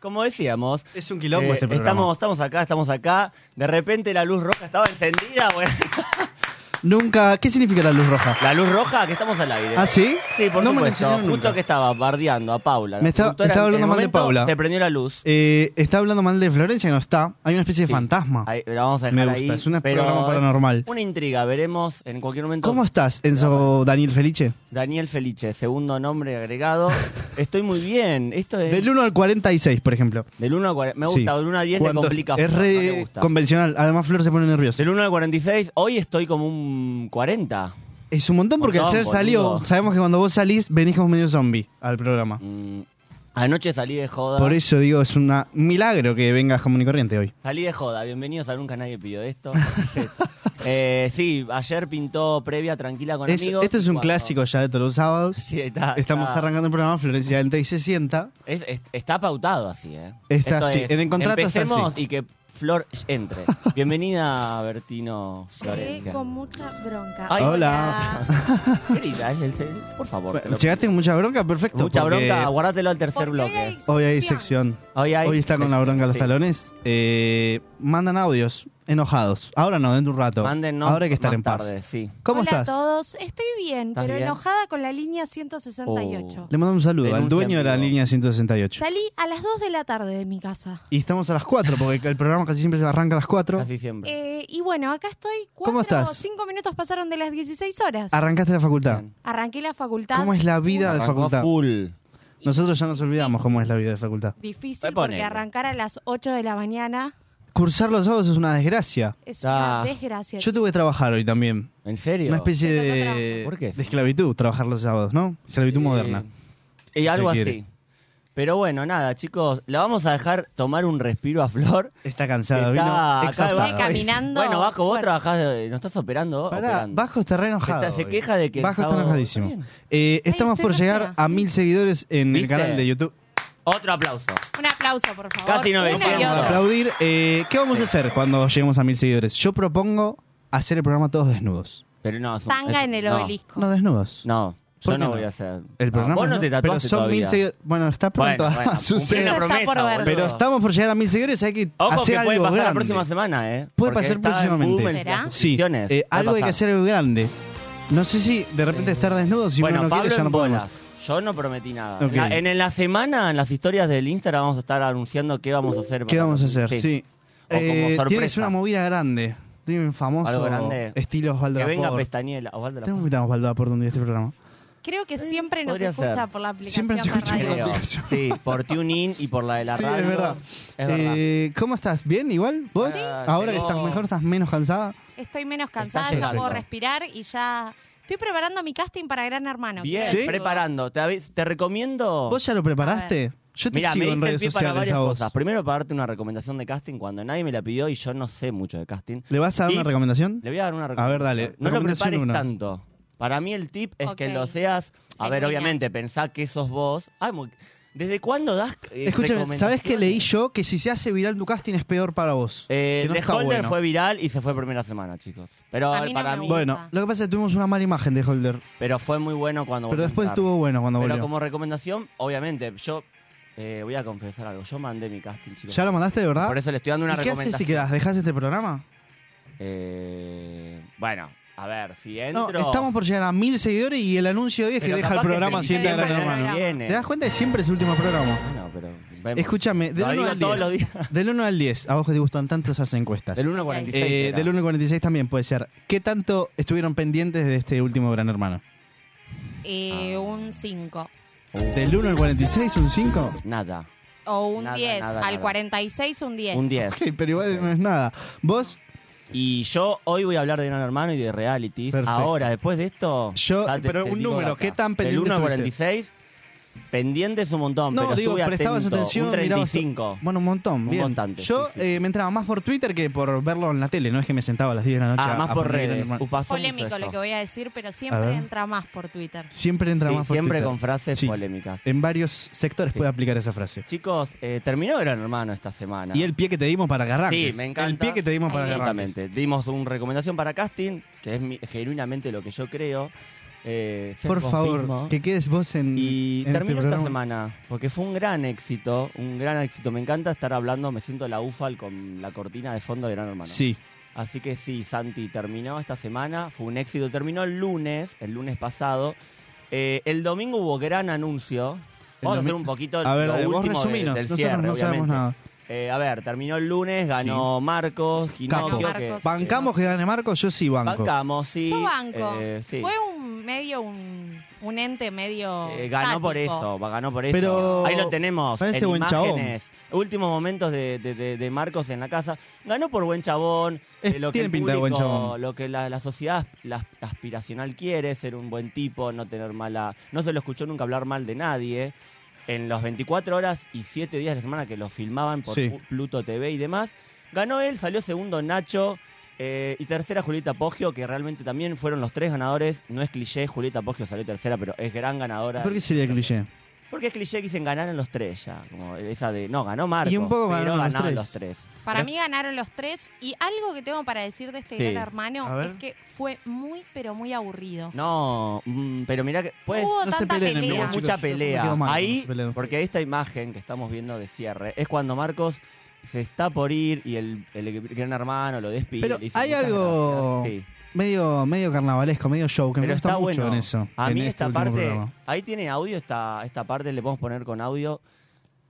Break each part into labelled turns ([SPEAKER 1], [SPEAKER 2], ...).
[SPEAKER 1] Como decíamos, eh,
[SPEAKER 2] Es un quilombo este programa.
[SPEAKER 1] estamos, estamos acá, estamos acá. De repente la luz roja estaba encendida. güey.
[SPEAKER 2] Nunca. ¿Qué significa la luz roja?
[SPEAKER 1] La luz roja, que estamos al aire.
[SPEAKER 2] ¿Ah, sí?
[SPEAKER 1] Eh, Sí, por
[SPEAKER 2] no me lo
[SPEAKER 1] supuesto.
[SPEAKER 2] enseñaron
[SPEAKER 1] Justo
[SPEAKER 2] nunca.
[SPEAKER 1] que estaba bardeando a Paula. la
[SPEAKER 2] Me estaba-
[SPEAKER 1] productora,
[SPEAKER 2] estaba
[SPEAKER 1] en
[SPEAKER 2] hablando
[SPEAKER 1] el
[SPEAKER 2] mal de
[SPEAKER 1] momento
[SPEAKER 2] Paula.
[SPEAKER 1] Se prendió la luz.
[SPEAKER 2] Eh, está hablando mal de Florencia, que no está. Hay una especie de
[SPEAKER 1] Sí.
[SPEAKER 2] fantasma.
[SPEAKER 1] Ahí, la vamos a
[SPEAKER 2] Me
[SPEAKER 1] dejar
[SPEAKER 2] gusta,
[SPEAKER 1] ahí.
[SPEAKER 2] es un
[SPEAKER 1] pero
[SPEAKER 2] programa paranormal.
[SPEAKER 1] Una intriga, veremos en cualquier momento.
[SPEAKER 2] ¿Cómo estás, Enzo Daniel Felice?
[SPEAKER 1] Daniel Felice, segundo nombre agregado. Estoy muy bien. Esto es
[SPEAKER 2] Del 1 al 46, por ejemplo.
[SPEAKER 1] del 1 al 40. Me gusta,
[SPEAKER 2] Sí.
[SPEAKER 1] del 1 al 10 le
[SPEAKER 2] ¿Cuántos?
[SPEAKER 1] complica.
[SPEAKER 2] Es
[SPEAKER 1] no
[SPEAKER 2] re
[SPEAKER 1] me gusta.
[SPEAKER 2] convencional. Además, Flor se pone nerviosa.
[SPEAKER 1] Del 1 al 46, hoy estoy como un 40.
[SPEAKER 2] Es un montón porque
[SPEAKER 1] Montón,
[SPEAKER 2] ayer salió.
[SPEAKER 1] boludo.
[SPEAKER 2] Sabemos que cuando vos salís, venís como medio zombie al programa.
[SPEAKER 1] Mm, Anoche salí de joda.
[SPEAKER 2] Por eso digo, es un milagro que vengas común y corriente hoy.
[SPEAKER 1] Salí de joda, bienvenidos a Nunca Nadie Pidió Esto. Eh, sí, ayer pintó previa tranquila con
[SPEAKER 2] Es-
[SPEAKER 1] amigos.
[SPEAKER 2] este es un
[SPEAKER 1] Cuando-
[SPEAKER 2] clásico ya de todos los sábados.
[SPEAKER 1] Sí, está,
[SPEAKER 2] Estamos
[SPEAKER 1] está-
[SPEAKER 2] arrancando el programa, Florencia entra y se sienta.
[SPEAKER 1] es- es- está pautado así, ¿eh?
[SPEAKER 2] Está
[SPEAKER 1] Esto
[SPEAKER 2] así,
[SPEAKER 1] es,
[SPEAKER 2] en el contrato está
[SPEAKER 1] empecemos
[SPEAKER 2] así.
[SPEAKER 1] y que Flor entre. Bienvenida, Bertino
[SPEAKER 3] Llegué
[SPEAKER 1] Florencia.
[SPEAKER 3] con mucha bronca.
[SPEAKER 1] Ay,
[SPEAKER 2] hola.
[SPEAKER 1] Querida, es el- el- por favor. te lo pido.
[SPEAKER 2] Llegaste con mucha bronca, perfecto.
[SPEAKER 1] Mucha
[SPEAKER 2] porque
[SPEAKER 1] bronca, guárdatelo al tercer
[SPEAKER 3] Porque hoy hay
[SPEAKER 1] bloque.
[SPEAKER 2] Hoy hay sección.
[SPEAKER 1] Hoy, hay-
[SPEAKER 2] Hoy está con la bronca en los
[SPEAKER 1] Sí.
[SPEAKER 2] talones. Eh, mandan audios enojados. Ahora no, dentro de un rato.
[SPEAKER 1] Mándennos
[SPEAKER 2] Ahora hay que estar
[SPEAKER 1] más
[SPEAKER 2] en paz.
[SPEAKER 1] tarde, sí.
[SPEAKER 2] ¿Cómo
[SPEAKER 3] Hola
[SPEAKER 2] estás?
[SPEAKER 3] a todos. Estoy bien,
[SPEAKER 1] ¿Estás
[SPEAKER 3] pero
[SPEAKER 1] bien?
[SPEAKER 3] enojada con la línea 168.
[SPEAKER 1] Oh.
[SPEAKER 2] Le mando un saludo al
[SPEAKER 1] Denuncia
[SPEAKER 2] dueño de la
[SPEAKER 1] en vivo.
[SPEAKER 2] línea 168.
[SPEAKER 3] Salí a las 2 de la tarde de mi casa.
[SPEAKER 2] Y estamos a las 4, porque el programa casi siempre se arranca a las 4.
[SPEAKER 1] Casi siempre.
[SPEAKER 3] Eh, y bueno, acá estoy.
[SPEAKER 2] ¿Cómo
[SPEAKER 3] Cuatro o
[SPEAKER 2] estás?
[SPEAKER 3] cinco minutos pasaron de las 16 horas.
[SPEAKER 2] Arrancaste la facultad.
[SPEAKER 1] Bien.
[SPEAKER 3] Arranqué la facultad.
[SPEAKER 2] ¿Cómo es la vida de
[SPEAKER 1] Arrancó
[SPEAKER 2] facultad?
[SPEAKER 1] full.
[SPEAKER 2] Nosotros ya nos olvidamos cómo es la vida de facultad.
[SPEAKER 3] Difícil
[SPEAKER 1] Ponele.
[SPEAKER 3] porque arrancar a las 8 de la mañana
[SPEAKER 2] Cursar los sábados es una desgracia.
[SPEAKER 3] es
[SPEAKER 1] Ah.
[SPEAKER 3] una desgracia.
[SPEAKER 2] Yo tuve que trabajar hoy también.
[SPEAKER 1] ¿En serio?
[SPEAKER 2] Una especie
[SPEAKER 3] Te tocó
[SPEAKER 2] de,
[SPEAKER 3] trabajar.
[SPEAKER 1] ¿Por qué?
[SPEAKER 2] de esclavitud, trabajar los sábados, ¿no? Esclavitud
[SPEAKER 1] Eh,
[SPEAKER 2] moderna.
[SPEAKER 1] Y algo
[SPEAKER 2] se
[SPEAKER 1] así.
[SPEAKER 2] quiere.
[SPEAKER 1] Pero bueno, nada, chicos, la vamos a dejar tomar un respiro a Flor.
[SPEAKER 2] Está cansada,
[SPEAKER 1] que está
[SPEAKER 2] vino
[SPEAKER 1] acá de
[SPEAKER 2] exhausta.
[SPEAKER 1] Bajo.
[SPEAKER 3] Caminando.
[SPEAKER 1] Bueno, Bajo, vos
[SPEAKER 3] Bueno.
[SPEAKER 1] trabajás, eh, no estás operando.
[SPEAKER 2] Pará,
[SPEAKER 1] operando.
[SPEAKER 2] Bajo está re enojado.
[SPEAKER 1] Está- se
[SPEAKER 2] hoy.
[SPEAKER 1] queja de que el
[SPEAKER 2] Bajo está
[SPEAKER 1] sábado-
[SPEAKER 2] enojadísimo.
[SPEAKER 1] Está bien.
[SPEAKER 2] Eh,
[SPEAKER 3] Ahí
[SPEAKER 2] estamos
[SPEAKER 3] está,
[SPEAKER 2] por
[SPEAKER 3] está.
[SPEAKER 2] llegar a mil seguidores en el
[SPEAKER 1] ¿Viste?
[SPEAKER 2] canal de YouTube.
[SPEAKER 1] Otro aplauso.
[SPEAKER 3] Un aplauso, por favor.
[SPEAKER 1] Casi
[SPEAKER 3] Uno y
[SPEAKER 1] 900.
[SPEAKER 3] otro.
[SPEAKER 2] Vamos a aplaudir. Eh, ¿Qué vamos a hacer cuando lleguemos a mil seguidores? Yo propongo hacer el programa todos desnudos.
[SPEAKER 1] Pero no, es un-
[SPEAKER 3] Tanga
[SPEAKER 1] es-
[SPEAKER 3] en el
[SPEAKER 1] no,
[SPEAKER 3] obelisco.
[SPEAKER 2] No desnudos.
[SPEAKER 1] No,
[SPEAKER 2] ¿Por
[SPEAKER 1] yo
[SPEAKER 2] qué
[SPEAKER 1] no
[SPEAKER 2] no?
[SPEAKER 1] voy a hacer.
[SPEAKER 2] El
[SPEAKER 1] No,
[SPEAKER 2] programa
[SPEAKER 1] vos no,
[SPEAKER 2] no,
[SPEAKER 1] te
[SPEAKER 2] pero
[SPEAKER 1] tatuaste
[SPEAKER 2] son
[SPEAKER 1] todavía.
[SPEAKER 2] mil seguidores. Bueno, está pronto
[SPEAKER 1] Bueno,
[SPEAKER 2] a-
[SPEAKER 1] bueno,
[SPEAKER 2] a
[SPEAKER 1] cumplí
[SPEAKER 2] suceder.
[SPEAKER 1] una
[SPEAKER 3] Eso está por
[SPEAKER 1] promesa,
[SPEAKER 3] ver.
[SPEAKER 1] boludo.
[SPEAKER 2] Pero estamos por llegar a mil seguidores. Hay que
[SPEAKER 1] Ojo
[SPEAKER 2] hacer
[SPEAKER 1] que puede
[SPEAKER 2] algo
[SPEAKER 1] pasar la
[SPEAKER 2] grande.
[SPEAKER 1] próxima semana, ¿eh?
[SPEAKER 2] Puede
[SPEAKER 1] Porque
[SPEAKER 2] pasar
[SPEAKER 1] está en
[SPEAKER 2] próximamente.
[SPEAKER 1] boom en las
[SPEAKER 3] ¿Será?
[SPEAKER 2] Sí,
[SPEAKER 1] suscripciones.
[SPEAKER 2] eh,
[SPEAKER 1] Va a
[SPEAKER 2] algo hay que
[SPEAKER 1] pasar. Eh,
[SPEAKER 2] hacer algo grande. No sé si de repente estar desnudos, si
[SPEAKER 1] bueno,
[SPEAKER 2] uno no
[SPEAKER 1] Pablo
[SPEAKER 2] quiere, ya no
[SPEAKER 1] en
[SPEAKER 2] podemos.
[SPEAKER 1] bolas. Yo no prometí nada.
[SPEAKER 2] Ok.
[SPEAKER 1] En, la, en- en la semana, en las historias del Instagram, vamos a estar anunciando qué vamos a hacer.
[SPEAKER 2] ¿Qué
[SPEAKER 1] para-
[SPEAKER 2] vamos a hacer? Sí.
[SPEAKER 1] O como
[SPEAKER 2] Eh, tienes
[SPEAKER 1] sorpresa.
[SPEAKER 2] una movida grande. Tiene un famoso
[SPEAKER 1] Algo grande.
[SPEAKER 2] estilo Osvaldo
[SPEAKER 1] Que venga
[SPEAKER 2] Laport.
[SPEAKER 1] Pestañela. Osvaldo
[SPEAKER 2] Tenemos que
[SPEAKER 1] Laport.
[SPEAKER 2] invitar a Osvaldo Laport un día a este programa.
[SPEAKER 3] Creo que siempre nos
[SPEAKER 1] Podría
[SPEAKER 3] escucha
[SPEAKER 1] ser.
[SPEAKER 3] por la aplicación
[SPEAKER 2] Siempre se
[SPEAKER 3] de
[SPEAKER 2] escucha por la
[SPEAKER 3] radio.
[SPEAKER 1] Creo.
[SPEAKER 2] aplicación.
[SPEAKER 1] Sí, por TuneIn y por la de la
[SPEAKER 2] sí,
[SPEAKER 1] radio.
[SPEAKER 2] es verdad.
[SPEAKER 1] Es verdad.
[SPEAKER 2] Eh, ¿Cómo estás? ¿Bien? ¿Igual? ¿Vos? Ah,
[SPEAKER 1] Sí.
[SPEAKER 2] Ahora que estás
[SPEAKER 1] Tengo-
[SPEAKER 2] mejor, estás menos cansada.
[SPEAKER 3] Estoy menos cansada,
[SPEAKER 1] llegando.
[SPEAKER 3] ya puedo respirar y ya estoy preparando mi casting para Gran Hermano.
[SPEAKER 1] Bien,
[SPEAKER 2] ¿Sí?
[SPEAKER 1] preparando. Te, avis- te recomiendo.
[SPEAKER 2] ¿Vos ya lo preparaste? Yo te
[SPEAKER 1] Oh. Mirá, me
[SPEAKER 2] sigo en
[SPEAKER 1] diste el
[SPEAKER 2] redes
[SPEAKER 1] pie para
[SPEAKER 2] sociales
[SPEAKER 1] varias
[SPEAKER 2] a vos.
[SPEAKER 1] cosas. Primero, para darte una recomendación de casting cuando nadie me la pidió y yo no sé mucho de casting.
[SPEAKER 2] ¿Le vas a dar
[SPEAKER 1] Y-
[SPEAKER 2] una recomendación?
[SPEAKER 1] Le voy a dar una
[SPEAKER 2] ver, dale,
[SPEAKER 1] No lo
[SPEAKER 2] recomendación
[SPEAKER 1] prepares
[SPEAKER 2] uno.
[SPEAKER 1] tanto. Para mí el tip es que
[SPEAKER 3] Ok.
[SPEAKER 1] lo seas... A ver,
[SPEAKER 3] Genial.
[SPEAKER 1] obviamente, pensá que sos vos. Ah, muy- ¿Desde cuándo das eh,
[SPEAKER 2] Escúchame, ¿sabés qué leí
[SPEAKER 1] recomendaciones?
[SPEAKER 2] yo? Que si se hace viral tu casting es peor para vos.
[SPEAKER 1] Eh,
[SPEAKER 2] que no
[SPEAKER 1] The
[SPEAKER 2] está
[SPEAKER 1] Holder
[SPEAKER 2] bueno.
[SPEAKER 1] fue viral y se fue primera semana, chicos. Pero
[SPEAKER 3] A mí no
[SPEAKER 1] para
[SPEAKER 3] me
[SPEAKER 1] mí,
[SPEAKER 3] gusta.
[SPEAKER 2] Bueno, lo que pasa es que tuvimos una mala imagen de Holder.
[SPEAKER 1] pero fue muy bueno cuando
[SPEAKER 2] Pero
[SPEAKER 1] volvió a
[SPEAKER 2] después
[SPEAKER 1] entrar.
[SPEAKER 2] estuvo bueno cuando
[SPEAKER 1] Pero
[SPEAKER 2] volvió.
[SPEAKER 1] como recomendación, obviamente, yo eh, voy a confesar algo. Yo mandé mi casting, chicos.
[SPEAKER 2] ¿Ya lo mandaste de verdad?
[SPEAKER 1] Por eso le estoy dando una
[SPEAKER 2] ¿Y qué haces si
[SPEAKER 1] recomendación.
[SPEAKER 2] quedás? ¿Dejás este programa?
[SPEAKER 1] Eh, bueno, a ver, si
[SPEAKER 2] No,
[SPEAKER 1] entro.
[SPEAKER 2] estamos por llegar a mil seguidores y el anuncio de hoy es que
[SPEAKER 1] Pero
[SPEAKER 2] deja el
[SPEAKER 1] capaz que
[SPEAKER 2] programa
[SPEAKER 1] se
[SPEAKER 2] siguiente a Gran
[SPEAKER 1] diciembre
[SPEAKER 2] Hermano.
[SPEAKER 1] viene.
[SPEAKER 2] ¿Te das cuenta? Es Siempre es el último programa.
[SPEAKER 1] Bueno, pero. vemos.
[SPEAKER 2] Escúchame, del
[SPEAKER 1] Em, Lo
[SPEAKER 2] 1 al
[SPEAKER 1] digo
[SPEAKER 2] 10.
[SPEAKER 1] todos los días.
[SPEAKER 2] Del 1 al 10, a vos que te gustan tanto esas encuestas.
[SPEAKER 1] Del 1 a 46.
[SPEAKER 2] Eh,
[SPEAKER 1] era.
[SPEAKER 2] del 1 al 46 también puede ser. ¿Qué tanto estuvieron pendientes de este último Gran Hermano?
[SPEAKER 3] Eh,
[SPEAKER 1] Ah.
[SPEAKER 3] un 5
[SPEAKER 1] Uh,
[SPEAKER 2] ¿Del 1 al 46 un 5?
[SPEAKER 1] Nada.
[SPEAKER 3] o un
[SPEAKER 1] Nada,
[SPEAKER 3] 10,
[SPEAKER 1] nada,
[SPEAKER 3] al
[SPEAKER 1] nada.
[SPEAKER 3] 46 un 10.
[SPEAKER 1] Un 10.
[SPEAKER 2] Ok, pero igual no es nada. Vos,
[SPEAKER 1] Y yo hoy voy a hablar de Gran Hermano y de reality.
[SPEAKER 2] Perfecto.
[SPEAKER 1] Ahora, después de esto.
[SPEAKER 2] Yo-
[SPEAKER 1] ya te-
[SPEAKER 2] pero
[SPEAKER 1] te
[SPEAKER 2] un
[SPEAKER 1] digo
[SPEAKER 2] número,
[SPEAKER 1] acá.
[SPEAKER 2] ¿qué tan
[SPEAKER 1] Del
[SPEAKER 2] pendiente
[SPEAKER 1] 1 a 46. Pendientes un montón,
[SPEAKER 2] No,
[SPEAKER 1] pero
[SPEAKER 2] digo,
[SPEAKER 1] estuve
[SPEAKER 2] prestabas
[SPEAKER 1] atento,
[SPEAKER 2] atención,
[SPEAKER 1] un
[SPEAKER 2] mirabas-
[SPEAKER 1] 35.
[SPEAKER 2] Bueno, un montón,
[SPEAKER 1] Un
[SPEAKER 2] bien.
[SPEAKER 1] montante,
[SPEAKER 2] Yo
[SPEAKER 1] sí, sí.
[SPEAKER 2] eh, me entraba más por Twitter que por verlo en la tele, no es que me sentaba a las 10 de la noche.
[SPEAKER 1] ah,
[SPEAKER 2] a-
[SPEAKER 1] más
[SPEAKER 2] a
[SPEAKER 1] por
[SPEAKER 2] poner el
[SPEAKER 1] redes.
[SPEAKER 2] normal.
[SPEAKER 1] Upa, son
[SPEAKER 3] Polémico
[SPEAKER 1] mucho
[SPEAKER 3] lo
[SPEAKER 1] eso.
[SPEAKER 3] que voy a decir, pero
[SPEAKER 2] A
[SPEAKER 3] siempre
[SPEAKER 2] ver.
[SPEAKER 3] entra más por Twitter.
[SPEAKER 2] Siempre entra
[SPEAKER 1] Sí,
[SPEAKER 2] más por
[SPEAKER 1] siempre
[SPEAKER 2] Twitter.
[SPEAKER 1] con frases
[SPEAKER 2] Sí.
[SPEAKER 1] polémicas.
[SPEAKER 2] En varios sectores
[SPEAKER 1] Sí.
[SPEAKER 2] puede aplicar esa frase.
[SPEAKER 1] Chicos, eh, terminó Gran Hermano esta semana.
[SPEAKER 2] Y el pie que te dimos para agarrar.
[SPEAKER 1] Sí, me encanta.
[SPEAKER 2] El pie que te dimos para agarrar.
[SPEAKER 1] Exactamente. Dimos una recomendación para casting, que es mi- genuinamente lo que yo creo. Eh, ser
[SPEAKER 2] Por
[SPEAKER 1] vos mismo.
[SPEAKER 2] favor, que quedes vos en.
[SPEAKER 1] Y
[SPEAKER 2] en este
[SPEAKER 1] termino esta
[SPEAKER 2] programa.
[SPEAKER 1] semana, porque fue un gran éxito, un gran éxito. Me encanta estar hablando, me siento la UFAL con la cortina de fondo de Gran Hermano.
[SPEAKER 2] Sí.
[SPEAKER 1] Así que sí, Santi, terminó esta semana, fue un éxito. Terminó el lunes, el lunes pasado. Eh, el domingo hubo gran anuncio.
[SPEAKER 2] El
[SPEAKER 1] Vamos a hacer
[SPEAKER 2] domi-
[SPEAKER 1] un poquito
[SPEAKER 2] A ver,
[SPEAKER 1] lo
[SPEAKER 2] eh, vos
[SPEAKER 1] último de-
[SPEAKER 2] resuminos.
[SPEAKER 1] del
[SPEAKER 2] Nosotros
[SPEAKER 1] cierre,
[SPEAKER 2] no sabemos
[SPEAKER 1] obviamente.
[SPEAKER 2] nada.
[SPEAKER 1] Eh, a ver, terminó el lunes, ganó Marcos,
[SPEAKER 3] Ganó
[SPEAKER 1] Ginocchio. que- eh,
[SPEAKER 3] Marcos.
[SPEAKER 2] Bancamos que gane Marcos, yo sí banco.
[SPEAKER 1] Bancamos, sí.
[SPEAKER 3] Yo banco.
[SPEAKER 1] Eh, sí.
[SPEAKER 3] Fue un medio, un, un ente medio.
[SPEAKER 1] Eh, ganó por
[SPEAKER 3] tático.
[SPEAKER 1] eso, va- ganó por eso.
[SPEAKER 2] Pero
[SPEAKER 1] Ahí lo tenemos.
[SPEAKER 2] parece
[SPEAKER 1] en
[SPEAKER 2] buen
[SPEAKER 1] imágenes, Últimos momentos de, de- de- de Marcos en la casa. Ganó por buen chabón.
[SPEAKER 2] Es-
[SPEAKER 1] eh, lo que
[SPEAKER 2] tiene
[SPEAKER 1] el
[SPEAKER 2] pinta de buen
[SPEAKER 1] público-
[SPEAKER 2] chabón.
[SPEAKER 1] Lo que la, la sociedad la- la aspiracional quiere, ser un buen tipo, no tener mala. No se lo escuchó nunca hablar mal de nadie. En los 24 horas y 7 días de la semana que lo filmaban por
[SPEAKER 2] Sí.
[SPEAKER 1] Plu- Pluto TV y demás. Ganó él, salió segundo Nacho. eh, y tercera Julieta Poggio, que realmente también fueron los tres ganadores. No es cliché, Julieta Poggio salió tercera, pero es gran ganadora.
[SPEAKER 2] ¿Por qué sería cliché?
[SPEAKER 1] Porque es cliché que dicen ganaron los tres ya. Como esa de, no, ganó Marcos.
[SPEAKER 2] Y un poco
[SPEAKER 1] pero
[SPEAKER 2] ganaron los
[SPEAKER 1] ganaron
[SPEAKER 2] tres.
[SPEAKER 1] los tres.
[SPEAKER 3] Para
[SPEAKER 1] Pero-
[SPEAKER 3] mí ganaron los tres. Y algo que tengo para decir de este
[SPEAKER 1] Sí.
[SPEAKER 3] gran
[SPEAKER 2] A
[SPEAKER 3] hermano
[SPEAKER 2] ver.
[SPEAKER 3] es que fue muy, pero muy aburrido.
[SPEAKER 1] No, mm, pero mira que. Pues.
[SPEAKER 3] Hubo
[SPEAKER 2] no se
[SPEAKER 3] tanta
[SPEAKER 2] peleen en vivo,
[SPEAKER 1] hubo
[SPEAKER 3] pelea.
[SPEAKER 2] chicos.
[SPEAKER 1] mucha
[SPEAKER 2] yo me
[SPEAKER 1] pelea.
[SPEAKER 2] quedo mal con
[SPEAKER 1] Ahí,
[SPEAKER 2] los peleadores.
[SPEAKER 1] porque esta imagen que estamos viendo de cierre es cuando Marcos se está por ir y el, el gran hermano lo despide.
[SPEAKER 2] Pero
[SPEAKER 1] le dice,
[SPEAKER 2] hay
[SPEAKER 1] "Muchas
[SPEAKER 2] algo-
[SPEAKER 1] gracias". Sí.
[SPEAKER 2] Medio, medio carnavalesco, medio show, que
[SPEAKER 1] Pero
[SPEAKER 2] me gusta
[SPEAKER 1] está
[SPEAKER 2] mucho
[SPEAKER 1] bueno.
[SPEAKER 2] en eso.
[SPEAKER 1] A
[SPEAKER 2] en
[SPEAKER 1] mí
[SPEAKER 2] este
[SPEAKER 1] esta
[SPEAKER 2] último
[SPEAKER 1] parte,
[SPEAKER 2] programa.
[SPEAKER 1] ahí tiene audio esta, esta parte, le podemos poner con audio.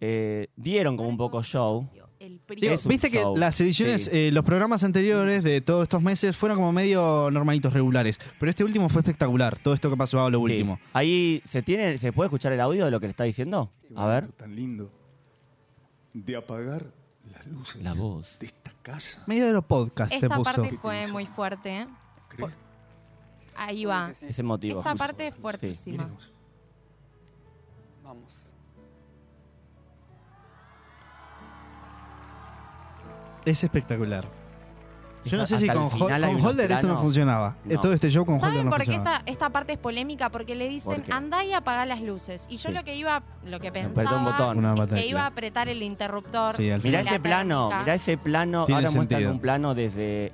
[SPEAKER 1] Eh, dieron como un poco show.
[SPEAKER 3] El
[SPEAKER 2] Digo,
[SPEAKER 1] es un
[SPEAKER 2] Viste que
[SPEAKER 1] show,
[SPEAKER 2] las ediciones,
[SPEAKER 1] sí.
[SPEAKER 2] eh, los programas anteriores de todos estos meses fueron como medio normalitos, regulares. Pero este último fue espectacular, todo esto que pasó a lo
[SPEAKER 1] Sí.
[SPEAKER 2] último.
[SPEAKER 1] Ahí se tiene, se puede escuchar el audio de lo que le está diciendo.
[SPEAKER 4] Qué
[SPEAKER 1] A ver.
[SPEAKER 4] momento Tan lindo. De apagar las luces.
[SPEAKER 1] La voz.
[SPEAKER 4] De esta casa.
[SPEAKER 2] Medio de los podcasts te
[SPEAKER 3] Esta
[SPEAKER 2] puso.
[SPEAKER 3] parte
[SPEAKER 4] puso.
[SPEAKER 3] fue muy fuerte. ¿eh?
[SPEAKER 4] ¿Crees?
[SPEAKER 3] Ahí va.
[SPEAKER 1] Ese motivo.
[SPEAKER 3] Esta parte es
[SPEAKER 1] Sí.
[SPEAKER 3] fuertísima.
[SPEAKER 4] Miremos.
[SPEAKER 5] Vamos.
[SPEAKER 2] Es espectacular. Yo no sé
[SPEAKER 1] Hasta
[SPEAKER 2] si
[SPEAKER 1] el
[SPEAKER 2] con, Hol-
[SPEAKER 1] final hay
[SPEAKER 2] con
[SPEAKER 1] unos
[SPEAKER 2] Holder esto no
[SPEAKER 1] planos.
[SPEAKER 2] funcionaba. Eh,
[SPEAKER 1] No.
[SPEAKER 2] Todo este show con Holder
[SPEAKER 3] ¿Saben
[SPEAKER 2] no
[SPEAKER 3] por qué
[SPEAKER 2] funcionaba.
[SPEAKER 3] esta, esta parte es polémica? Porque le dicen,
[SPEAKER 1] ¿Por qué?
[SPEAKER 3] andá y apagá las luces. Y yo
[SPEAKER 1] Sí.
[SPEAKER 3] lo que iba, lo que
[SPEAKER 1] Apretó un
[SPEAKER 3] pensaba
[SPEAKER 1] botón.
[SPEAKER 2] Una
[SPEAKER 3] es
[SPEAKER 2] batalla.
[SPEAKER 3] que iba a apretar el interruptor.
[SPEAKER 2] Sí, al
[SPEAKER 1] Mirá
[SPEAKER 3] La
[SPEAKER 1] ese plano,
[SPEAKER 3] térmica.
[SPEAKER 1] mirá ese plano.
[SPEAKER 2] Tiene
[SPEAKER 1] Ahora muestran
[SPEAKER 2] sentido.
[SPEAKER 1] un plano desde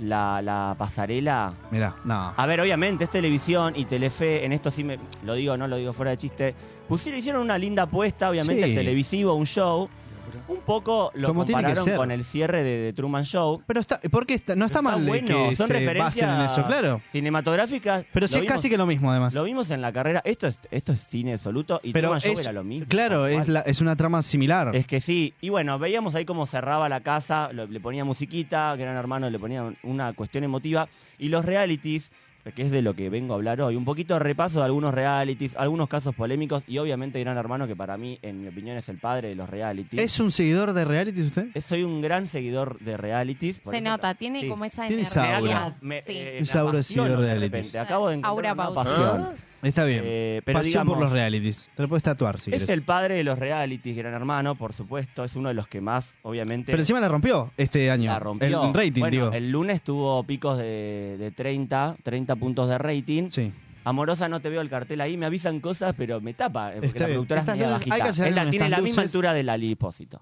[SPEAKER 1] la, la pasarela.
[SPEAKER 2] Mirá, no.
[SPEAKER 1] A ver, obviamente es televisión y Telefe, en esto sí me lo digo, no lo digo fuera de chiste. Pusieron, hicieron una linda apuesta, obviamente
[SPEAKER 2] Sí.
[SPEAKER 1] es televisivo, un show.
[SPEAKER 4] Y ahora,
[SPEAKER 1] Un poco lo
[SPEAKER 2] Como tiene que
[SPEAKER 1] compararon
[SPEAKER 2] ser.
[SPEAKER 1] con el cierre de, de Truman Show.
[SPEAKER 2] Pero está, ¿por qué está? No está,
[SPEAKER 1] Está
[SPEAKER 2] mal
[SPEAKER 1] bueno,
[SPEAKER 2] que
[SPEAKER 1] son
[SPEAKER 2] se
[SPEAKER 1] referencias-
[SPEAKER 2] basen en eso, claro.
[SPEAKER 1] Cinematográficas.
[SPEAKER 2] Pero
[SPEAKER 1] lo
[SPEAKER 2] sí es
[SPEAKER 1] vimos-
[SPEAKER 2] casi que lo mismo, además.
[SPEAKER 1] Lo vimos en la carrera. Esto es, esto es cine absoluto y
[SPEAKER 2] Pero
[SPEAKER 1] Truman Show
[SPEAKER 2] es-
[SPEAKER 1] era lo mismo.
[SPEAKER 2] Claro,
[SPEAKER 1] tal
[SPEAKER 2] es,
[SPEAKER 1] cual.
[SPEAKER 2] la- es una trama similar.
[SPEAKER 1] Es que sí. Y bueno, veíamos ahí cómo cerraba la casa, lo- le ponía musiquita, Gran Hermano le ponía un- una cuestión emotiva. Y los realities, que es de lo que vengo a hablar hoy, un poquito de repaso de algunos realities, algunos casos polémicos y obviamente Gran Hermano, que para mí, en mi opinión, es el padre de los realities.
[SPEAKER 2] ¿Es un seguidor de reality usted?
[SPEAKER 1] Es- Soy un gran seguidor de realities. por
[SPEAKER 3] Se
[SPEAKER 1] eso-
[SPEAKER 3] nota, tiene
[SPEAKER 1] Sí.
[SPEAKER 3] como esa
[SPEAKER 2] Tiene
[SPEAKER 3] energía.
[SPEAKER 2] esa
[SPEAKER 1] Me da
[SPEAKER 2] aura.
[SPEAKER 1] como- me-
[SPEAKER 3] Sí.
[SPEAKER 1] eh,
[SPEAKER 2] Un sabor
[SPEAKER 1] me
[SPEAKER 2] de seguidor
[SPEAKER 1] apasiono
[SPEAKER 2] realities. Ah,
[SPEAKER 1] repente. Acabo de encontrar
[SPEAKER 3] Aura
[SPEAKER 1] una
[SPEAKER 3] Pausini.
[SPEAKER 1] pasión.
[SPEAKER 2] Está bien.
[SPEAKER 1] Eh, pero
[SPEAKER 2] Pasión
[SPEAKER 1] digamos,
[SPEAKER 2] por los realities. Te lo puedes tatuar si
[SPEAKER 1] es
[SPEAKER 2] querés.
[SPEAKER 1] el padre de los realities, Gran Hermano, por supuesto. Es uno de los que más, obviamente.
[SPEAKER 2] Pero encima la rompió este año.
[SPEAKER 1] La rompió.
[SPEAKER 2] El rating,
[SPEAKER 1] Bueno,
[SPEAKER 2] digo.
[SPEAKER 1] El lunes tuvo picos de, de 30, 30 puntos de rating.
[SPEAKER 2] Sí.
[SPEAKER 1] Amorosa no te veo el cartel ahí, me avisan cosas, pero me tapa, eh, porque
[SPEAKER 2] Está
[SPEAKER 1] la
[SPEAKER 2] bien.
[SPEAKER 1] productora
[SPEAKER 2] Estas
[SPEAKER 1] es media
[SPEAKER 2] luces- hay que
[SPEAKER 1] bajita.
[SPEAKER 2] hacer
[SPEAKER 1] Él la
[SPEAKER 2] algo,
[SPEAKER 1] tiene
[SPEAKER 2] estas
[SPEAKER 1] la misma
[SPEAKER 2] luces.
[SPEAKER 1] altura de Lali Pósito.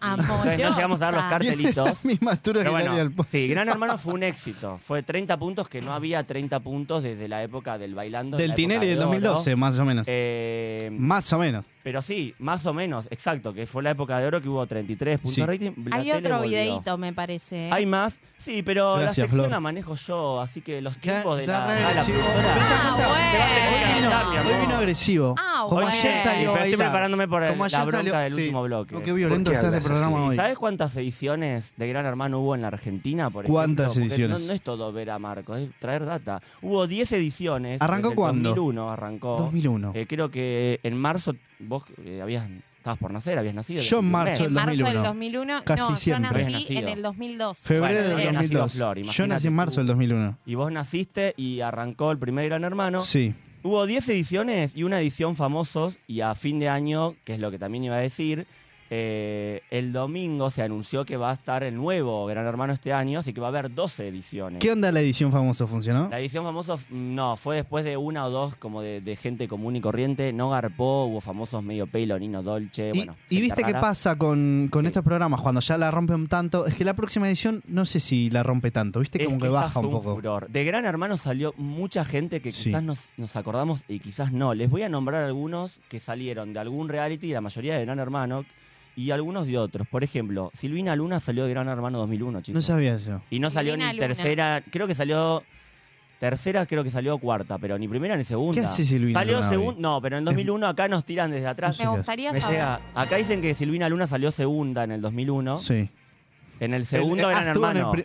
[SPEAKER 3] Amorosa.
[SPEAKER 1] Entonces no llegamos a dar los carteles. Cartelitos.
[SPEAKER 2] Misma altura que
[SPEAKER 1] Pero
[SPEAKER 2] Daniel
[SPEAKER 1] bueno,
[SPEAKER 2] Pozo.
[SPEAKER 1] sí, Gran Hermano fue un éxito. Fue 30 puntos que no había 30 puntos desde la época del bailando.
[SPEAKER 2] Del
[SPEAKER 1] la época
[SPEAKER 2] Tinelli
[SPEAKER 1] de
[SPEAKER 2] del
[SPEAKER 1] oro.
[SPEAKER 2] 2012, más o menos.
[SPEAKER 1] Eh,
[SPEAKER 2] Más o menos.
[SPEAKER 1] pero sí, más o menos, exacto, que fue la época de oro que hubo 33 puntos
[SPEAKER 2] Sí.
[SPEAKER 1] de rating. la
[SPEAKER 3] Hay
[SPEAKER 1] tele
[SPEAKER 3] otro
[SPEAKER 1] volvió.
[SPEAKER 3] videito, me parece. ¿eh?
[SPEAKER 1] Hay más, sí, pero
[SPEAKER 2] Gracias,
[SPEAKER 1] la sección
[SPEAKER 2] Flor.
[SPEAKER 1] la manejo yo, así que los
[SPEAKER 2] Ya-
[SPEAKER 1] trucos de
[SPEAKER 2] ya
[SPEAKER 1] la,
[SPEAKER 2] re
[SPEAKER 1] a la
[SPEAKER 2] agresivo.
[SPEAKER 1] productora.
[SPEAKER 2] Vete a
[SPEAKER 3] Ah,
[SPEAKER 2] Hoy vino,
[SPEAKER 3] bueno.
[SPEAKER 1] Terapia,
[SPEAKER 2] hoy vino agresivo.
[SPEAKER 3] Ah,
[SPEAKER 2] Como
[SPEAKER 3] bueno.
[SPEAKER 2] ayer salió
[SPEAKER 1] Pero estoy
[SPEAKER 2] bailar.
[SPEAKER 1] preparándome por el-
[SPEAKER 2] Como ayer
[SPEAKER 1] la bronca
[SPEAKER 2] salió-
[SPEAKER 1] del último bloque.
[SPEAKER 2] Oh, Qué violento
[SPEAKER 4] ¿Por qué
[SPEAKER 2] está este
[SPEAKER 4] hablas
[SPEAKER 2] programa
[SPEAKER 4] así?
[SPEAKER 2] hoy.
[SPEAKER 1] ¿Sabes cuántas ediciones de Gran Hermano hubo en la Argentina? Por
[SPEAKER 2] ¿Cuántas
[SPEAKER 1] ejemplo? Porque
[SPEAKER 2] ediciones?
[SPEAKER 1] No, no es todo ver a Marcos, es traer data. Hubo 10 ediciones.
[SPEAKER 2] ¿Arrancó
[SPEAKER 1] desde el
[SPEAKER 2] cuándo?
[SPEAKER 1] 2001 arrancó.
[SPEAKER 2] 2001.
[SPEAKER 1] Eh, creo que en marzo vos eh, habías, estabas por nacer, habías nacido.
[SPEAKER 2] Yo en
[SPEAKER 1] Un
[SPEAKER 2] marzo
[SPEAKER 1] mes.
[SPEAKER 2] del
[SPEAKER 3] En marzo
[SPEAKER 2] 2001.
[SPEAKER 3] del 2001.
[SPEAKER 2] Casi
[SPEAKER 3] no,
[SPEAKER 2] siempre.
[SPEAKER 3] yo
[SPEAKER 1] Habías
[SPEAKER 3] nací
[SPEAKER 1] nacido.
[SPEAKER 3] en el 2002.
[SPEAKER 2] Febrero
[SPEAKER 1] Bueno, había
[SPEAKER 2] del
[SPEAKER 1] nacido
[SPEAKER 2] 2002.
[SPEAKER 1] Flor,
[SPEAKER 2] Yo
[SPEAKER 1] imagínate
[SPEAKER 2] nací en
[SPEAKER 1] tú.
[SPEAKER 2] marzo del 2001.
[SPEAKER 1] Y vos naciste y arrancó el primer Gran Hermano.
[SPEAKER 2] Sí.
[SPEAKER 1] Hubo 10 ediciones y una edición famosos y a fin de año, que es lo que también iba a decir, eh, el domingo se anunció que va a estar el nuevo Gran Hermano este año, así que va a haber 12 ediciones.
[SPEAKER 2] ¿Qué onda la edición famoso? ¿Funcionó?
[SPEAKER 1] La edición famosos no, fue después de una o dos como de, de gente común y corriente, no garpó, hubo famosos medio pelo, Nino Dolce,
[SPEAKER 2] Y,
[SPEAKER 1] bueno.
[SPEAKER 2] y
[SPEAKER 1] gente
[SPEAKER 2] viste qué
[SPEAKER 1] rara.
[SPEAKER 2] pasa con, con
[SPEAKER 1] Sí.
[SPEAKER 2] estos programas cuando ya la rompen tanto. Es que la próxima edición no sé si la rompe tanto, viste,
[SPEAKER 1] Es
[SPEAKER 2] Este como que,
[SPEAKER 1] esta
[SPEAKER 2] baja
[SPEAKER 1] fue
[SPEAKER 2] un poco.
[SPEAKER 1] Este furor. De Gran Hermano salió mucha gente que
[SPEAKER 2] Sí.
[SPEAKER 1] quizás nos, nos acordamos y quizás no. Les voy a nombrar algunos que salieron de algún reality, la mayoría de Gran Hermano, y algunos de otros. Por ejemplo, Silvina Luna salió de Gran Hermano 2001, chicos.
[SPEAKER 2] No sabía eso.
[SPEAKER 1] y no salió
[SPEAKER 3] Silvina
[SPEAKER 1] ni
[SPEAKER 3] Luna.
[SPEAKER 1] tercera, creo que salió... Tercera creo que salió cuarta, pero ni primera ni segunda.
[SPEAKER 2] ¿Qué hace Silvina
[SPEAKER 1] Salió
[SPEAKER 2] Luna
[SPEAKER 1] segunda,
[SPEAKER 2] hoy?
[SPEAKER 1] no, pero en 2001 acá nos tiran desde atrás.
[SPEAKER 3] Me gustaría
[SPEAKER 1] Me
[SPEAKER 3] saber.
[SPEAKER 1] llega. Acá dicen que Silvina Luna salió segunda en el 2001.
[SPEAKER 2] Sí.
[SPEAKER 1] En el segundo
[SPEAKER 2] Eh, eh,
[SPEAKER 1] Gran
[SPEAKER 2] ah, estuvo en el
[SPEAKER 1] Hermano.
[SPEAKER 2] pri-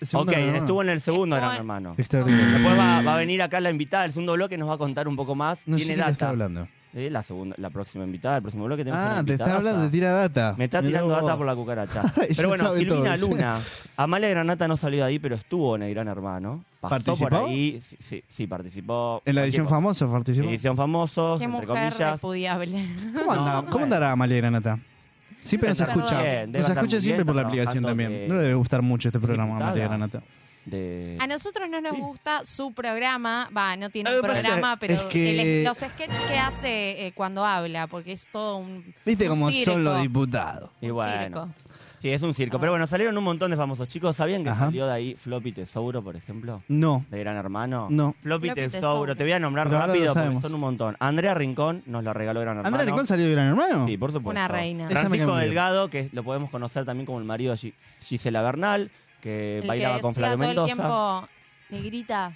[SPEAKER 2] el segundo
[SPEAKER 1] ok,
[SPEAKER 2] Gran Hermano.
[SPEAKER 1] estuvo en el segundo
[SPEAKER 3] Estuvo
[SPEAKER 1] Gran
[SPEAKER 3] en-
[SPEAKER 1] Hermano.
[SPEAKER 2] Extraordinario.
[SPEAKER 1] Después va, va a venir acá la invitada del segundo bloque, nos va a contar un poco más.
[SPEAKER 2] Mm. No sé
[SPEAKER 1] Tiene
[SPEAKER 2] de qué está
[SPEAKER 1] data.
[SPEAKER 2] hablando.
[SPEAKER 1] Eh, la, segunda, la próxima invitada, el próximo bloque. tenemos
[SPEAKER 2] Ah,
[SPEAKER 1] una
[SPEAKER 2] te está
[SPEAKER 1] invitadaza.
[SPEAKER 2] hablando, te tira data.
[SPEAKER 1] Me está
[SPEAKER 2] Mirá
[SPEAKER 1] tirando
[SPEAKER 2] vos.
[SPEAKER 1] data por la cucaracha.
[SPEAKER 2] Ya
[SPEAKER 1] pero bueno,
[SPEAKER 2] sabe
[SPEAKER 1] Silvina
[SPEAKER 2] todo.
[SPEAKER 1] Luna. Amalia Granata no salió de ahí, pero estuvo en el Gran Hermano. Pasó por
[SPEAKER 2] ¿Participó?
[SPEAKER 1] ahí. Sí, sí, sí, participó.
[SPEAKER 2] En la edición
[SPEAKER 1] Cualquier
[SPEAKER 2] famosa
[SPEAKER 1] cosa.
[SPEAKER 2] participó.
[SPEAKER 1] Edición famosos,
[SPEAKER 3] Qué
[SPEAKER 1] entre
[SPEAKER 3] mujer
[SPEAKER 1] comillas.
[SPEAKER 3] repudiable.
[SPEAKER 2] ¿Cómo, anda-
[SPEAKER 1] No,
[SPEAKER 2] ¿Cómo
[SPEAKER 1] bueno.
[SPEAKER 2] andará Amalia Granata? Siempre nos
[SPEAKER 3] Debe estar
[SPEAKER 2] escucha.
[SPEAKER 3] muy bien,
[SPEAKER 1] debe
[SPEAKER 2] nos
[SPEAKER 1] estar
[SPEAKER 2] escucha
[SPEAKER 1] muy
[SPEAKER 2] siempre
[SPEAKER 1] bien,
[SPEAKER 2] por la
[SPEAKER 1] está
[SPEAKER 2] aplicación
[SPEAKER 1] trabajando
[SPEAKER 2] también.
[SPEAKER 1] de-
[SPEAKER 2] No le debe gustar mucho este programa a
[SPEAKER 1] invitada.
[SPEAKER 2] Amalia Granata.
[SPEAKER 1] De...
[SPEAKER 3] A nosotros no nos
[SPEAKER 1] Sí.
[SPEAKER 3] gusta su programa, va, no tiene
[SPEAKER 2] Lo
[SPEAKER 3] un
[SPEAKER 2] que pasa
[SPEAKER 3] programa,
[SPEAKER 2] es
[SPEAKER 3] pero
[SPEAKER 2] que-
[SPEAKER 3] el- los sketches que hace eh, cuando habla, porque es todo un,
[SPEAKER 2] ¿Viste
[SPEAKER 3] Un
[SPEAKER 2] cómo son los
[SPEAKER 3] circo.
[SPEAKER 2] diputados?
[SPEAKER 1] Y
[SPEAKER 3] un
[SPEAKER 1] bueno.
[SPEAKER 3] circo.
[SPEAKER 1] Sí, es un circo. Pero bueno, salieron un montón de famosos chicos. ¿Sabían que
[SPEAKER 2] Ajá.
[SPEAKER 1] salió de ahí Floppy Tesauro, por ejemplo?
[SPEAKER 2] No,
[SPEAKER 1] De Gran Hermano.
[SPEAKER 2] no.
[SPEAKER 1] Floppy,
[SPEAKER 3] Floppy
[SPEAKER 1] Tesauro.
[SPEAKER 3] Tesauro.
[SPEAKER 1] Te voy a nombrar
[SPEAKER 2] Pero ahora lo
[SPEAKER 1] rápido porque
[SPEAKER 2] sabemos.
[SPEAKER 1] son un montón. Andrea Rincón nos la regaló Gran Hermano.
[SPEAKER 2] ¿Andrea Rincón salió de Gran Hermano?
[SPEAKER 1] Sí, por supuesto.
[SPEAKER 3] Una reina.
[SPEAKER 2] Esa me cae
[SPEAKER 1] Francisco
[SPEAKER 2] muy bien.
[SPEAKER 1] Delgado, que lo podemos conocer también como el marido de Gi- Gisela Bernal, que
[SPEAKER 3] El
[SPEAKER 1] bailaba
[SPEAKER 3] que
[SPEAKER 1] con
[SPEAKER 3] decía
[SPEAKER 1] Flavio
[SPEAKER 3] todo
[SPEAKER 1] Mendoza.
[SPEAKER 3] el tiempo, negrita,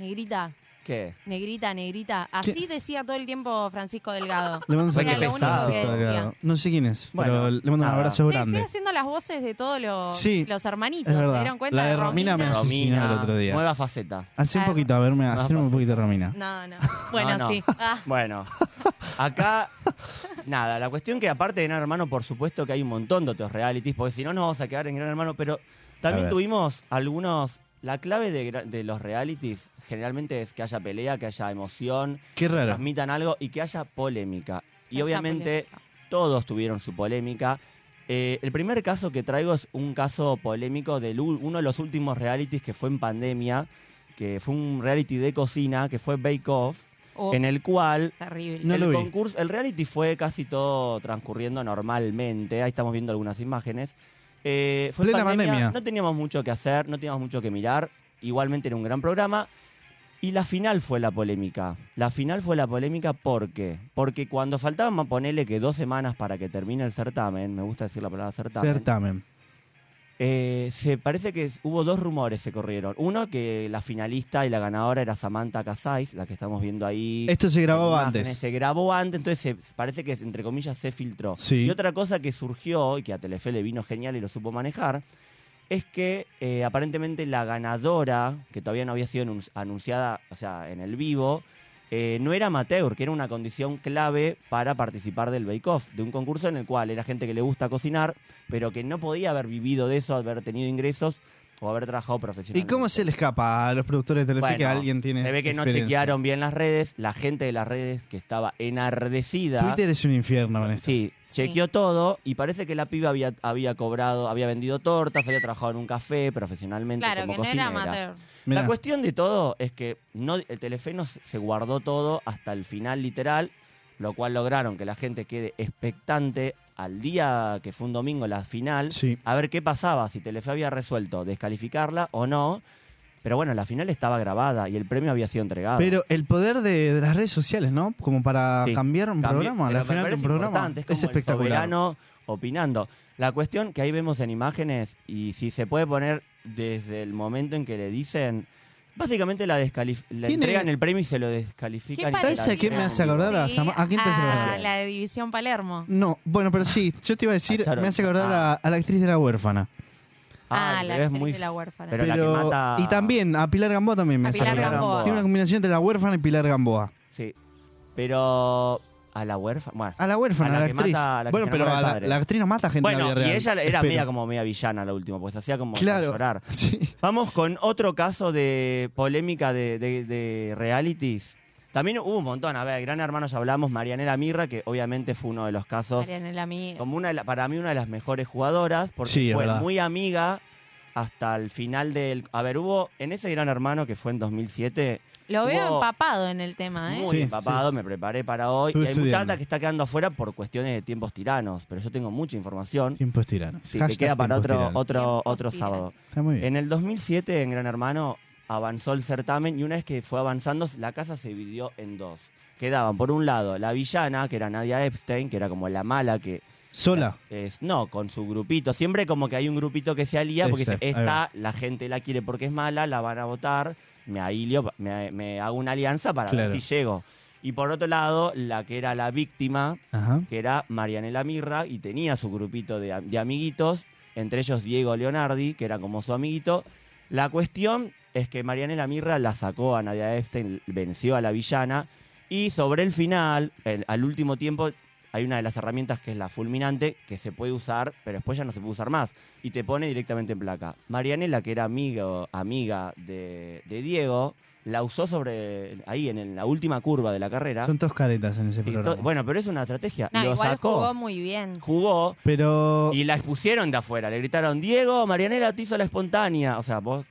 [SPEAKER 3] negrita,
[SPEAKER 1] ¿Qué?
[SPEAKER 3] negrita, negrita. Así decía todo el tiempo Francisco Delgado.
[SPEAKER 2] Le mando un
[SPEAKER 1] Era
[SPEAKER 2] saludo.
[SPEAKER 1] lo único
[SPEAKER 2] Francisco
[SPEAKER 1] que
[SPEAKER 3] decía.
[SPEAKER 2] Delgado. No sé quién es,
[SPEAKER 1] Bueno,
[SPEAKER 2] pero le mando un
[SPEAKER 1] nada.
[SPEAKER 2] abrazo
[SPEAKER 3] Sí,
[SPEAKER 2] grande.
[SPEAKER 3] estoy haciendo las voces de todos los,
[SPEAKER 2] Sí,
[SPEAKER 3] los hermanitos.
[SPEAKER 2] es
[SPEAKER 3] ¿Se
[SPEAKER 2] verdad.
[SPEAKER 3] dieron cuenta?
[SPEAKER 2] La de Romina me asesinó
[SPEAKER 1] Romina,
[SPEAKER 2] Ah, el otro día.
[SPEAKER 1] nueva faceta.
[SPEAKER 2] Hace un
[SPEAKER 3] Ah,
[SPEAKER 2] poquito, a verme, hacerme un
[SPEAKER 1] fácil.
[SPEAKER 2] poquito de Romina.
[SPEAKER 3] No, no. Bueno,
[SPEAKER 1] No, no.
[SPEAKER 3] sí. Ah,
[SPEAKER 1] Bueno, acá, nada, la cuestión que aparte de Gran Hermano, por supuesto que hay un montón de otros realities, porque si no nos vamos a quedar en Gran Hermano, pero
[SPEAKER 2] A
[SPEAKER 1] también
[SPEAKER 2] ver.
[SPEAKER 1] tuvimos algunos... La clave de, gra- de los realities generalmente es que haya pelea, que haya emoción,
[SPEAKER 2] Qué raro.
[SPEAKER 1] transmitan algo y que haya polémica. Y
[SPEAKER 3] esa
[SPEAKER 1] obviamente
[SPEAKER 3] polémica.
[SPEAKER 1] todos tuvieron su polémica. Eh, el primer caso que traigo es un caso polémico de uno de los últimos realities que fue en pandemia, que fue un reality de cocina, que fue Bake Off,
[SPEAKER 3] Oh,
[SPEAKER 1] en el cual
[SPEAKER 3] terrible.
[SPEAKER 2] No
[SPEAKER 1] el
[SPEAKER 2] lo vi.
[SPEAKER 1] concurso, el reality fue casi todo transcurriendo normalmente. Ahí estamos viendo algunas imágenes. Eh, fue en
[SPEAKER 2] Plena pandemia.
[SPEAKER 1] No teníamos mucho que hacer, no teníamos mucho que mirar. Igualmente era un gran programa. Y la final fue la polémica. La final fue la polémica porque, porque cuando faltaban, ponele que dos semanas para que termine el certamen, me gusta decir la palabra certamen,
[SPEAKER 2] Certamen.
[SPEAKER 1] eh, se parece que es- hubo dos rumores se corrieron. Uno que la finalista y la ganadora era Samantha Casais, la que estamos viendo ahí.
[SPEAKER 2] Esto se grabó
[SPEAKER 1] Imágenes,
[SPEAKER 2] antes.
[SPEAKER 1] Se grabó antes, entonces se- parece que, entre comillas, se filtró.
[SPEAKER 2] Sí.
[SPEAKER 1] Y otra cosa que surgió y que a Telefe le vino genial y lo supo manejar es que eh, aparentemente la ganadora, que todavía no había sido anun- anunciada, o sea, en el vivo, eh, no era amateur, que era una condición clave para participar del Bake Off, de un concurso en el cual era gente que le gusta cocinar, pero que no podía haber vivido de eso, haber tenido ingresos o haber trabajado
[SPEAKER 2] ¿Y
[SPEAKER 1] profesionalmente.
[SPEAKER 2] cómo se le escapa a los productores de Telefe que
[SPEAKER 1] Bueno,
[SPEAKER 2] alguien tiene
[SPEAKER 1] Se ve que no
[SPEAKER 2] experiencia?
[SPEAKER 1] chequearon bien las redes, la gente de las redes que estaba enardecida.
[SPEAKER 2] Twitter es un infierno, con esto.
[SPEAKER 1] Sí,
[SPEAKER 3] Sí.
[SPEAKER 1] chequeó todo y parece que la piba había, había cobrado, había vendido tortas, había trabajado en un café profesionalmente
[SPEAKER 3] Claro,
[SPEAKER 1] como
[SPEAKER 3] que no era
[SPEAKER 1] cocinera.
[SPEAKER 3] amateur.
[SPEAKER 2] Mirá,
[SPEAKER 1] La cuestión de todo es que no, el Telefe no se se guardó todo hasta el final literal, lo cual lograron que la gente quede expectante al día que fue un domingo la final,
[SPEAKER 2] Sí.
[SPEAKER 1] a ver qué pasaba, si Telefe había resuelto descalificarla o no. Pero bueno, la final estaba grabada y el premio había sido entregado.
[SPEAKER 2] Pero el poder de, de las redes sociales, ¿no? Como para
[SPEAKER 1] Sí.
[SPEAKER 2] cambiar un
[SPEAKER 1] Cambié-
[SPEAKER 2] programa,
[SPEAKER 1] pero
[SPEAKER 2] la
[SPEAKER 1] me
[SPEAKER 2] final de
[SPEAKER 1] parece
[SPEAKER 2] un programa.
[SPEAKER 1] importante, Es, como El
[SPEAKER 2] espectacular.
[SPEAKER 1] soberano opinando. La cuestión que ahí vemos en imágenes, y si se puede poner desde el momento en que le dicen. Básicamente la descalif- le
[SPEAKER 2] Tiene-
[SPEAKER 1] entregan el premio y se lo descalifican. y se la
[SPEAKER 2] ¿Sabes a
[SPEAKER 3] parecida?
[SPEAKER 2] qué me hace acordar? a
[SPEAKER 3] Sí,
[SPEAKER 2] Sama- ¿a quién te hace acordar?
[SPEAKER 3] a la de División Palermo.
[SPEAKER 2] No, bueno, pero sí,
[SPEAKER 1] Ah,
[SPEAKER 2] yo te iba a decir,
[SPEAKER 1] A Charo.
[SPEAKER 2] me hace acordar a, a la actriz de La Huérfana.
[SPEAKER 1] Ah,
[SPEAKER 3] Ah, la
[SPEAKER 1] pero es
[SPEAKER 3] actriz
[SPEAKER 1] muy-
[SPEAKER 3] de la huérfana.
[SPEAKER 1] pero- la que mata-
[SPEAKER 2] Y también a Pilar Gamboa también me
[SPEAKER 3] A
[SPEAKER 2] hace
[SPEAKER 3] Pilar
[SPEAKER 2] acordar.
[SPEAKER 3] Gamboa.
[SPEAKER 2] Tiene una combinación entre La Huérfana y Pilar Gamboa.
[SPEAKER 1] Sí. Pero. A la huérfana. Bueno,
[SPEAKER 2] A La Huérfana,
[SPEAKER 1] A la
[SPEAKER 2] a la,
[SPEAKER 1] que
[SPEAKER 2] actriz.
[SPEAKER 1] mata- a la que
[SPEAKER 2] bueno,
[SPEAKER 1] se
[SPEAKER 2] pero
[SPEAKER 1] enamora
[SPEAKER 2] a
[SPEAKER 1] del
[SPEAKER 2] la,
[SPEAKER 1] padre.
[SPEAKER 2] la actriz no mata gente en la
[SPEAKER 1] Bueno,
[SPEAKER 2] vida
[SPEAKER 1] y
[SPEAKER 2] real,
[SPEAKER 1] ella era
[SPEAKER 2] espero.
[SPEAKER 1] media como media villana la última, pues hacía como
[SPEAKER 2] Claro.
[SPEAKER 1] llorar.
[SPEAKER 2] Sí.
[SPEAKER 1] Vamos con otro caso de polémica de, de- de realities. También hubo un montón. A ver, Gran Hermano ya hablamos, Marianela Mirra, que obviamente fue uno de los casos,
[SPEAKER 3] Marianela, amiga.
[SPEAKER 1] como una de la- para mí una de las mejores jugadoras, porque
[SPEAKER 2] Sí, es
[SPEAKER 1] fue
[SPEAKER 2] verdad.
[SPEAKER 1] muy amiga hasta el final del... A ver, hubo en ese Gran Hermano que fue en 2007,
[SPEAKER 3] Lo veo
[SPEAKER 1] Hubo-
[SPEAKER 3] empapado en el tema, ¿eh?
[SPEAKER 1] muy
[SPEAKER 2] Sí,
[SPEAKER 1] empapado, me preparé para hoy.
[SPEAKER 2] Estuve
[SPEAKER 1] y hay mucha
[SPEAKER 2] estudiando.
[SPEAKER 1] data que está quedando afuera por cuestiones de tiempos tiranos, pero yo tengo mucha información.
[SPEAKER 2] Tiempos tiranos.
[SPEAKER 1] Sí, que
[SPEAKER 2] Hashtag
[SPEAKER 1] queda para
[SPEAKER 2] tiempos
[SPEAKER 1] otro,
[SPEAKER 2] tiranos.
[SPEAKER 1] otro,
[SPEAKER 3] Tiempos
[SPEAKER 1] otro
[SPEAKER 3] tiranos.
[SPEAKER 1] sábado.
[SPEAKER 2] Está muy bien.
[SPEAKER 1] En el 2007, en Gran Hermano, avanzó el certamen y una vez que fue avanzando, la casa se dividió en dos. Quedaban, por un lado, la villana, que era Nadia Epstein, que era como la mala que...
[SPEAKER 2] Sola.
[SPEAKER 1] Es, no, con su grupito. Siempre como que hay un grupito que se alía porque dice,
[SPEAKER 2] Exacto, ahí
[SPEAKER 1] esta la gente la quiere porque es mala, la van a votar, me alio, me, me hago una alianza para
[SPEAKER 2] Claro.
[SPEAKER 1] ver si llego. Y por otro lado, la que era la víctima,
[SPEAKER 2] Ajá.
[SPEAKER 1] que era Marianela Mirra, y tenía su grupito de, de amiguitos, entre ellos Diego Leonardi, que era como su amiguito. La cuestión es que Marianela Mirra la sacó a Nadia Epstein, venció a la villana, y sobre el final, el- al último tiempo, hay una de las herramientas que es la fulminante, que se puede usar, pero después ya no se puede usar más, y te pone directamente en placa. Marianela, que era amigo, amiga de, de Diego, la usó sobre ahí en el- la última curva de la carrera.
[SPEAKER 2] Son dos caretas en ese
[SPEAKER 1] Y to-
[SPEAKER 2] programa.
[SPEAKER 1] bueno, pero es una estrategia.
[SPEAKER 3] No,
[SPEAKER 1] lo
[SPEAKER 3] igual
[SPEAKER 1] sacó,
[SPEAKER 3] jugó muy bien.
[SPEAKER 1] jugó
[SPEAKER 2] Pero.
[SPEAKER 1] y la expusieron de afuera. Le gritaron, Diego, Marianela te hizo la espontánea. O sea, vos.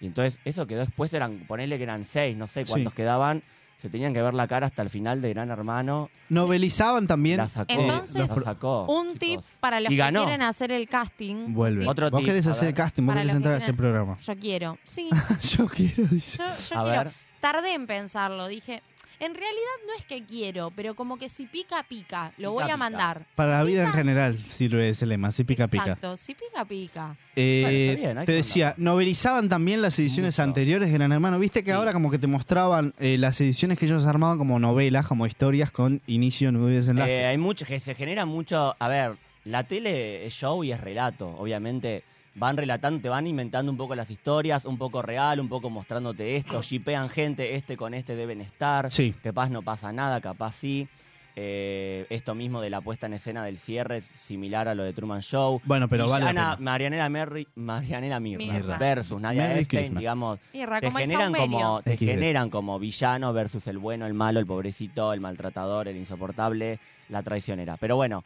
[SPEAKER 1] Y entonces eso quedó expuesto. Eran, ponele que eran seis, no sé cuántos
[SPEAKER 2] Sí.
[SPEAKER 1] quedaban. Se tenían que ver la cara hasta el final de Gran Hermano.
[SPEAKER 2] Novelizaban también.
[SPEAKER 1] La sacó.
[SPEAKER 3] Entonces,
[SPEAKER 1] la sacó,
[SPEAKER 3] Un tip
[SPEAKER 1] chicos.
[SPEAKER 3] para los
[SPEAKER 1] Y
[SPEAKER 3] que
[SPEAKER 1] ganó.
[SPEAKER 3] quieren hacer el casting.
[SPEAKER 2] Vuelve.
[SPEAKER 1] Otro
[SPEAKER 2] vos
[SPEAKER 1] tip,
[SPEAKER 2] querés
[SPEAKER 1] a
[SPEAKER 2] hacer
[SPEAKER 1] ver.
[SPEAKER 2] casting, vos
[SPEAKER 3] Para los
[SPEAKER 2] querés
[SPEAKER 3] que
[SPEAKER 2] entrar a ese
[SPEAKER 3] quieren-
[SPEAKER 2] programa.
[SPEAKER 3] Yo quiero. Sí,
[SPEAKER 2] Yo quiero, dice.
[SPEAKER 3] yo, yo
[SPEAKER 1] A
[SPEAKER 3] quiero.
[SPEAKER 1] ver.
[SPEAKER 3] Tardé en pensarlo. Dije, en realidad no es que quiero, pero como que si pica, pica. Lo
[SPEAKER 1] Pica,
[SPEAKER 3] voy
[SPEAKER 1] pica.
[SPEAKER 3] a mandar.
[SPEAKER 2] Para la vida en
[SPEAKER 3] pica.
[SPEAKER 2] general sirve ese lema, sí pica pica.
[SPEAKER 3] Exacto, si pica, pica.
[SPEAKER 2] Eh,
[SPEAKER 1] Bueno, está bien, hay
[SPEAKER 2] te
[SPEAKER 1] que
[SPEAKER 2] decía, novelizaban también las ediciones
[SPEAKER 1] Mucho.
[SPEAKER 2] anteriores de Gran Hermano. Viste que
[SPEAKER 1] Sí.
[SPEAKER 2] ahora como que te mostraban eh, las ediciones que ellos armaban como novelas, como historias con inicio, nudo y desenlace.
[SPEAKER 1] Eh, hay mucho, que se genera mucho. A ver, la tele es show y es relato, obviamente. Van relatando, te van inventando un poco las historias, un poco real, un poco mostrándote esto. Shipean gente, este con este deben estar.
[SPEAKER 2] Sí.
[SPEAKER 1] Capaz no pasa nada, capaz sí. Eh, esto mismo de la puesta en escena del cierre es similar a lo de Truman Show.
[SPEAKER 2] Bueno, pero vale la
[SPEAKER 1] Villana,
[SPEAKER 2] pena.
[SPEAKER 1] Marianela, Merri- Marianela Mirra,
[SPEAKER 3] Mirra.
[SPEAKER 1] versus Nadia
[SPEAKER 2] Merry
[SPEAKER 1] Epstein,
[SPEAKER 2] Christmas.
[SPEAKER 1] digamos.
[SPEAKER 3] Mierda,
[SPEAKER 1] Te
[SPEAKER 3] como el
[SPEAKER 1] generan
[SPEAKER 3] saumerio.
[SPEAKER 1] como, te
[SPEAKER 2] XD.
[SPEAKER 1] generan como villano versus el bueno, el malo, el pobrecito, el maltratador, el insoportable, la traicionera. Pero bueno,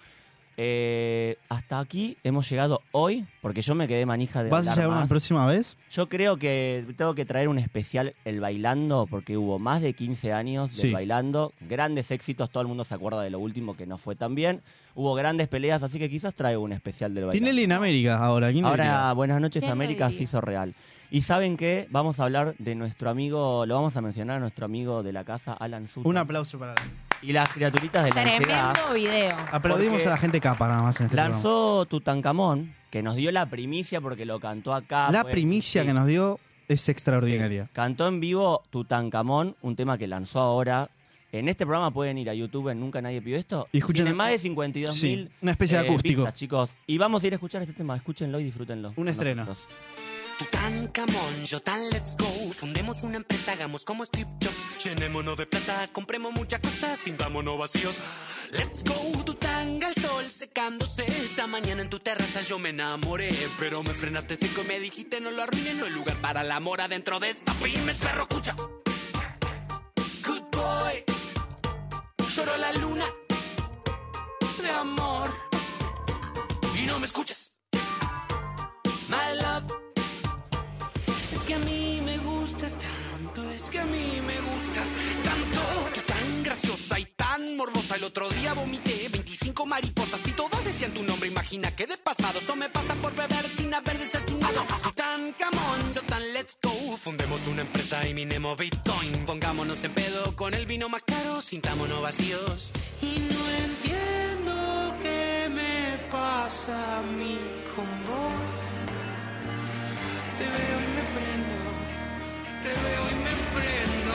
[SPEAKER 1] eh, hasta aquí hemos llegado hoy, porque yo me quedé manija mm, de
[SPEAKER 2] ¿Vas a
[SPEAKER 1] hablar
[SPEAKER 2] llegar una
[SPEAKER 1] más.
[SPEAKER 2] próxima vez?
[SPEAKER 1] Yo creo que tengo que traer un especial El Bailando, porque hubo más de 15 años del
[SPEAKER 2] Sí.
[SPEAKER 1] Bailando, grandes éxitos, todo el mundo se acuerda de lo último que no fue tan bien, hubo grandes peleas, así que quizás traigo un especial del Bailando.
[SPEAKER 2] Tinelli en América ahora. ¿quién le
[SPEAKER 1] Ahora,
[SPEAKER 2] diría?
[SPEAKER 1] Buenas noches
[SPEAKER 3] ¿Quién lo
[SPEAKER 1] América se
[SPEAKER 3] diría?
[SPEAKER 1] hizo real. Y saben que vamos a hablar de nuestro amigo, lo vamos a mencionar a nuestro amigo de la casa, Alan Sutton.
[SPEAKER 2] Un aplauso para...
[SPEAKER 1] Y las criaturitas de la ansiedad.
[SPEAKER 3] Tremendo video.
[SPEAKER 2] Aplaudimos
[SPEAKER 1] Porque
[SPEAKER 2] a la gente capa nada más en este programa.
[SPEAKER 1] Lanzó Tutankamón, que nos dio la primicia porque lo cantó acá.
[SPEAKER 2] La
[SPEAKER 1] fue-
[SPEAKER 2] primicia
[SPEAKER 1] sí,
[SPEAKER 2] que nos dio es extraordinaria.
[SPEAKER 1] Cantó en vivo Tutankamón, un tema que lanzó ahora. En este programa pueden ir a YouTube, en Nunca Nadie Pidió Esto.
[SPEAKER 2] Y escuchen-
[SPEAKER 1] Tiene más de 52.000
[SPEAKER 2] Sí, una especie de
[SPEAKER 1] eh,
[SPEAKER 2] acústico.
[SPEAKER 1] vistas, chicos. Y vamos a ir a escuchar este tema. Escúchenlo y disfrútenlo. con
[SPEAKER 2] estreno.
[SPEAKER 1] nosotros.
[SPEAKER 6] Tutankamón, yo tan let's go. Fundemos una empresa, hagamos como Steve Jobs. Llenémonos de plata, compremos muchas cosas, sintámonos vacíos. Let's go, Tutanga al sol secándose. Esa mañana en tu terraza yo me enamoré. Pero me frenaste en cinco y me dijiste no lo arruines. No hay lugar para el amor adentro de esta pymes, perro, escucha. Good boy, lloró la luna de amor. Y no me escuchas, my love. Es que a mí me gustas tanto, es que a mí me gustas tanto. Tú tan graciosa y tan morbosa. El otro día vomité 25 mariposas y todas decían tu nombre. Imagina que de pasado eso me pasa por beber sin haber desayunado. Tú tan camón, yo tan let's go. Fundemos una empresa y minemos Bitcoin. Pongámonos en pedo con el vino más caro, sintámonos vacíos. Y no entiendo qué me pasa a mí con vos. Te veo y me prendo, te veo y me prendo.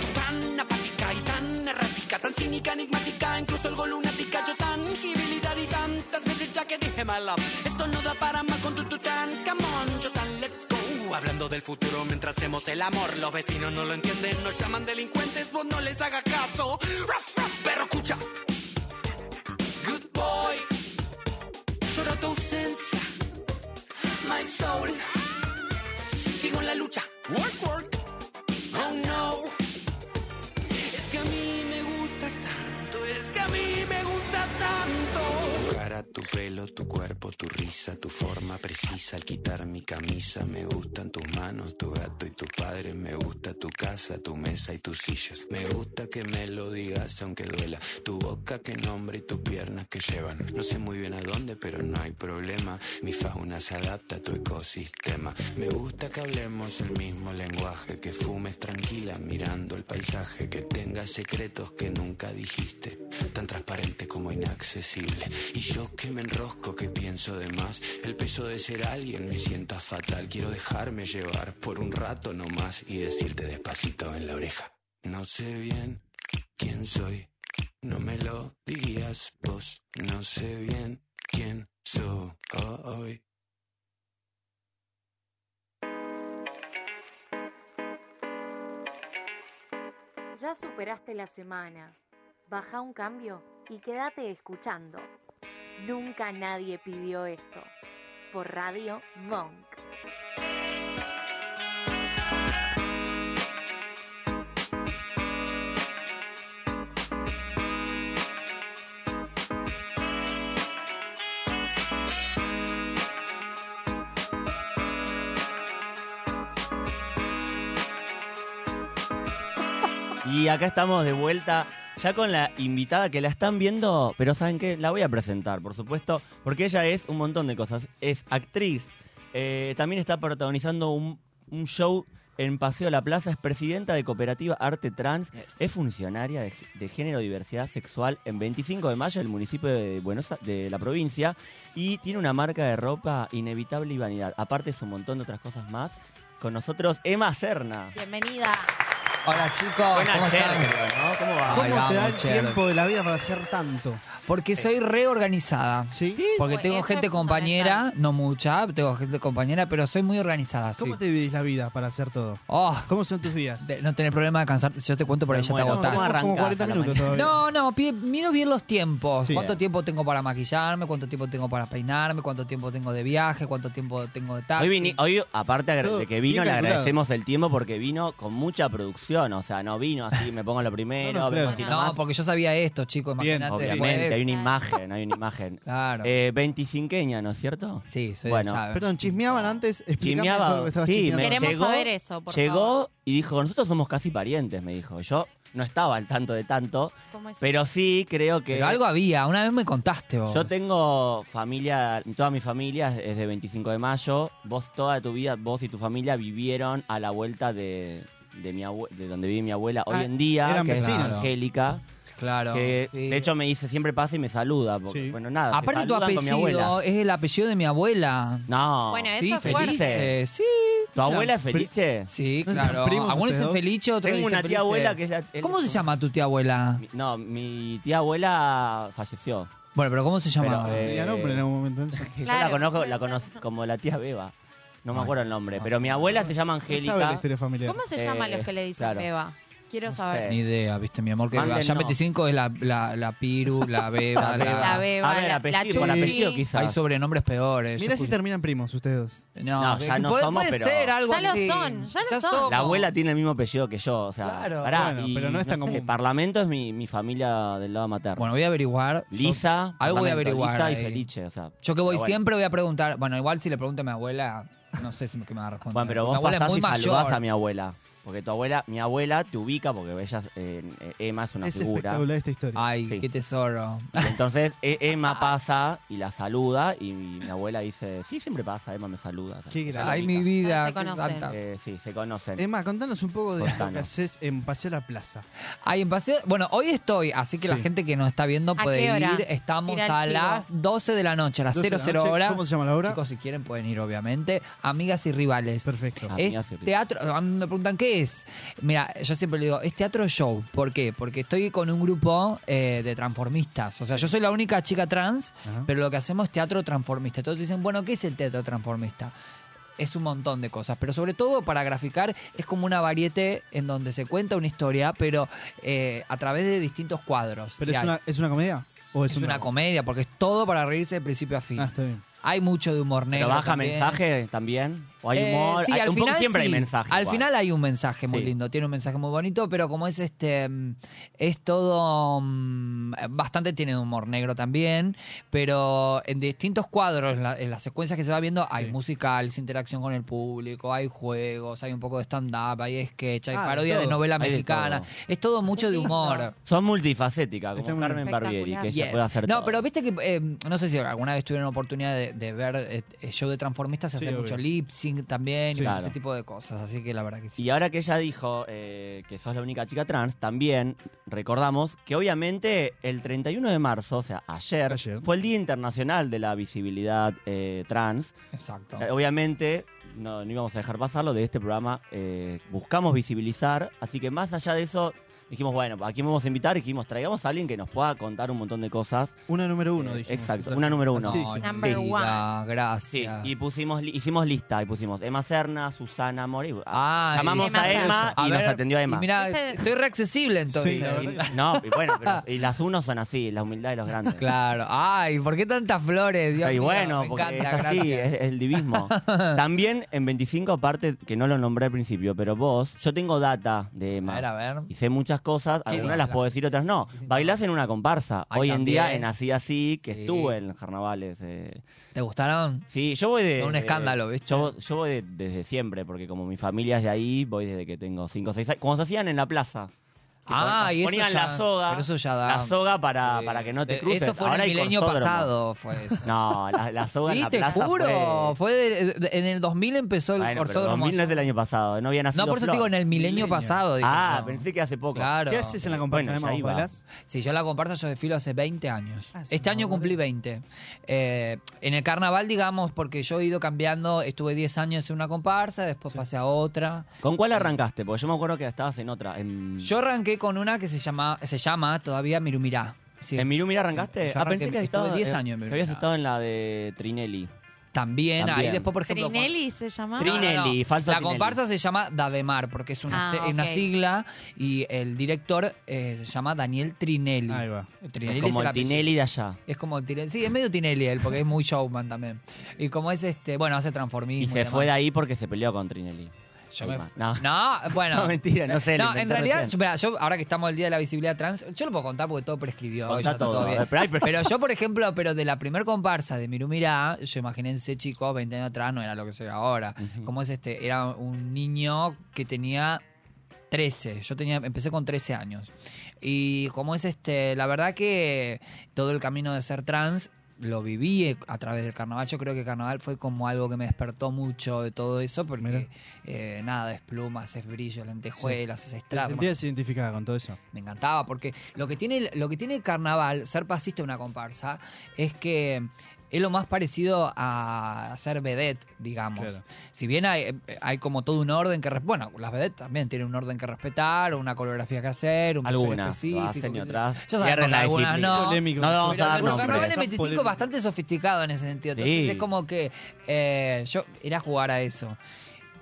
[SPEAKER 6] Tú tan apática y tan errática, tan cínica, enigmática, incluso algo lunática. Yo tan ingibilidad y tantas veces ya que dije my love. Esto no da para más con tu tután, come on, yo tan let's go. Hablando del futuro mientras hacemos el amor, los vecinos no lo entienden, nos llaman delincuentes, vos no les hagas caso. Ruff, ruff, perro, escucha. Good boy, llora tu ausencia my soul. Sigo en la lucha. Work, work. Oh no. Es
[SPEAKER 4] pelo, tu cuerpo, tu risa, tu forma precisa. Al quitar mi camisa, me gustan tus manos, tu gato y tu padre. Me gusta tu casa, tu mesa y tus sillas. Me gusta que me lo digas, aunque duela. Tu boca que nombra y tus piernas que llevan. No sé muy bien a dónde, pero no hay problema. Mi fauna se adapta a tu ecosistema. Me gusta que hablemos el mismo lenguaje, que fumes tranquila mirando el paisaje, que tengas secretos que nunca dijiste, tan transparente como inaccesible. Y yo que me enrosco, que pienso de más, el peso de ser alguien me sienta fatal. Quiero dejarme llevar por un rato nomás y decirte despacito en la oreja. No sé bien quién soy, no me lo dirías vos, no sé bien quién soy.
[SPEAKER 3] Ya superaste la semana. Baja un cambio y quédate escuchando. Nunca nadie pidió esto. Por Radio Monk.
[SPEAKER 1] Y acá estamos de vuelta ya con la invitada que la están viendo, pero ¿saben qué? La voy a presentar, por supuesto, porque ella es un montón de cosas. Es actriz, eh, también está protagonizando un, un show en Paseo a la Plaza, es presidenta de Cooperativa Arte Trans, es funcionaria de, gé- de Género y Diversidad Sexual en 25 de mayo del municipio de Buenos A- de la provincia y tiene una marca de ropa inevitable y vanidad. Aparte es un montón de otras cosas más. Con nosotros Emma Serna.
[SPEAKER 7] Bienvenida.
[SPEAKER 8] Hola chicos, ¿cómo
[SPEAKER 1] Buena
[SPEAKER 8] están?
[SPEAKER 1] Cher, creo, ¿no? ¿Cómo va?
[SPEAKER 8] Ay,
[SPEAKER 2] ¿Cómo te da
[SPEAKER 8] vamos,
[SPEAKER 2] el
[SPEAKER 8] Cher.
[SPEAKER 2] tiempo de la vida para hacer tanto?
[SPEAKER 8] Porque soy reorganizada.
[SPEAKER 2] ¿Sí?
[SPEAKER 8] Porque
[SPEAKER 7] Pues
[SPEAKER 8] tengo
[SPEAKER 7] eso
[SPEAKER 8] gente
[SPEAKER 7] es
[SPEAKER 8] compañera,
[SPEAKER 7] fundamental.
[SPEAKER 8] no mucha, tengo gente compañera, pero soy muy organizada.
[SPEAKER 2] ¿Cómo
[SPEAKER 8] sí.
[SPEAKER 2] te vivís la vida para hacer todo?
[SPEAKER 8] Oh,
[SPEAKER 2] ¿Cómo son tus días?
[SPEAKER 8] de- no tener problema de cansar, yo te cuento por ahí
[SPEAKER 1] Me
[SPEAKER 8] ya te
[SPEAKER 1] muero.
[SPEAKER 8] agotás.
[SPEAKER 1] ¿Cómo
[SPEAKER 2] Tenemos como
[SPEAKER 1] arrancás
[SPEAKER 2] 40
[SPEAKER 1] a la
[SPEAKER 2] minutos
[SPEAKER 1] mañana?
[SPEAKER 2] todavía.
[SPEAKER 8] No, no, pide- mido bien los tiempos.
[SPEAKER 2] Sí.
[SPEAKER 8] ¿Cuánto tiempo tengo para maquillarme? ¿Cuánto tiempo tengo para peinarme? ¿Cuánto tiempo tengo de viaje? ¿Cuánto tiempo tengo de taxi?
[SPEAKER 1] Hoy, vini- hoy, aparte agra-
[SPEAKER 2] Todo
[SPEAKER 1] de que
[SPEAKER 2] bien
[SPEAKER 1] vino, le
[SPEAKER 2] calculado.
[SPEAKER 1] agradecemos el tiempo porque vino con mucha producción. O sea, no vino así, me pongo lo primero,
[SPEAKER 2] No, no,
[SPEAKER 1] vengo
[SPEAKER 2] claro.
[SPEAKER 1] así
[SPEAKER 8] no,
[SPEAKER 1] nomás.
[SPEAKER 8] porque yo sabía esto, chicos,
[SPEAKER 2] Bien,
[SPEAKER 8] imagínate.
[SPEAKER 1] Obviamente,
[SPEAKER 8] después.
[SPEAKER 1] hay una imagen, hay una imagen.
[SPEAKER 8] Claro.
[SPEAKER 1] Eh, 25eña, ¿no es cierto?
[SPEAKER 8] sí, soy
[SPEAKER 1] bueno,
[SPEAKER 8] de llave.
[SPEAKER 2] Perdón, chismeaban antes, explícame
[SPEAKER 1] Ah. Chismeaba,
[SPEAKER 2] todo lo que estabas
[SPEAKER 1] sí,
[SPEAKER 2] chismeando.
[SPEAKER 1] me-
[SPEAKER 7] Queremos
[SPEAKER 1] llegó-
[SPEAKER 7] saber eso, por favor.
[SPEAKER 1] Llegó y dijo, nosotros somos casi parientes, me dijo. Yo no estaba al tanto de tanto,
[SPEAKER 7] ¿Cómo es?
[SPEAKER 1] pero sí creo que...
[SPEAKER 8] Pero algo había, una vez me contaste vos.
[SPEAKER 1] Yo tengo familia, toda mi familia es de 25 de mayo. Vos toda tu vida, vos y tu familia vivieron a la vuelta de, de, mi abue- de donde vive mi abuela hoy
[SPEAKER 2] Ah,
[SPEAKER 1] en día,
[SPEAKER 2] eran
[SPEAKER 1] que
[SPEAKER 2] vecinos.
[SPEAKER 1] es Angélica.
[SPEAKER 8] Claro.
[SPEAKER 1] que
[SPEAKER 8] sí.
[SPEAKER 1] de hecho me dice, siempre pasa y me saluda. Porque,
[SPEAKER 2] Sí.
[SPEAKER 1] Bueno, nada, se
[SPEAKER 8] Aparte tu
[SPEAKER 1] saludan con mi abuela.
[SPEAKER 8] apellido es el apellido de mi abuela.
[SPEAKER 1] No.
[SPEAKER 7] Bueno, es-
[SPEAKER 8] sí,
[SPEAKER 7] Eso
[SPEAKER 8] Felice.
[SPEAKER 1] fuerte.
[SPEAKER 8] Eh, sí.
[SPEAKER 1] ¿Tu abuela es Felice?
[SPEAKER 8] Sí,
[SPEAKER 2] ¿No son
[SPEAKER 8] claro.
[SPEAKER 2] primos
[SPEAKER 8] Algunos
[SPEAKER 2] ustedes
[SPEAKER 8] dicen
[SPEAKER 2] dos?
[SPEAKER 8] Felice, otros
[SPEAKER 1] Tengo
[SPEAKER 8] dicen
[SPEAKER 1] una tía
[SPEAKER 8] Felice.
[SPEAKER 1] abuela que es la... el-
[SPEAKER 8] ¿Cómo se llama tu tía abuela?
[SPEAKER 1] Mi- No, mi tía abuela falleció.
[SPEAKER 8] Bueno, pero ¿cómo se llama?
[SPEAKER 1] Pero, eh,
[SPEAKER 2] Ya no, pero en algún momento. entonces.
[SPEAKER 1] Que yo la
[SPEAKER 7] Claro. pues
[SPEAKER 1] conozco la conoz- como la tía Beba. No me acuerdo el nombre, pero mi abuela se llama
[SPEAKER 2] No sabe la
[SPEAKER 1] Angélica.
[SPEAKER 2] historia familiar.
[SPEAKER 7] ¿Cómo se llaman
[SPEAKER 1] Eh,
[SPEAKER 7] los que le dicen
[SPEAKER 1] claro.
[SPEAKER 7] beba? Quiero
[SPEAKER 1] No
[SPEAKER 7] saber.
[SPEAKER 1] sé.
[SPEAKER 8] Ni idea, viste, mi amor, que
[SPEAKER 1] Manden
[SPEAKER 8] allá en
[SPEAKER 1] no.
[SPEAKER 8] 25 es la, la, la Piru, la Beba, la...
[SPEAKER 7] La beba,
[SPEAKER 1] Habla del
[SPEAKER 7] la- la
[SPEAKER 1] apellido, por
[SPEAKER 7] chuchi.
[SPEAKER 1] apellido quizás.
[SPEAKER 8] Hay sobrenombres peores.
[SPEAKER 2] Mira
[SPEAKER 8] Yo
[SPEAKER 2] si
[SPEAKER 8] escucho-
[SPEAKER 2] terminan primos ustedes dos.
[SPEAKER 8] No,
[SPEAKER 1] No, ya no
[SPEAKER 8] puede-
[SPEAKER 1] somos,
[SPEAKER 8] puede
[SPEAKER 1] pero-
[SPEAKER 8] ser algo
[SPEAKER 7] Ya lo
[SPEAKER 8] así.
[SPEAKER 7] son, ya lo son.
[SPEAKER 8] somos.
[SPEAKER 1] La abuela tiene el mismo apellido que yo, o sea,
[SPEAKER 8] Claro.
[SPEAKER 1] pará,
[SPEAKER 2] Bueno,
[SPEAKER 1] y
[SPEAKER 2] pero no es tan
[SPEAKER 1] sé,
[SPEAKER 2] común.
[SPEAKER 1] Parlamento es mi, mi familia del lado materno.
[SPEAKER 8] Bueno, voy a averiguar.
[SPEAKER 1] Lisa,
[SPEAKER 8] Algo voy a
[SPEAKER 1] Parlamento,
[SPEAKER 8] averiguar
[SPEAKER 1] Lisa y
[SPEAKER 8] ahí.
[SPEAKER 1] Felice, o sea.
[SPEAKER 8] Yo que voy
[SPEAKER 1] Pero bueno.
[SPEAKER 8] siempre voy a preguntar. Bueno, igual si le pregunto a mi abuela, no sé si me, que me va a responder.
[SPEAKER 1] Bueno, pero
[SPEAKER 8] Mi
[SPEAKER 1] vos
[SPEAKER 8] abuela es
[SPEAKER 1] pasás
[SPEAKER 8] muy
[SPEAKER 1] y
[SPEAKER 8] mayor.
[SPEAKER 1] saludás a mi abuela, porque tu abuela, mi abuela te ubica porque ella es, eh, eh, Emma es una
[SPEAKER 2] es
[SPEAKER 1] figura.
[SPEAKER 2] espectacular esta historia.
[SPEAKER 8] Ay,
[SPEAKER 1] Sí.
[SPEAKER 8] qué tesoro.
[SPEAKER 1] Y entonces e- Emma pasa y la saluda y mi, mi abuela dice, "Sí, siempre pasa, Emma me saluda." O sea,
[SPEAKER 2] Qué
[SPEAKER 1] ella
[SPEAKER 2] grande.
[SPEAKER 1] la
[SPEAKER 8] Ay,
[SPEAKER 1] ubica.
[SPEAKER 8] mi vida.
[SPEAKER 7] Se
[SPEAKER 8] qué
[SPEAKER 7] conocen.
[SPEAKER 8] santa.
[SPEAKER 1] Eh, sí, se conocen.
[SPEAKER 2] Emma, contanos un poco de lo que
[SPEAKER 1] Contanos.
[SPEAKER 2] haces en Paseo a la Plaza.
[SPEAKER 8] Ay, en paseo. Bueno, hoy estoy, así que la
[SPEAKER 2] Sí.
[SPEAKER 8] gente que nos está viendo
[SPEAKER 7] ¿A
[SPEAKER 8] puede
[SPEAKER 7] qué hora?
[SPEAKER 8] ir. Estamos
[SPEAKER 7] Ir al
[SPEAKER 8] a
[SPEAKER 7] chivo.
[SPEAKER 8] las 12 de la noche, a las
[SPEAKER 2] 12 de
[SPEAKER 8] 00
[SPEAKER 2] la noche.
[SPEAKER 8] horas.
[SPEAKER 2] ¿Cómo se llama la obra?
[SPEAKER 8] Chicos, si quieren pueden ir, obviamente. Amigas y rivales.
[SPEAKER 2] Perfecto.
[SPEAKER 1] Ah. Amigas
[SPEAKER 8] Es
[SPEAKER 1] y rivales.
[SPEAKER 8] teatro, a mí me preguntan qué es. Mira, yo siempre le digo, es teatro show. ¿Por qué? Porque estoy con un grupo eh, de transformistas. O sea, yo soy la única chica trans,
[SPEAKER 2] Ajá.
[SPEAKER 8] pero lo que hacemos es teatro transformista. Entonces dicen, bueno, ¿qué es el teatro transformista? Es un montón de cosas, pero sobre todo para graficar es como una variete en donde se cuenta una historia, pero eh, a través de distintos cuadros.
[SPEAKER 2] ¿Pero
[SPEAKER 8] Y
[SPEAKER 2] es
[SPEAKER 8] hay-
[SPEAKER 2] una, es una comedia? ¿O es,
[SPEAKER 8] es una
[SPEAKER 2] drama?
[SPEAKER 8] comedia, porque es todo para reírse de principio a fin.
[SPEAKER 2] Ah, está bien.
[SPEAKER 8] Hay mucho de humor negro.
[SPEAKER 1] Pero baja
[SPEAKER 8] también.
[SPEAKER 1] mensaje también. O hay
[SPEAKER 8] Eh,
[SPEAKER 1] humor.
[SPEAKER 8] sí,
[SPEAKER 1] hay-
[SPEAKER 8] al
[SPEAKER 1] un poco-
[SPEAKER 8] final
[SPEAKER 1] siempre hay
[SPEAKER 8] sí.
[SPEAKER 1] mensaje.
[SPEAKER 8] Al
[SPEAKER 1] igual.
[SPEAKER 8] final hay un mensaje muy
[SPEAKER 1] Sí.
[SPEAKER 8] lindo, tiene un mensaje muy bonito, pero como es este, mm, es todo mm, bastante tiene humor negro también, pero en distintos cuadros, en, la- en las secuencias que se va viendo, hay musicales, interacción con el público, hay juegos, hay un poco de stand up, hay sketch, hay
[SPEAKER 2] Ah, de
[SPEAKER 8] parodia de
[SPEAKER 2] todo.
[SPEAKER 8] novela
[SPEAKER 1] Hay de
[SPEAKER 8] mexicana,
[SPEAKER 1] todo.
[SPEAKER 8] es todo mucho de
[SPEAKER 3] lindo.
[SPEAKER 8] humor.
[SPEAKER 1] Son multifacéticas, como
[SPEAKER 2] Está muy
[SPEAKER 1] Carmen Barbieri, que ella
[SPEAKER 8] Yes.
[SPEAKER 1] puede hacer
[SPEAKER 8] no,
[SPEAKER 1] todo.
[SPEAKER 8] pero viste que, eh, no sé si alguna vez tuvieron la oportunidad de, de ver eh, el show de Transformistas, se
[SPEAKER 2] Sí,
[SPEAKER 8] hace
[SPEAKER 2] obvio.
[SPEAKER 8] mucho lip sync también,
[SPEAKER 1] Sí.
[SPEAKER 8] y
[SPEAKER 1] Claro.
[SPEAKER 8] ese tipo de cosas, así que la verdad que sí.
[SPEAKER 1] Y ahora que ella dijo eh, que sos la única chica trans, también recordamos que obviamente el 31 de marzo, o sea, ayer,
[SPEAKER 2] Ayer.
[SPEAKER 1] fue el Día Internacional de la Visibilidad eh, Trans.
[SPEAKER 8] Exacto.
[SPEAKER 1] Eh, obviamente no, no íbamos a dejar pasarlo de este programa. eh, buscamos visibilizar, así que más allá de eso, dijimos, bueno, ¿a quién vamos a invitar? Dijimos, traigamos a alguien que nos pueda contar un montón de cosas.
[SPEAKER 2] Una número uno,
[SPEAKER 1] Eh,
[SPEAKER 2] dijimos.
[SPEAKER 1] exacto, una número uno.
[SPEAKER 2] Así
[SPEAKER 8] No,
[SPEAKER 2] dijimos.
[SPEAKER 3] Number
[SPEAKER 8] sí,
[SPEAKER 3] one.
[SPEAKER 8] da,
[SPEAKER 1] Sí,
[SPEAKER 8] gracias.
[SPEAKER 1] y pusimos, li- hicimos lista y pusimos Emma Serna, Susana Mori.
[SPEAKER 8] Ah,
[SPEAKER 1] Llamamos
[SPEAKER 3] Emma
[SPEAKER 1] a Emma
[SPEAKER 8] A
[SPEAKER 1] y
[SPEAKER 8] ver,
[SPEAKER 1] nos atendió Emma.
[SPEAKER 8] Y mira,
[SPEAKER 3] Este-
[SPEAKER 8] estoy reaccesible entonces.
[SPEAKER 2] Sí, la verdad
[SPEAKER 1] Y- no, y bueno, pero- y las unos son así, la humildad de los grandes.
[SPEAKER 8] Claro. Ay, ¿por qué tantas flores? Dios
[SPEAKER 1] y
[SPEAKER 8] mío,
[SPEAKER 1] bueno,
[SPEAKER 8] me
[SPEAKER 1] porque
[SPEAKER 8] encanta,
[SPEAKER 1] es así, eh.
[SPEAKER 8] gracias.
[SPEAKER 1] es, es el divismo. También en 25, aparte, que no lo nombré al principio, pero vos, yo tengo data de
[SPEAKER 8] A ver, a
[SPEAKER 1] Emma.
[SPEAKER 8] ver.
[SPEAKER 1] Y sé muchas cosas,
[SPEAKER 8] ¿Qué
[SPEAKER 1] algunas
[SPEAKER 8] dice
[SPEAKER 1] las
[SPEAKER 8] la-
[SPEAKER 1] puedo decir, otras no.
[SPEAKER 8] dice-
[SPEAKER 1] Bailás en una comparsa.
[SPEAKER 8] Ay,
[SPEAKER 1] Hoy en día,
[SPEAKER 8] también.
[SPEAKER 1] en Así Así, que
[SPEAKER 8] Sí.
[SPEAKER 1] estuve en carnavales. eh.
[SPEAKER 8] ¿Te gustaron?
[SPEAKER 1] Sí, yo voy de...
[SPEAKER 8] Fue un
[SPEAKER 1] de-
[SPEAKER 8] escándalo, ¿viste?
[SPEAKER 1] Yo, yo voy de- desde siempre, porque como mi familia es de ahí, voy desde que tengo 5 o 6 años. Como se hacían en la plaza. Que
[SPEAKER 8] Ah,
[SPEAKER 1] pon-
[SPEAKER 8] y eso
[SPEAKER 1] Ponían
[SPEAKER 8] ya-
[SPEAKER 1] la soga.
[SPEAKER 8] pero eso ya da-
[SPEAKER 1] La soga para,
[SPEAKER 8] Sí.
[SPEAKER 1] para que no te
[SPEAKER 8] De-
[SPEAKER 1] cruces.
[SPEAKER 8] Eso fue
[SPEAKER 1] Ahora
[SPEAKER 8] en
[SPEAKER 1] hay
[SPEAKER 8] el milenio
[SPEAKER 1] corsódromo.
[SPEAKER 8] pasado. Fue eso.
[SPEAKER 1] No, la, la soga en
[SPEAKER 8] sí,
[SPEAKER 1] la
[SPEAKER 8] te
[SPEAKER 1] plaza
[SPEAKER 8] juro.
[SPEAKER 1] fue...
[SPEAKER 8] Fue de- de- en el 2000 empezó el
[SPEAKER 1] Bueno, pero
[SPEAKER 8] corsódromo
[SPEAKER 1] 2000 no es del año pasado, no había nacido
[SPEAKER 8] No, por eso te
[SPEAKER 1] Flor.
[SPEAKER 8] digo, en el milenio,
[SPEAKER 2] Milenio.
[SPEAKER 8] pasado. digo,
[SPEAKER 1] Ah,
[SPEAKER 8] no.
[SPEAKER 1] pensé que hace poco.
[SPEAKER 8] Claro.
[SPEAKER 2] ¿Qué haces en la comparsa,
[SPEAKER 1] Bueno,
[SPEAKER 2] Emma?
[SPEAKER 1] ya
[SPEAKER 2] ¿Vos
[SPEAKER 1] iba.
[SPEAKER 2] bailás?
[SPEAKER 8] Sí, yo la comparsa yo desfilo hace 20 años.
[SPEAKER 2] Ah, sí,
[SPEAKER 8] este
[SPEAKER 2] me
[SPEAKER 8] año
[SPEAKER 2] acuerdo.
[SPEAKER 8] cumplí 20. Eh, en el carnaval, digamos, porque yo he ido cambiando, estuve 10 años en una comparsa, después pasé a otra.
[SPEAKER 1] ¿Con cuál arrancaste? Porque yo me acuerdo que estabas en otra. En,
[SPEAKER 8] Yo arranqué con una que se llama, se llama todavía Mirumirá. Sí.
[SPEAKER 1] ¿En Mirumir arrancaste?
[SPEAKER 8] Yo
[SPEAKER 1] ah,
[SPEAKER 8] arranqué-
[SPEAKER 1] pensé que,
[SPEAKER 8] estuve
[SPEAKER 1] estabas,
[SPEAKER 8] 10
[SPEAKER 1] eh,
[SPEAKER 8] años en
[SPEAKER 1] que
[SPEAKER 8] Mirumir.
[SPEAKER 1] habías estado en la de Trinelli.
[SPEAKER 8] también,
[SPEAKER 1] También.
[SPEAKER 8] ahí después, por ejemplo... cuando-
[SPEAKER 3] Trinelli se llamaba.
[SPEAKER 1] Trin- Trinelli, falso
[SPEAKER 8] La
[SPEAKER 1] Trinelli.
[SPEAKER 8] comparsa se llama Dademar, porque es una,
[SPEAKER 3] Ah,
[SPEAKER 8] se- una
[SPEAKER 3] ok.
[SPEAKER 8] sigla, y el director eh, se llama Daniel Trinelli.
[SPEAKER 2] Ahí va.
[SPEAKER 8] Trinelli
[SPEAKER 1] es como el
[SPEAKER 8] apellido.
[SPEAKER 1] Tinelli de allá.
[SPEAKER 8] Es como Tinelli. Sí, es medio Tinelli él, porque es muy showman también. Y como es este, bueno, hace transformismo.
[SPEAKER 1] Y se
[SPEAKER 8] demás.
[SPEAKER 1] fue de ahí porque se peleó con Trinelli.
[SPEAKER 8] Yo me-
[SPEAKER 1] Ahí va.
[SPEAKER 8] No.
[SPEAKER 1] No.
[SPEAKER 8] bueno.
[SPEAKER 1] No, mentira, no sé, lo
[SPEAKER 8] No,
[SPEAKER 1] inventé
[SPEAKER 8] en realidad,
[SPEAKER 1] recién.
[SPEAKER 8] yo- mirá, yo, ahora que estamos el día de la visibilidad trans, yo lo puedo contar porque todo prescribió.
[SPEAKER 1] Contá
[SPEAKER 8] ya está
[SPEAKER 1] todo,
[SPEAKER 8] bien.
[SPEAKER 1] a ver, pero hay pres-
[SPEAKER 8] Pero yo, por ejemplo, pero de la primer comparsa de Mirumirá, yo imagínense, chicos, 20 años atrás no era lo que soy ahora. Como es este? Era un niño que tenía 13. Yo tenía, empecé con 13 años. Y como es este, la verdad que todo el camino de ser trans lo viví a través del carnaval. Yo creo que carnaval fue como algo que me despertó mucho de todo eso,
[SPEAKER 2] Mirá.
[SPEAKER 8] porque eh, nada, es plumas, es brillo, lentejuelas, es
[SPEAKER 2] ¿Te
[SPEAKER 8] estrada.
[SPEAKER 2] sentías identificada con todo eso?
[SPEAKER 8] Me encantaba, porque lo que tiene el, lo que tiene el carnaval, ser pasista de una comparsa, es que es lo más parecido a ser vedette, digamos.
[SPEAKER 2] Claro.
[SPEAKER 8] Si bien hay, hay como todo un orden que... res- Bueno, las vedettes también tienen un orden que respetar, una coreografía que hacer, un papel
[SPEAKER 1] Algunas lo
[SPEAKER 8] específico.
[SPEAKER 1] hacen y
[SPEAKER 8] qué sé yo.
[SPEAKER 1] otras.
[SPEAKER 8] Ya sabemos
[SPEAKER 1] pierden
[SPEAKER 8] que
[SPEAKER 1] la
[SPEAKER 8] algunas
[SPEAKER 1] disciplina.
[SPEAKER 8] no.
[SPEAKER 2] Polémico.
[SPEAKER 1] No le vamos
[SPEAKER 8] Pero
[SPEAKER 1] a dar
[SPEAKER 8] el
[SPEAKER 1] nombres.
[SPEAKER 8] carnaval
[SPEAKER 2] Esa
[SPEAKER 8] M25 es
[SPEAKER 2] polémica.
[SPEAKER 8] bastante sofisticado en ese sentido. Entonces
[SPEAKER 1] Sí.
[SPEAKER 8] es como que eh, yo era a jugar a eso.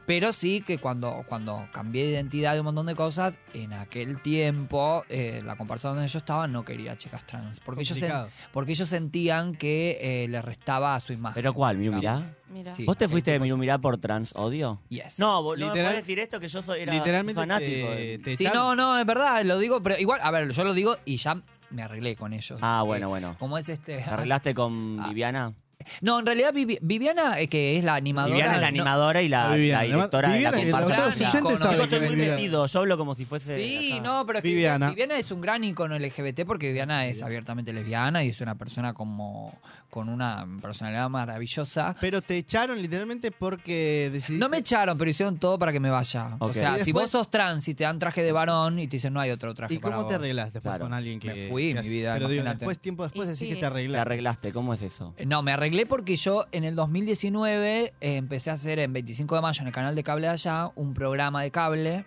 [SPEAKER 8] Pero sí que cuando, cuando cambié de identidad y un montón de cosas, en aquel tiempo, eh, la comparsa donde yo estaba no quería chicas trans. Porque, ellos, sen-
[SPEAKER 2] Complicado.
[SPEAKER 8] porque ellos sentían que eh, le restaba a su imagen.
[SPEAKER 1] ¿Pero cuál?
[SPEAKER 8] digamos.
[SPEAKER 1] ¿Mirumirá?
[SPEAKER 3] Mira.
[SPEAKER 8] Sí.
[SPEAKER 1] ¿Vos te fuiste de
[SPEAKER 8] Este cosa.
[SPEAKER 1] Mirumirá por trans odio?
[SPEAKER 8] Yes.
[SPEAKER 1] No, vos no me
[SPEAKER 2] Literal-
[SPEAKER 1] podés decir esto que yo soy era
[SPEAKER 2] Literalmente
[SPEAKER 1] fanático.
[SPEAKER 2] te,
[SPEAKER 1] de-
[SPEAKER 2] te
[SPEAKER 8] Sí,
[SPEAKER 2] echaron.
[SPEAKER 8] no, no, es verdad, lo digo, pero igual, a ver, yo lo digo y ya me arreglé con ellos.
[SPEAKER 1] Ah,
[SPEAKER 8] porque
[SPEAKER 1] bueno, bueno.
[SPEAKER 8] Como es este...
[SPEAKER 1] ¿Te arreglaste con
[SPEAKER 8] Ah.
[SPEAKER 1] Viviana?
[SPEAKER 8] No, en realidad Vivi- Viviana, eh, que es la animadora.
[SPEAKER 1] Viviana es la
[SPEAKER 8] no-
[SPEAKER 1] animadora y la,
[SPEAKER 2] Ah, Viviana.
[SPEAKER 1] la directora
[SPEAKER 2] Viviana,
[SPEAKER 1] de
[SPEAKER 2] que
[SPEAKER 1] la
[SPEAKER 2] los
[SPEAKER 8] Franco,
[SPEAKER 2] dos
[SPEAKER 1] comparsa.
[SPEAKER 2] oyentes
[SPEAKER 8] no,
[SPEAKER 1] Yo
[SPEAKER 8] sabe
[SPEAKER 2] saben
[SPEAKER 1] estoy
[SPEAKER 2] quién
[SPEAKER 1] muy
[SPEAKER 2] es Viviana.
[SPEAKER 1] metido, yo hablo como si fuese.
[SPEAKER 8] Sí,
[SPEAKER 1] acá.
[SPEAKER 8] no, pero es que
[SPEAKER 2] Viviana.
[SPEAKER 8] Viviana. es un gran icono LGBT porque Viviana es abiertamente lesbiana y es una persona como con una personalidad maravillosa.
[SPEAKER 2] Pero te echaron literalmente porque decidiste.
[SPEAKER 8] No me echaron, pero hicieron todo para que me vaya.
[SPEAKER 1] Ok.
[SPEAKER 8] O
[SPEAKER 1] Y
[SPEAKER 8] sea, si
[SPEAKER 2] después-
[SPEAKER 8] vos sos trans y te dan traje de varón y te dicen no hay otro traje
[SPEAKER 2] ¿Y
[SPEAKER 8] para
[SPEAKER 2] cómo te
[SPEAKER 8] vos".
[SPEAKER 2] arreglas después
[SPEAKER 1] Claro.
[SPEAKER 2] con alguien que.?
[SPEAKER 8] Me fui,
[SPEAKER 2] que
[SPEAKER 8] mi
[SPEAKER 2] hace-
[SPEAKER 8] vida,
[SPEAKER 2] Pero digo,
[SPEAKER 8] imagínate.
[SPEAKER 2] después, tiempo después,
[SPEAKER 3] Y
[SPEAKER 2] decís
[SPEAKER 3] sí.
[SPEAKER 2] que te
[SPEAKER 1] Te
[SPEAKER 2] arreglas.
[SPEAKER 1] arreglaste, ¿cómo es eso?
[SPEAKER 8] No, me arreglé porque yo en el 2019 eh, empecé a hacer en 25 de mayo en el canal de cable de allá un programa de cable.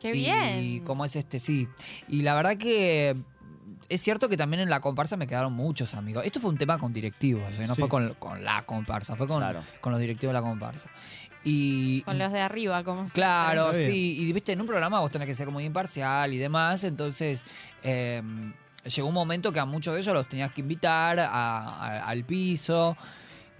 [SPEAKER 3] Qué
[SPEAKER 8] Y
[SPEAKER 3] bien.
[SPEAKER 8] como es este, sí. Y la verdad que es cierto que también en la comparsa me quedaron muchos amigos. Esto fue un tema con directivos, ¿eh? no
[SPEAKER 2] Sí.
[SPEAKER 8] fue con, con la comparsa, fue con,
[SPEAKER 1] Claro.
[SPEAKER 8] con los directivos de la comparsa. Y,
[SPEAKER 3] Con los de arriba, como se-
[SPEAKER 8] Claro,
[SPEAKER 2] Está bien.
[SPEAKER 8] sí. Y viste, en un programa vos tenés que ser muy imparcial y demás. Entonces, eh, llegó un momento que a muchos de ellos los tenías que invitar a- a- al piso.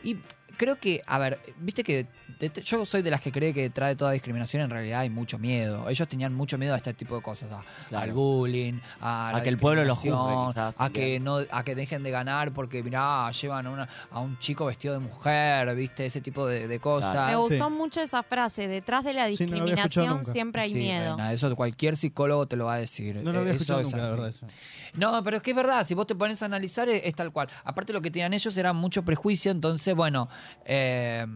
[SPEAKER 8] Y creo que, a ver, viste que det- yo soy de las que cree que trae toda discriminación, en realidad hay mucho miedo. Ellos tenían mucho miedo a este tipo de cosas, a-
[SPEAKER 1] Claro.
[SPEAKER 8] al bullying, a,
[SPEAKER 1] A
[SPEAKER 8] la
[SPEAKER 1] que el pueblo los juzgue,
[SPEAKER 8] discriminación,
[SPEAKER 1] quizás,
[SPEAKER 8] a que
[SPEAKER 1] también.
[SPEAKER 8] no a que dejen de ganar porque mirá, llevan a, una- a un chico vestido de mujer, viste, ese tipo de, de cosas.
[SPEAKER 3] Me gustó
[SPEAKER 2] Sí.
[SPEAKER 3] mucho esa frase, detrás de la
[SPEAKER 2] Sí, no la había escuchado
[SPEAKER 3] discriminación
[SPEAKER 2] nunca.
[SPEAKER 3] siempre hay
[SPEAKER 8] Sí,
[SPEAKER 3] miedo.
[SPEAKER 8] reina, eso cualquier psicólogo te lo va a decir.
[SPEAKER 2] No lo había
[SPEAKER 8] Eh,
[SPEAKER 2] escuchado
[SPEAKER 8] eso es
[SPEAKER 2] nunca, la
[SPEAKER 8] así.
[SPEAKER 2] verdad. Eso.
[SPEAKER 8] No, pero es que es verdad, si vos te pones a analizar es, es tal cual. Aparte lo que tenían ellos era mucho prejuicio, entonces bueno, eh,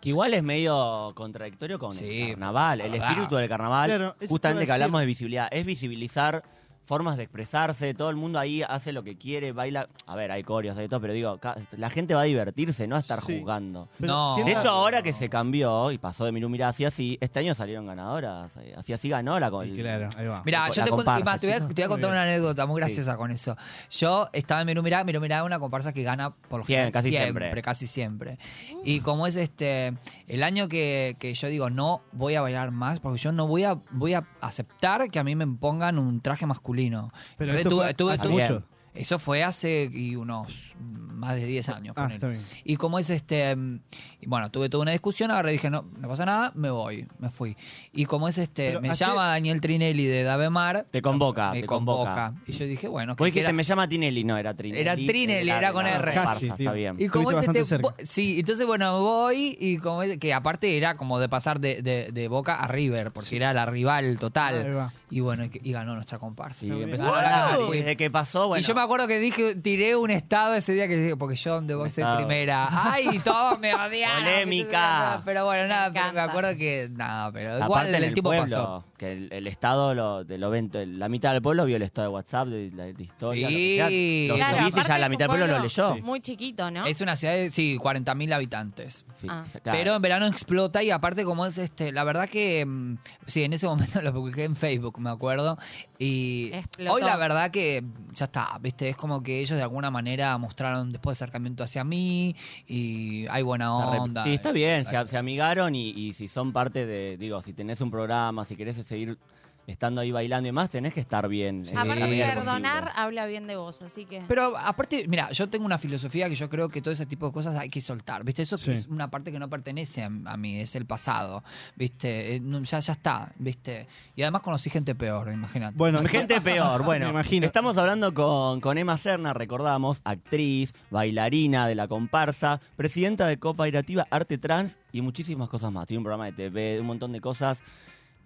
[SPEAKER 1] Que igual es medio contradictorio con
[SPEAKER 8] Sí,
[SPEAKER 1] el carnaval.
[SPEAKER 8] la
[SPEAKER 1] El
[SPEAKER 8] verdad.
[SPEAKER 1] espíritu del carnaval,
[SPEAKER 2] Claro, eso te iba a
[SPEAKER 1] justamente que
[SPEAKER 2] decir.
[SPEAKER 1] hablamos de visibilidad, es visibilizar formas de expresarse. Todo el mundo ahí hace lo que quiere, baila. A ver, hay coreos, hay todo, pero digo, ca- la gente va a divertirse, no a estar
[SPEAKER 2] Sí.
[SPEAKER 1] jugando.
[SPEAKER 2] Pero
[SPEAKER 8] No.
[SPEAKER 1] De
[SPEAKER 2] sienta-
[SPEAKER 1] hecho, ahora
[SPEAKER 8] no.
[SPEAKER 1] que se cambió y pasó de Miru Mirá así así, este año salieron ganadoras. eh, Así así ganó la con
[SPEAKER 2] Sí, Claro, ahí va.
[SPEAKER 8] mira,
[SPEAKER 1] la
[SPEAKER 8] yo te, cuento-
[SPEAKER 1] comparsa,
[SPEAKER 8] y más, te voy a,
[SPEAKER 2] chicos.
[SPEAKER 8] te voy a
[SPEAKER 2] Muy
[SPEAKER 8] contar una anécdota muy
[SPEAKER 1] Sí.
[SPEAKER 8] graciosa con eso. Yo estaba en Mirú Mirá, Mirú Mirá es una comparsa que gana por lo
[SPEAKER 1] Siempre,
[SPEAKER 8] general
[SPEAKER 1] casi siempre.
[SPEAKER 8] casi siempre.
[SPEAKER 2] Uh.
[SPEAKER 8] Y como es este el año que, que yo digo no voy a bailar más porque yo no voy a voy a aceptar que a mí me pongan un traje masculino.
[SPEAKER 2] Pero
[SPEAKER 8] Re-
[SPEAKER 2] esto
[SPEAKER 8] tuve-
[SPEAKER 2] fue
[SPEAKER 8] tuve-
[SPEAKER 2] hace
[SPEAKER 8] tuve-
[SPEAKER 2] mucho.
[SPEAKER 8] Eso fue hace y unos más de 10 años.
[SPEAKER 2] Ah,
[SPEAKER 8] ponele.
[SPEAKER 2] está bien.
[SPEAKER 8] Y como es este. mm, y Bueno, tuve toda una discusión, agarré y dije, no, no pasa nada, me voy, me fui. Y como es este.
[SPEAKER 2] Pero
[SPEAKER 8] me
[SPEAKER 2] ayer-
[SPEAKER 8] llama Daniel Trinelli de Davemar.
[SPEAKER 1] Te convoca,
[SPEAKER 8] me
[SPEAKER 1] te convoca.
[SPEAKER 8] Y yo dije, bueno,
[SPEAKER 1] Vos
[SPEAKER 8] que
[SPEAKER 1] dijiste,
[SPEAKER 8] quiera-
[SPEAKER 1] me llama Tinelli, no, era Trinelli.
[SPEAKER 8] Era Trinelli, era con
[SPEAKER 1] la
[SPEAKER 8] R.
[SPEAKER 1] comparsa,
[SPEAKER 2] Casi,
[SPEAKER 1] está
[SPEAKER 2] tío.
[SPEAKER 1] bien.
[SPEAKER 8] Y como es
[SPEAKER 2] Estuviste
[SPEAKER 8] este.
[SPEAKER 2] bastante
[SPEAKER 8] bo- Sí, entonces bueno, voy y como es- que aparte era como de pasar de, de- de Boca a River, porque era la rival
[SPEAKER 2] Ahí
[SPEAKER 8] total.
[SPEAKER 2] va.
[SPEAKER 8] Y bueno, y, que- y ganó nuestra comparsa.
[SPEAKER 1] Y
[SPEAKER 2] Está bien.
[SPEAKER 1] empezaron a ganar. Y desde que pasó, bueno.
[SPEAKER 8] Y yo me acuerdo que dije, tiré un estado ese día que dije, porque yo donde voy soy
[SPEAKER 1] estado.
[SPEAKER 8] primera. Ay, todos me odiaban.
[SPEAKER 1] Polémica.
[SPEAKER 8] Pero bueno, nada,
[SPEAKER 3] Me
[SPEAKER 8] pero me
[SPEAKER 3] encanta.
[SPEAKER 8] acuerdo que nada, pero
[SPEAKER 1] Aparte
[SPEAKER 8] igual
[SPEAKER 1] en
[SPEAKER 8] el,
[SPEAKER 1] el
[SPEAKER 8] tipo
[SPEAKER 1] pueblo,
[SPEAKER 8] pasó.
[SPEAKER 1] que el, el Estado lo, de lo ven- la mitad del pueblo vio el estado de WhatsApp, de la de historia,
[SPEAKER 8] Sí.
[SPEAKER 1] lo que sea. Lo
[SPEAKER 8] Claro,
[SPEAKER 1] subiste y
[SPEAKER 3] aparte
[SPEAKER 1] ya la
[SPEAKER 3] es un
[SPEAKER 1] mitad del pueblo lo leyó.
[SPEAKER 3] Muy chiquito, ¿no?
[SPEAKER 8] Es una ciudad de, sí, 40.000 habitantes.
[SPEAKER 1] Sí,
[SPEAKER 3] Ah.
[SPEAKER 1] claro.
[SPEAKER 8] Pero en verano explota y aparte como es este, la verdad que mm, sí, en ese momento lo publiqué en Facebook, me acuerdo, y
[SPEAKER 3] Explotó.
[SPEAKER 8] hoy la verdad que mm, ya está, ¿viste? Es como que ellos de alguna manera mostraron después acercamiento hacia mí y hay buena
[SPEAKER 1] La rep-
[SPEAKER 8] onda.
[SPEAKER 1] sí, está
[SPEAKER 8] eh,
[SPEAKER 1] bien, se, se amigaron y, y si son parte de, digo, si tenés un programa, si querés seguir estando ahí bailando y más, tenés que estar bien. eh,
[SPEAKER 3] Aparte,
[SPEAKER 1] la medida de lo
[SPEAKER 3] perdonar
[SPEAKER 1] posible.
[SPEAKER 3] habla bien de vos, así que.
[SPEAKER 8] Pero aparte, mira, yo tengo una filosofía que yo creo que todo ese tipo de cosas hay que soltar, ¿viste? Eso
[SPEAKER 2] Sí.
[SPEAKER 8] es una parte que no pertenece a, a mí, es el pasado, ¿viste? Eh, no, Ya, ya está, ¿viste? Y además conocí gente peor, imagínate.
[SPEAKER 2] Bueno,
[SPEAKER 1] Gente peor, bueno.
[SPEAKER 2] Me imagino.
[SPEAKER 1] Estamos hablando con, con Emma Serna, recordamos, actriz, bailarina de la comparsa, presidenta de Copa Irativa, Arte Trans y muchísimas cosas más. Tiene un programa de TV, un montón de cosas.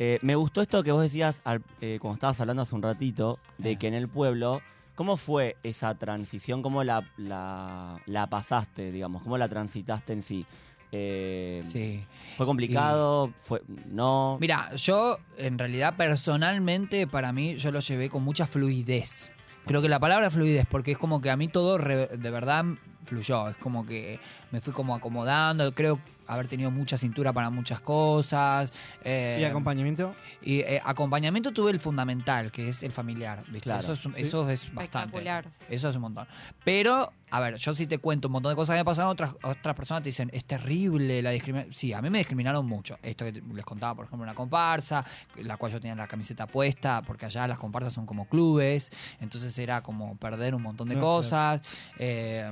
[SPEAKER 1] Eh, me gustó esto que vos decías al- eh, cuando estabas hablando hace un ratito, de
[SPEAKER 8] Ah.
[SPEAKER 1] que en el pueblo, ¿cómo fue esa transición? ¿Cómo la, la, la pasaste, digamos? ¿Cómo la transitaste en sí? Eh,
[SPEAKER 8] sí.
[SPEAKER 1] ¿Fue complicado? ¿Fue no?
[SPEAKER 8] Mira, yo en realidad personalmente para mí yo lo llevé con mucha fluidez. Creo que la palabra es fluidez, porque es como que a mí todo re- de verdad fluyó, es como que me fui como acomodando, creo haber tenido mucha cintura para muchas cosas. eh,
[SPEAKER 2] ¿Y acompañamiento?
[SPEAKER 8] y, eh, acompañamiento tuve el fundamental, que es el familiar. ¿viste?
[SPEAKER 1] Claro.
[SPEAKER 8] Eso, es, un- eso es bastante.
[SPEAKER 3] Espectacular.
[SPEAKER 8] Eso es un montón. Pero, a ver, yo sí te cuento un montón de cosas que me pasaron. Otras, otras personas te dicen, es terrible la discriminación. Sí, a mí me discriminaron mucho. Esto que te- les contaba, por ejemplo, una comparsa, la cual yo tenía la camiseta puesta, porque allá las comparsas son como clubes. Entonces era como perder un montón de
[SPEAKER 2] No,
[SPEAKER 8] cosas. Eh,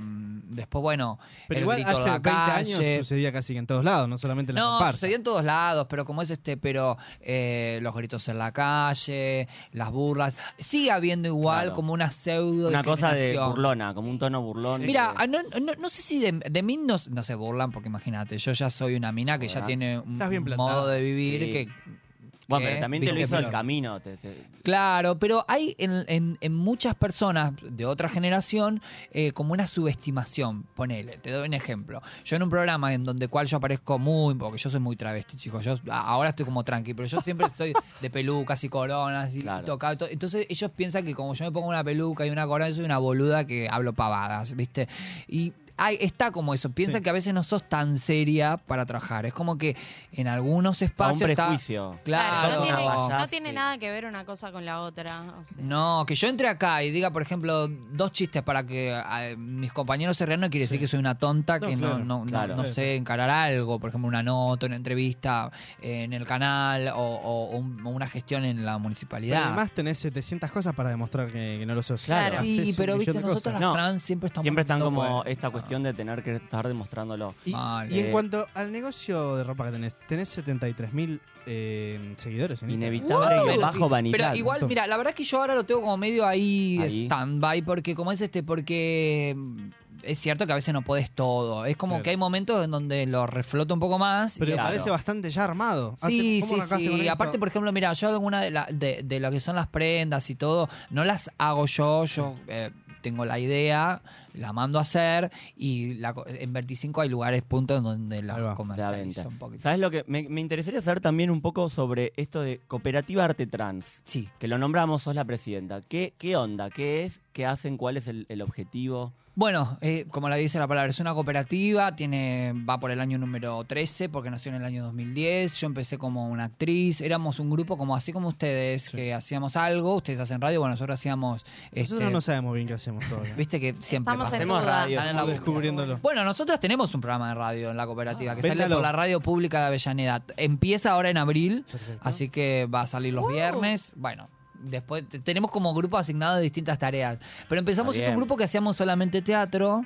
[SPEAKER 8] después, bueno,
[SPEAKER 2] Pero
[SPEAKER 8] el
[SPEAKER 2] igual
[SPEAKER 8] grito de
[SPEAKER 2] hace
[SPEAKER 8] la
[SPEAKER 2] 20 años
[SPEAKER 8] calle.
[SPEAKER 2] sucedía casi que en todos lados, no solamente en la
[SPEAKER 8] No,
[SPEAKER 2] comparsa.
[SPEAKER 8] sucedió en todos lados, pero como es este, pero eh, los gritos en la calle, las burlas, sigue habiendo igual
[SPEAKER 1] Claro.
[SPEAKER 8] como una pseudo
[SPEAKER 1] Una cosa de eh.
[SPEAKER 8] discriminación.
[SPEAKER 1] burlona, como un tono burlón.
[SPEAKER 8] Mira,
[SPEAKER 1] que-
[SPEAKER 8] ah, no, no- no sé si de, de mí no, no se burlan, porque imagínate, yo ya soy una mina que ya
[SPEAKER 1] Bueno.
[SPEAKER 8] tiene un,
[SPEAKER 2] Estás bien
[SPEAKER 8] un
[SPEAKER 2] plantada.
[SPEAKER 8] modo de vivir
[SPEAKER 1] Sí.
[SPEAKER 8] que
[SPEAKER 1] Bueno,
[SPEAKER 8] ¿Qué?
[SPEAKER 1] pero también te lo
[SPEAKER 8] Viste,
[SPEAKER 1] hizo el
[SPEAKER 8] pero-
[SPEAKER 1] camino. te- te-
[SPEAKER 8] Claro, pero hay en, en- en muchas personas de otra generación eh, como una subestimación. Ponele, te doy un ejemplo. Yo en un programa en donde cual yo aparezco muy, porque yo soy muy travesti, chicos. Yo a- ahora estoy como tranqui, pero yo siempre estoy de pelucas y coronas y
[SPEAKER 1] Claro.
[SPEAKER 8] tocado. y todo. Entonces ellos piensan que como yo me pongo una peluca y una corona, yo soy una boluda que hablo pavadas, ¿viste? Y hay- está como eso. Piensan que a veces no sos tan seria para trabajar. Es como que en algunos
[SPEAKER 1] a un
[SPEAKER 8] espacios está-
[SPEAKER 1] prejuicio.
[SPEAKER 3] Claro,
[SPEAKER 8] Claro,
[SPEAKER 3] no tiene,
[SPEAKER 1] Claro.
[SPEAKER 3] no tiene nada que ver una cosa con la otra. o sea.
[SPEAKER 8] No, que yo entre acá y diga, por ejemplo, dos chistes para que eh, mis compañeros se rean, no quiere decir que soy una tonta
[SPEAKER 2] No,
[SPEAKER 8] que no,
[SPEAKER 2] claro,
[SPEAKER 8] no- no-
[SPEAKER 1] claro.
[SPEAKER 8] no sé encarar algo, por ejemplo, una nota, una entrevista eh, en el canal o, o- o un- o una gestión en la
[SPEAKER 2] Pero
[SPEAKER 8] municipalidad.
[SPEAKER 2] además tenés 700 cosas para demostrar que, que no lo sos.
[SPEAKER 1] Claro.
[SPEAKER 2] Haces
[SPEAKER 8] sí,
[SPEAKER 2] un
[SPEAKER 8] pero
[SPEAKER 2] millón
[SPEAKER 8] viste,
[SPEAKER 2] de
[SPEAKER 8] nosotros
[SPEAKER 2] cosas.
[SPEAKER 8] las
[SPEAKER 1] No,
[SPEAKER 8] trans siempre estamos...
[SPEAKER 1] Siempre están
[SPEAKER 8] haciendo,
[SPEAKER 1] como
[SPEAKER 8] pues,
[SPEAKER 1] esta cuestión de tener que estar demostrándolo.
[SPEAKER 2] Y,
[SPEAKER 8] Mal.
[SPEAKER 2] y en
[SPEAKER 1] Eh.
[SPEAKER 2] cuanto al negocio de ropa que tenés, tenés 73.000 eh, seguidores en Instagram.
[SPEAKER 1] Inevitable
[SPEAKER 8] Wow.
[SPEAKER 1] y bajo
[SPEAKER 8] Sí,
[SPEAKER 1] vanidad.
[SPEAKER 8] Pero igual,
[SPEAKER 2] Entonces-
[SPEAKER 8] mira, la verdad es que yo ahora lo tengo como medio ahí,
[SPEAKER 1] Ahí.
[SPEAKER 8] stand-by, porque como es este, porque mm, es cierto que a veces no podés todo. Es como
[SPEAKER 2] Claro.
[SPEAKER 8] que hay momentos en donde lo refloto un poco más.
[SPEAKER 2] Pero
[SPEAKER 8] y-
[SPEAKER 1] Claro.
[SPEAKER 2] parece bastante ya armado. Hace-
[SPEAKER 8] Sí,
[SPEAKER 2] ¿cómo
[SPEAKER 8] sí,
[SPEAKER 2] arrancaste con
[SPEAKER 8] sí.
[SPEAKER 2] esto?
[SPEAKER 8] Aparte, por ejemplo, mira, yo alguna de, la- de, de lo que son las prendas y todo, no las hago yo, yo eh, tengo la idea, la mando a hacer y la co- en 25 hay lugares, puntos, donde
[SPEAKER 2] Ahí va.
[SPEAKER 8] la comercializo un poquito.
[SPEAKER 1] ¿Sabes lo que? Me, me interesaría saber también un poco sobre esto de Cooperativa Arte Trans.
[SPEAKER 8] Sí.
[SPEAKER 1] Que lo nombramos, sos la presidenta. ¿Qué, qué onda? ¿Qué es? ¿Qué hacen? ¿Cuál es el, el objetivo?
[SPEAKER 8] Bueno, eh, como la dice la palabra, es una cooperativa, tiene, va por el año número 13, porque nació en el año 2010, yo empecé como una actriz, éramos un grupo como así como ustedes, que hacíamos algo, ustedes hacen radio, bueno, nosotros hacíamos...
[SPEAKER 2] Nosotros
[SPEAKER 8] este,
[SPEAKER 2] no sabemos bien qué hacemos todavía.
[SPEAKER 8] Viste que siempre
[SPEAKER 3] Estamos
[SPEAKER 8] pasa.
[SPEAKER 3] en
[SPEAKER 1] Hacemos
[SPEAKER 3] duda.
[SPEAKER 8] Están
[SPEAKER 1] radio.
[SPEAKER 8] en la
[SPEAKER 2] Estamos
[SPEAKER 8] búsqueda.
[SPEAKER 2] descubriéndolo.
[SPEAKER 8] Bueno, nosotros tenemos un programa de radio en la cooperativa que sale
[SPEAKER 2] Ah. Véndalo.
[SPEAKER 8] por la radio pública de Avellaneda. Empieza ahora en abril, así que va a salir los viernes. Bueno, después te- tenemos como grupo asignado de distintas tareas. Pero empezamos
[SPEAKER 1] Está
[SPEAKER 8] en un
[SPEAKER 1] bien.
[SPEAKER 8] grupo que hacíamos solamente teatro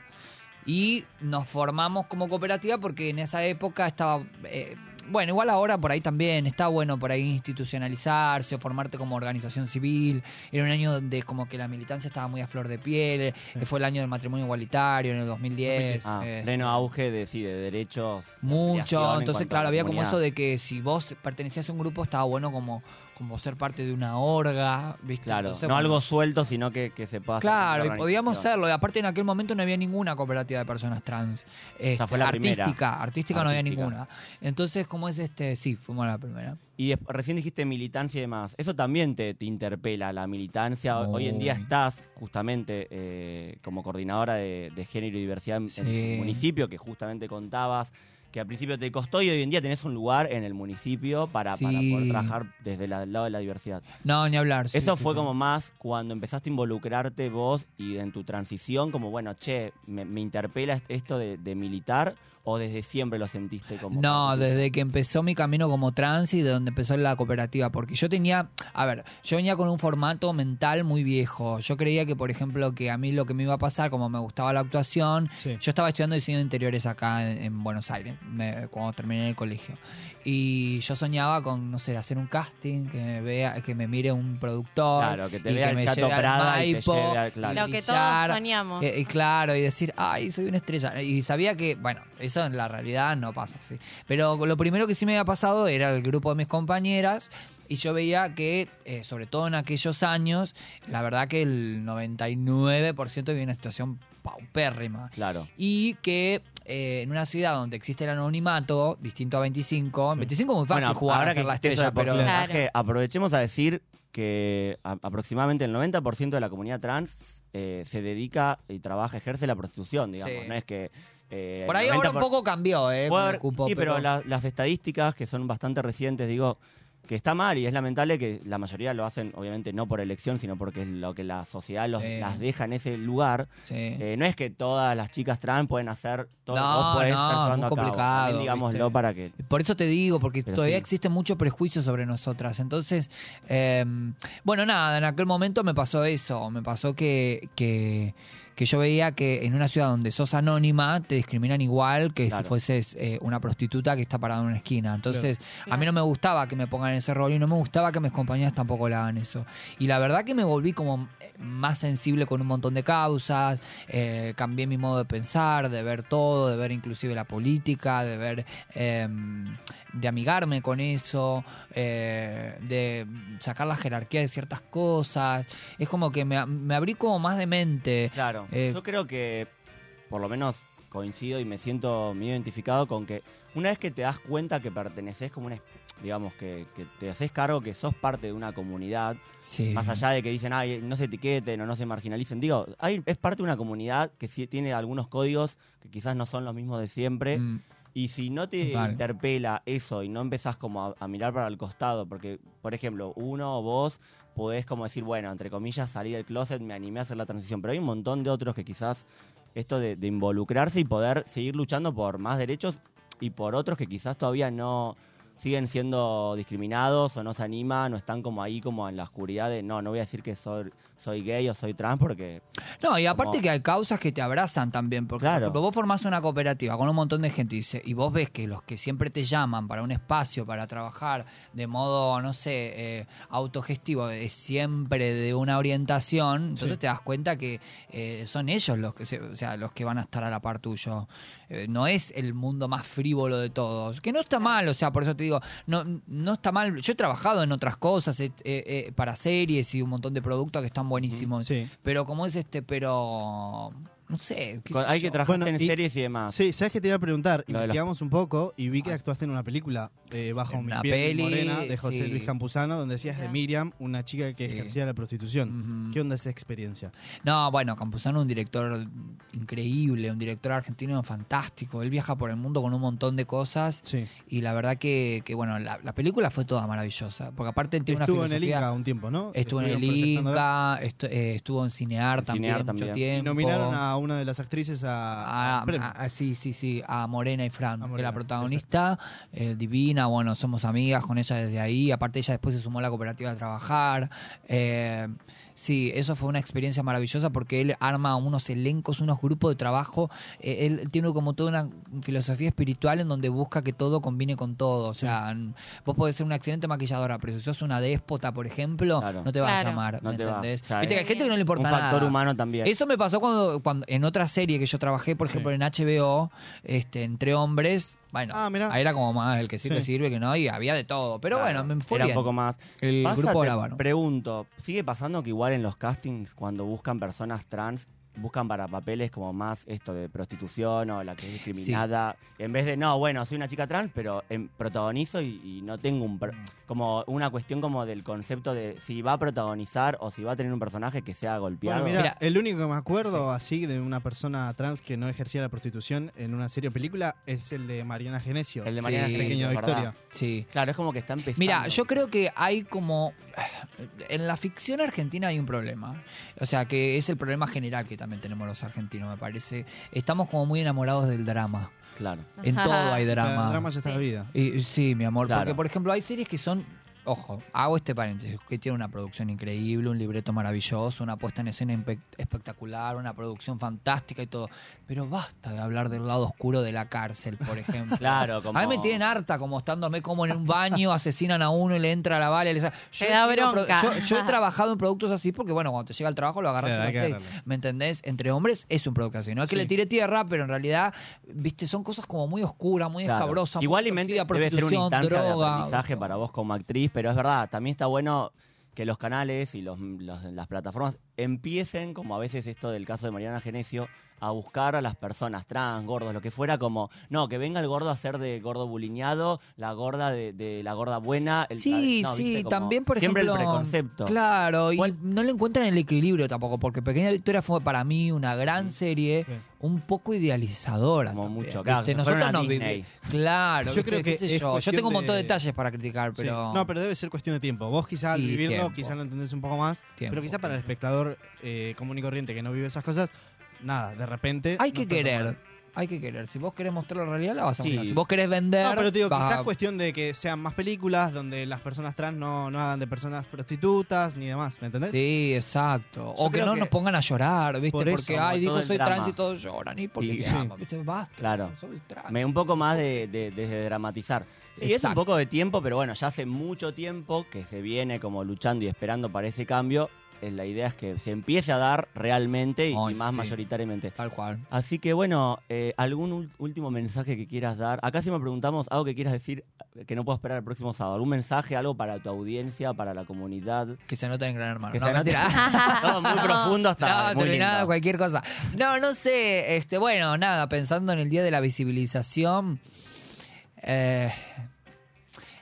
[SPEAKER 8] y nos formamos como cooperativa porque en esa época estaba... eh, bueno, igual ahora por ahí también está bueno por ahí institucionalizarse o formarte como organización civil. Era un año donde como que la militancia estaba muy a flor de piel. eh, Fue el año del matrimonio igualitario en el 2010.
[SPEAKER 1] Ah,
[SPEAKER 8] eh,
[SPEAKER 1] pleno auge de, sí, de derechos. de ampliación en
[SPEAKER 8] mucho. Entonces,
[SPEAKER 1] cuanto a
[SPEAKER 8] claro,
[SPEAKER 1] la
[SPEAKER 8] había como
[SPEAKER 1] comunidad.
[SPEAKER 8] eso de que si vos pertenecías a un grupo estaba bueno como, como ser parte de una orga, ¿viste?
[SPEAKER 1] Claro,
[SPEAKER 8] Entonces,
[SPEAKER 1] no
[SPEAKER 8] bueno,
[SPEAKER 1] algo suelto, sino que, que se pueda hacer
[SPEAKER 8] Claro, y
[SPEAKER 1] una
[SPEAKER 8] podíamos
[SPEAKER 1] organización.
[SPEAKER 8] serlo. Y aparte en aquel momento no había ninguna cooperativa de personas trans. Este,
[SPEAKER 1] fue la
[SPEAKER 8] artística,
[SPEAKER 1] primera.
[SPEAKER 8] artística, no había
[SPEAKER 1] Artística.
[SPEAKER 8] ninguna. Entonces, como es este, sí, fuimos la primera.
[SPEAKER 1] Y des- recién dijiste militancia y demás. Eso también te, te interpela, la militancia. Hoy- Hoy en día
[SPEAKER 8] Muy.
[SPEAKER 1] estás justamente eh, como coordinadora de, de género y diversidad en- en
[SPEAKER 8] Sí.
[SPEAKER 1] tu municipio, que justamente contabas que al principio te costó y hoy en día tenés un lugar en el municipio para, para
[SPEAKER 8] Sí.
[SPEAKER 1] poder trabajar desde la- el lado de la diversidad.
[SPEAKER 8] No, ni hablar. sí,
[SPEAKER 1] Eso
[SPEAKER 8] sí,
[SPEAKER 1] fue
[SPEAKER 8] sí.
[SPEAKER 1] como más cuando empezaste a involucrarte vos y en tu transición, como bueno, che, me, me interpela est- esto de, de militar o desde siempre lo sentiste
[SPEAKER 8] No,
[SPEAKER 1] como... parte tuya?
[SPEAKER 8] desde que empezó mi camino como trans y de donde empezó la cooperativa, porque yo tenía, a ver, yo venía con un formato mental muy viejo. Yo creía que, por ejemplo, que a mí lo que me iba a pasar, como me gustaba la actuación,
[SPEAKER 2] Sí.
[SPEAKER 8] yo estaba estudiando diseño de interiores acá en, en Buenos Aires, me- cuando terminé el colegio. Y yo soñaba con, no sé, hacer un casting, que me vea, que me mire un productor.
[SPEAKER 1] Claro, que te
[SPEAKER 8] y
[SPEAKER 1] vea el
[SPEAKER 8] me
[SPEAKER 1] Chato
[SPEAKER 8] lleve al
[SPEAKER 1] Prada y te
[SPEAKER 8] Maipo,
[SPEAKER 1] lleve al- claro.
[SPEAKER 3] Lo que todos
[SPEAKER 8] brillar,
[SPEAKER 3] soñamos.
[SPEAKER 8] eh, eh, claro, y decir, ay, soy una estrella. Y sabía que, bueno, eso en la realidad no pasa así. Pero lo primero que sí me había pasado era el grupo de mis compañeras. Y yo veía que, eh, sobre todo en aquellos años, la verdad que el 99% vivía una situación paupérrima.
[SPEAKER 1] Claro.
[SPEAKER 8] Y que eh, en una ciudad donde existe el anonimato, distinto a 25, en 25 es muy fácil
[SPEAKER 1] Bueno,
[SPEAKER 8] jugar
[SPEAKER 1] ahora
[SPEAKER 8] a ser
[SPEAKER 1] que
[SPEAKER 8] la
[SPEAKER 1] dijiste eso
[SPEAKER 8] estrella,
[SPEAKER 1] de
[SPEAKER 8] pero...
[SPEAKER 1] porcentaje,
[SPEAKER 3] Claro.
[SPEAKER 1] aprovechemos a decir que a- aproximadamente el 90% de la comunidad trans eh, se dedica y trabaja, ejerce la prostitución, digamos.
[SPEAKER 8] Sí.
[SPEAKER 1] No es que... eh,
[SPEAKER 8] Por
[SPEAKER 1] el
[SPEAKER 8] ahí ahora un
[SPEAKER 1] 90%
[SPEAKER 8] poco cambió, ¿eh?
[SPEAKER 1] Puede
[SPEAKER 8] con
[SPEAKER 1] haber-
[SPEAKER 8] el cupo,
[SPEAKER 1] sí, pero, la- las estadísticas que son bastante recientes, digo, que está mal y es lamentable que la mayoría lo hacen, obviamente, no por elección, sino porque es lo que la sociedad los,
[SPEAKER 8] Sí.
[SPEAKER 1] las deja en ese lugar.
[SPEAKER 8] sí.
[SPEAKER 1] Eh, no es que todas las chicas trans pueden hacer todo
[SPEAKER 8] No,
[SPEAKER 1] lo que vos podés
[SPEAKER 8] no,
[SPEAKER 1] estar
[SPEAKER 8] es
[SPEAKER 1] llevando
[SPEAKER 8] muy
[SPEAKER 1] a cabo.
[SPEAKER 8] complicado,
[SPEAKER 1] También digámoslo
[SPEAKER 8] ¿viste?
[SPEAKER 1] para que...
[SPEAKER 8] Por eso te digo, porque
[SPEAKER 1] Pero
[SPEAKER 8] todavía
[SPEAKER 1] sí.
[SPEAKER 8] existe mucho prejuicio sobre nosotras. Entonces, eh, bueno, nada, en aquel momento me pasó eso. Me pasó que, que, que yo veía que en una ciudad donde sos anónima te discriminan igual que
[SPEAKER 1] Claro.
[SPEAKER 8] si fueses eh, una prostituta que está parada en una esquina. Entonces, a mí no me gustaba que me pongan en ese rol y no me gustaba que mis compañeras tampoco la hagan eso. Y la verdad que me volví como eh, más sensible con un montón de causas, eh, cambié mi modo de pensar, de ver todo, de ver inclusive la política, de ver, eh, de amigarme con eso, eh, de sacar la jerarquía de ciertas cosas. Es como que me, me abrí como más de mente.
[SPEAKER 1] Claro.
[SPEAKER 8] Eh,
[SPEAKER 1] Yo creo que, por lo menos coincido y me siento muy identificado con que una vez que te das cuenta que perteneces como una, es- digamos, que, que te haces cargo que sos parte de una comunidad,
[SPEAKER 8] Sí.
[SPEAKER 1] más allá de que dicen, ay, no se etiqueten o no se marginalicen, digo, hay, es parte de una comunidad que sí tiene algunos códigos que quizás no son los mismos de siempre.
[SPEAKER 8] Mm,
[SPEAKER 1] Y si no te
[SPEAKER 8] Total.
[SPEAKER 1] interpela eso y no empezás como a, a mirar para el costado, porque, por ejemplo, uno o vos podés como decir, bueno, entre comillas, salí del closet, me animé a hacer la transición, pero hay un montón de otros que quizás esto de, de involucrarse y poder seguir luchando por más derechos y por otros que quizás todavía no, siguen siendo discriminados o no se animan o están como ahí como en la oscuridad de no, no voy a decir que soy, soy gay o soy trans porque
[SPEAKER 8] No, y aparte
[SPEAKER 1] Como-
[SPEAKER 8] que hay causas que te abrazan también, porque
[SPEAKER 1] Claro.
[SPEAKER 8] por ejemplo, vos formás una cooperativa con un montón de gente y, dice- y vos ves que los que siempre te llaman para un espacio, para trabajar de modo, no sé, eh, autogestivo, es siempre de una orientación, entonces te das cuenta que eh, son ellos los que, se- o sea, los que van a estar a la par tuyo. Eh, no es el mundo más frívolo de todos, que no está mal, o sea, por eso te digo, no, no está mal. Yo he trabajado en otras cosas, eh, eh, eh, para series y un montón de productos que están buenísimos.
[SPEAKER 2] Sí.
[SPEAKER 8] Pero como es este, pero no sé. qué
[SPEAKER 1] con-
[SPEAKER 8] sé
[SPEAKER 1] hay
[SPEAKER 8] yo.
[SPEAKER 1] que trabajar
[SPEAKER 2] Bueno,
[SPEAKER 1] en
[SPEAKER 2] y-
[SPEAKER 1] series y
[SPEAKER 8] Ah.
[SPEAKER 1] demás.
[SPEAKER 2] Sí, ¿sabes qué te iba a preguntar?
[SPEAKER 1] Lo de los-
[SPEAKER 2] Investigamos un poco y vi que actuaste en una película, eh, Bajo
[SPEAKER 8] En
[SPEAKER 2] mi
[SPEAKER 8] una
[SPEAKER 2] piel
[SPEAKER 8] peli,
[SPEAKER 2] morena, de José
[SPEAKER 8] sí.
[SPEAKER 2] Luis Campuzano, donde decías de
[SPEAKER 3] Ya.
[SPEAKER 2] Miriam, una chica que
[SPEAKER 8] Sí.
[SPEAKER 2] ejercía la prostitución.
[SPEAKER 8] Ujú.
[SPEAKER 2] ¿Qué onda esa experiencia?
[SPEAKER 8] No, bueno, Campuzano un director increíble, un director argentino fantástico. Él viaja por el mundo con un montón de cosas
[SPEAKER 2] Sí.
[SPEAKER 8] y la verdad que, que, bueno, la, la película fue toda maravillosa. Porque aparte él tiene
[SPEAKER 2] Estuvo
[SPEAKER 8] una
[SPEAKER 2] en el
[SPEAKER 8] filosofía...
[SPEAKER 2] Inca un tiempo, ¿no?
[SPEAKER 8] Estuvo en el
[SPEAKER 2] Estuvieron proyectándola.
[SPEAKER 8] Inca, estu- eh, estuvo en Cinear
[SPEAKER 1] En
[SPEAKER 8] también,
[SPEAKER 1] Cinear
[SPEAKER 8] mucho
[SPEAKER 1] también.
[SPEAKER 2] Y
[SPEAKER 8] tiempo.
[SPEAKER 2] nominaron a una de las actrices a,
[SPEAKER 8] A,
[SPEAKER 2] al premio.
[SPEAKER 8] a- Ah, sí, sí, sí, a Morena y Fran,
[SPEAKER 2] A
[SPEAKER 8] que es
[SPEAKER 2] Morena,
[SPEAKER 8] la protagonista, eh, divina, bueno, somos amigas con ella desde ahí, aparte ella después se sumó a la cooperativa a trabajar. eh, sí, eso fue una experiencia maravillosa porque él arma unos elencos, unos grupos de trabajo, eh, él tiene como toda una filosofía espiritual en donde busca que todo combine con todo, o sea, n- vos podés ser una excelente maquilladora, pero si sos una déspota, por ejemplo,
[SPEAKER 1] Claro.
[SPEAKER 8] no te va a
[SPEAKER 3] Claro.
[SPEAKER 8] llamar,
[SPEAKER 1] No
[SPEAKER 8] ¿me
[SPEAKER 1] te va,
[SPEAKER 8] entendés?
[SPEAKER 1] claro.
[SPEAKER 8] Viste que hay gente que no le importa
[SPEAKER 1] Un factor
[SPEAKER 8] nada.
[SPEAKER 1] humano también.
[SPEAKER 8] Eso me pasó cuando, cuando en otra serie que yo trabajé, por ejemplo,
[SPEAKER 2] Sí.
[SPEAKER 8] en HBO, este, entre hombres. Bueno,
[SPEAKER 2] Ah, mirá.
[SPEAKER 8] ahí era como más el que sí,
[SPEAKER 2] Sí.
[SPEAKER 8] que sirve, que no, y había de todo. Pero
[SPEAKER 1] Claro,
[SPEAKER 8] bueno, me fue
[SPEAKER 1] era
[SPEAKER 8] bien.
[SPEAKER 1] un poco más.
[SPEAKER 8] El
[SPEAKER 1] Pasa,
[SPEAKER 8] grupo
[SPEAKER 1] te
[SPEAKER 8] Lábaro.
[SPEAKER 1] Pregunto, ¿sigue pasando que igual en los castings cuando buscan personas trans buscan para papeles como más esto de prostitución o la que es discriminada? En vez de, no, bueno, soy una chica trans, pero em, protagonizo y, y no tengo un...
[SPEAKER 8] Mm.
[SPEAKER 1] per- como una cuestión como del concepto de si va a protagonizar o si va a tener un personaje que sea golpeado.
[SPEAKER 2] Bueno, mira,
[SPEAKER 8] Mirá.
[SPEAKER 2] el único que me acuerdo así de una persona trans que no ejercía la prostitución en una serie o película es el de Mariana Genesio.
[SPEAKER 1] el de
[SPEAKER 8] Sí,
[SPEAKER 1] Mariana
[SPEAKER 8] sí,
[SPEAKER 1] Trenzo,
[SPEAKER 2] Pequeña
[SPEAKER 1] es verdad.
[SPEAKER 2] Victoria.
[SPEAKER 8] Sí.
[SPEAKER 1] Claro, es como que está empezando.
[SPEAKER 8] Mira, yo creo que hay como. En la ficción argentina hay un problema. O sea, que es el problema general que también tenemos los argentinos, me parece. Estamos como muy enamorados del drama.
[SPEAKER 1] Claro.
[SPEAKER 8] En
[SPEAKER 3] Ajá.
[SPEAKER 8] todo hay
[SPEAKER 2] El drama ya está
[SPEAKER 3] Sí.
[SPEAKER 2] la vida.
[SPEAKER 8] Y, sí, mi amor,
[SPEAKER 1] Claro.
[SPEAKER 8] porque por ejemplo hay series que son, ojo, hago este paréntesis, que tiene una producción increíble, un libreto maravilloso, una puesta en escena impe- espectacular, una producción fantástica y todo, pero basta de hablar del lado oscuro de la cárcel, por ejemplo.
[SPEAKER 1] Claro, como...
[SPEAKER 8] A mí me tienen harta como estándome como en un baño, asesinan a uno y le entra la bala y le sa- yo,
[SPEAKER 3] da
[SPEAKER 8] quiero
[SPEAKER 3] bronca.
[SPEAKER 8] pro- yo- yo he trabajado en productos así porque, bueno, cuando te llega al trabajo lo agarras
[SPEAKER 2] Claro,
[SPEAKER 8] y lo
[SPEAKER 2] hay que
[SPEAKER 8] haces.
[SPEAKER 2] agarrarlo.
[SPEAKER 8] ¿Me entendés? Entre hombres es un producto así. No es que
[SPEAKER 2] Sí.
[SPEAKER 8] le tire tierra, pero en realidad, viste, son cosas como muy oscuras, muy
[SPEAKER 1] Claro.
[SPEAKER 8] escabrosas.
[SPEAKER 1] Igualmente
[SPEAKER 8] muy torcidas,
[SPEAKER 1] debe ser una
[SPEAKER 8] prostitución,
[SPEAKER 1] instancia de
[SPEAKER 8] droga.
[SPEAKER 1] aprendizaje para vos como actriz, pero es verdad, también está bueno que los canales y los, los- las plataformas empiecen, como a veces esto del caso de Mariana Genesio, a buscar a las personas trans, gordos, lo que fuera, como, no, que venga el gordo a ser de gordo bulineado, la gorda de, de la gorda buena. El,
[SPEAKER 8] Sí,
[SPEAKER 1] no,
[SPEAKER 8] sí,
[SPEAKER 1] viste, como
[SPEAKER 8] también por
[SPEAKER 1] siempre
[SPEAKER 8] ejemplo.
[SPEAKER 1] el preconcepto.
[SPEAKER 8] Claro, y
[SPEAKER 1] ¿Cuál-
[SPEAKER 8] no le encuentran el equilibrio tampoco, porque Pequeña Victoria fue para mí una gran serie,
[SPEAKER 2] Sí.
[SPEAKER 8] un poco idealizadora.
[SPEAKER 1] Como
[SPEAKER 8] también,
[SPEAKER 1] mucho, claro,
[SPEAKER 8] ¿viste?
[SPEAKER 1] se fueron
[SPEAKER 8] Nosotros
[SPEAKER 1] a
[SPEAKER 8] nos
[SPEAKER 1] Disney.
[SPEAKER 8] vivi- Claro,
[SPEAKER 2] Yo
[SPEAKER 8] ¿viste?
[SPEAKER 2] creo
[SPEAKER 8] ¿Qué
[SPEAKER 2] que
[SPEAKER 8] sé
[SPEAKER 2] es
[SPEAKER 8] yo. Yo tengo un
[SPEAKER 2] cuestión
[SPEAKER 8] montón de
[SPEAKER 2] de-
[SPEAKER 8] detalles para criticar,
[SPEAKER 2] Sí.
[SPEAKER 8] pero.
[SPEAKER 2] No, pero debe ser cuestión de tiempo. Vos quizá al
[SPEAKER 8] Y
[SPEAKER 2] vivirlo,
[SPEAKER 8] tiempo.
[SPEAKER 2] quizá lo entendés un poco más.
[SPEAKER 8] Tiempo,
[SPEAKER 2] pero quizá para el espectador eh, común y corriente que no vive esas cosas, nada, de repente...
[SPEAKER 8] Hay
[SPEAKER 2] no
[SPEAKER 8] que
[SPEAKER 2] está tan mal.
[SPEAKER 8] querer. Hay que querer. Si vos querés mostrar la realidad, la vas a
[SPEAKER 1] Sí.
[SPEAKER 8] mostrar. Si vos querés vender.
[SPEAKER 2] No, pero te digo,
[SPEAKER 8] vas
[SPEAKER 2] quizás
[SPEAKER 8] a-
[SPEAKER 2] es cuestión de que sean más películas donde las personas trans no, no hagan de personas prostitutas ni demás, ¿me entendés?
[SPEAKER 8] Sí, exacto.
[SPEAKER 1] Yo
[SPEAKER 8] o que
[SPEAKER 1] creo
[SPEAKER 8] no
[SPEAKER 1] que-
[SPEAKER 8] nos pongan a llorar, ¿viste?
[SPEAKER 2] Por eso,
[SPEAKER 8] porque,
[SPEAKER 1] como
[SPEAKER 8] ay,
[SPEAKER 1] todo
[SPEAKER 8] dijo
[SPEAKER 1] el
[SPEAKER 8] soy
[SPEAKER 1] drama.
[SPEAKER 8] trans y todos lloran. ¿Y porque
[SPEAKER 1] Y-
[SPEAKER 8] te
[SPEAKER 1] sí.
[SPEAKER 8] amo? ¿Viste? Basta,
[SPEAKER 1] Claro.
[SPEAKER 8] soy trans.
[SPEAKER 1] Me un poco más de, de, de- de dramatizar. Sí, es un
[SPEAKER 8] Exacto.
[SPEAKER 1] poco de tiempo, pero bueno, ya hace mucho tiempo que se viene como luchando y esperando para ese cambio. Eh, La idea es que se empiece a dar realmente y,
[SPEAKER 8] Ay,
[SPEAKER 1] y más
[SPEAKER 8] sí.
[SPEAKER 1] mayoritariamente.
[SPEAKER 8] Tal cual.
[SPEAKER 1] Así que bueno, eh, algún ul- último mensaje que quieras dar. Acá si me preguntamos algo que quieras decir eh, que no puedo esperar el próximo sábado. ¿Algún mensaje, algo para tu audiencia, para la comunidad?
[SPEAKER 8] Que se anota en Gran Hermano.
[SPEAKER 1] Que
[SPEAKER 8] no,
[SPEAKER 1] se anote-
[SPEAKER 8] mentira.
[SPEAKER 1] Todo muy profundo hasta
[SPEAKER 8] No,
[SPEAKER 1] muy
[SPEAKER 8] terminada,
[SPEAKER 1] lindo.
[SPEAKER 8] cualquier cosa. No, no sé. Este, bueno, nada, pensando en el día de la visibilización. eh,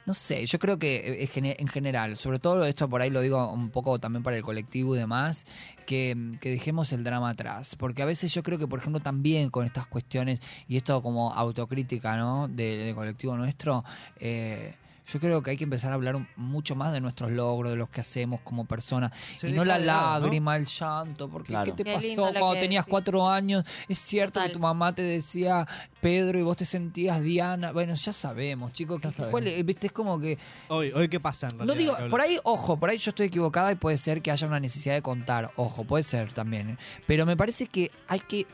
[SPEAKER 8] no sé, yo creo que eh, en gene- en general, sobre todo esto por ahí lo digo un poco también para el colectivo y demás, que, que dejemos el drama atrás. Porque a veces yo creo que, por ejemplo, también con estas cuestiones, y esto como autocrítica, ¿no? De- Del colectivo nuestro, eh, Yo creo que hay que empezar a hablar un- mucho más de nuestros logros, de los que hacemos como personas.
[SPEAKER 2] Se
[SPEAKER 8] y no la
[SPEAKER 2] deja de lado, ¿no?
[SPEAKER 8] lágrima, el llanto, porque
[SPEAKER 1] Claro.
[SPEAKER 8] ¿qué te
[SPEAKER 3] Qué
[SPEAKER 8] pasó
[SPEAKER 3] lindo lo
[SPEAKER 8] cuando
[SPEAKER 3] que
[SPEAKER 8] tenías
[SPEAKER 3] decís.
[SPEAKER 8] cuatro años? Es cierto que
[SPEAKER 3] Total.
[SPEAKER 8] tu mamá te decía Pedro y vos te sentías Diana. Bueno, ya sabemos, chicos. que-
[SPEAKER 1] sabemos.
[SPEAKER 8] cuál es? Viste, es como que
[SPEAKER 2] Hoy, hoy qué pasa en realidad.
[SPEAKER 8] no digo,
[SPEAKER 2] Hay que
[SPEAKER 8] por
[SPEAKER 2] hablar.
[SPEAKER 8] ahí, ojo, por ahí yo estoy equivocada y puede ser que haya una necesidad de contar. Ojo, puede ser también. ¿eh? Pero me parece que hay que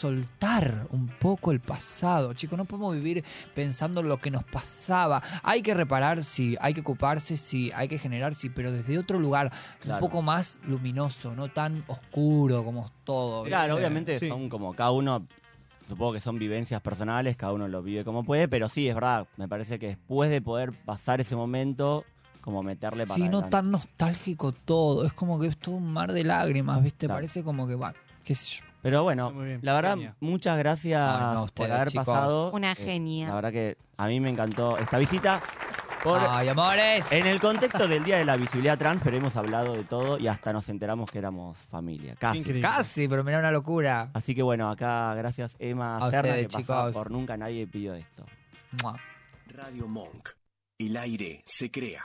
[SPEAKER 8] soltar un poco el pasado, chicos. No podemos vivir pensando en lo que nos pasaba. Hay que reparar, sí. Hay que ocuparse, sí. Hay que generar, sí. Pero desde otro lugar,
[SPEAKER 1] Claro.
[SPEAKER 8] un poco más luminoso, no tan oscuro como todo.
[SPEAKER 1] Claro,
[SPEAKER 8] ¿viste?
[SPEAKER 1] obviamente
[SPEAKER 2] sí.
[SPEAKER 1] son como cada uno, supongo que son vivencias personales, cada uno lo vive como puede, pero sí, es verdad, me parece que después de poder pasar ese momento, como meterle para
[SPEAKER 8] Sí, no
[SPEAKER 1] adelante.
[SPEAKER 8] tan nostálgico todo. Es como que es todo un mar de lágrimas, ¿viste?
[SPEAKER 1] Claro.
[SPEAKER 8] Parece como que va. qué sé yo.
[SPEAKER 1] Pero
[SPEAKER 2] Está
[SPEAKER 1] bueno,
[SPEAKER 2] muy bien,
[SPEAKER 1] la verdad,
[SPEAKER 2] genia.
[SPEAKER 1] muchas gracias
[SPEAKER 8] Ay, Ah, no,
[SPEAKER 1] por
[SPEAKER 8] ustedes,
[SPEAKER 1] haber
[SPEAKER 8] chicos.
[SPEAKER 1] pasado.
[SPEAKER 3] Una
[SPEAKER 1] Eh,
[SPEAKER 3] genia.
[SPEAKER 1] La verdad que a mí me encantó esta visita. Por,
[SPEAKER 8] Ay, amores.
[SPEAKER 1] En el contexto del Día de la Visibilidad Trans, pero hemos hablado de todo y hasta nos enteramos que éramos familia, casi.
[SPEAKER 2] Increíble.
[SPEAKER 8] Casi, pero mira una locura.
[SPEAKER 1] Así que bueno, acá gracias Emma
[SPEAKER 8] A
[SPEAKER 1] Serna
[SPEAKER 8] ustedes,
[SPEAKER 1] que pasaba
[SPEAKER 8] chicos.
[SPEAKER 1] por Nunca Nadie pidió esto.
[SPEAKER 8] Mua.
[SPEAKER 9] Radio Monk. El aire se crea.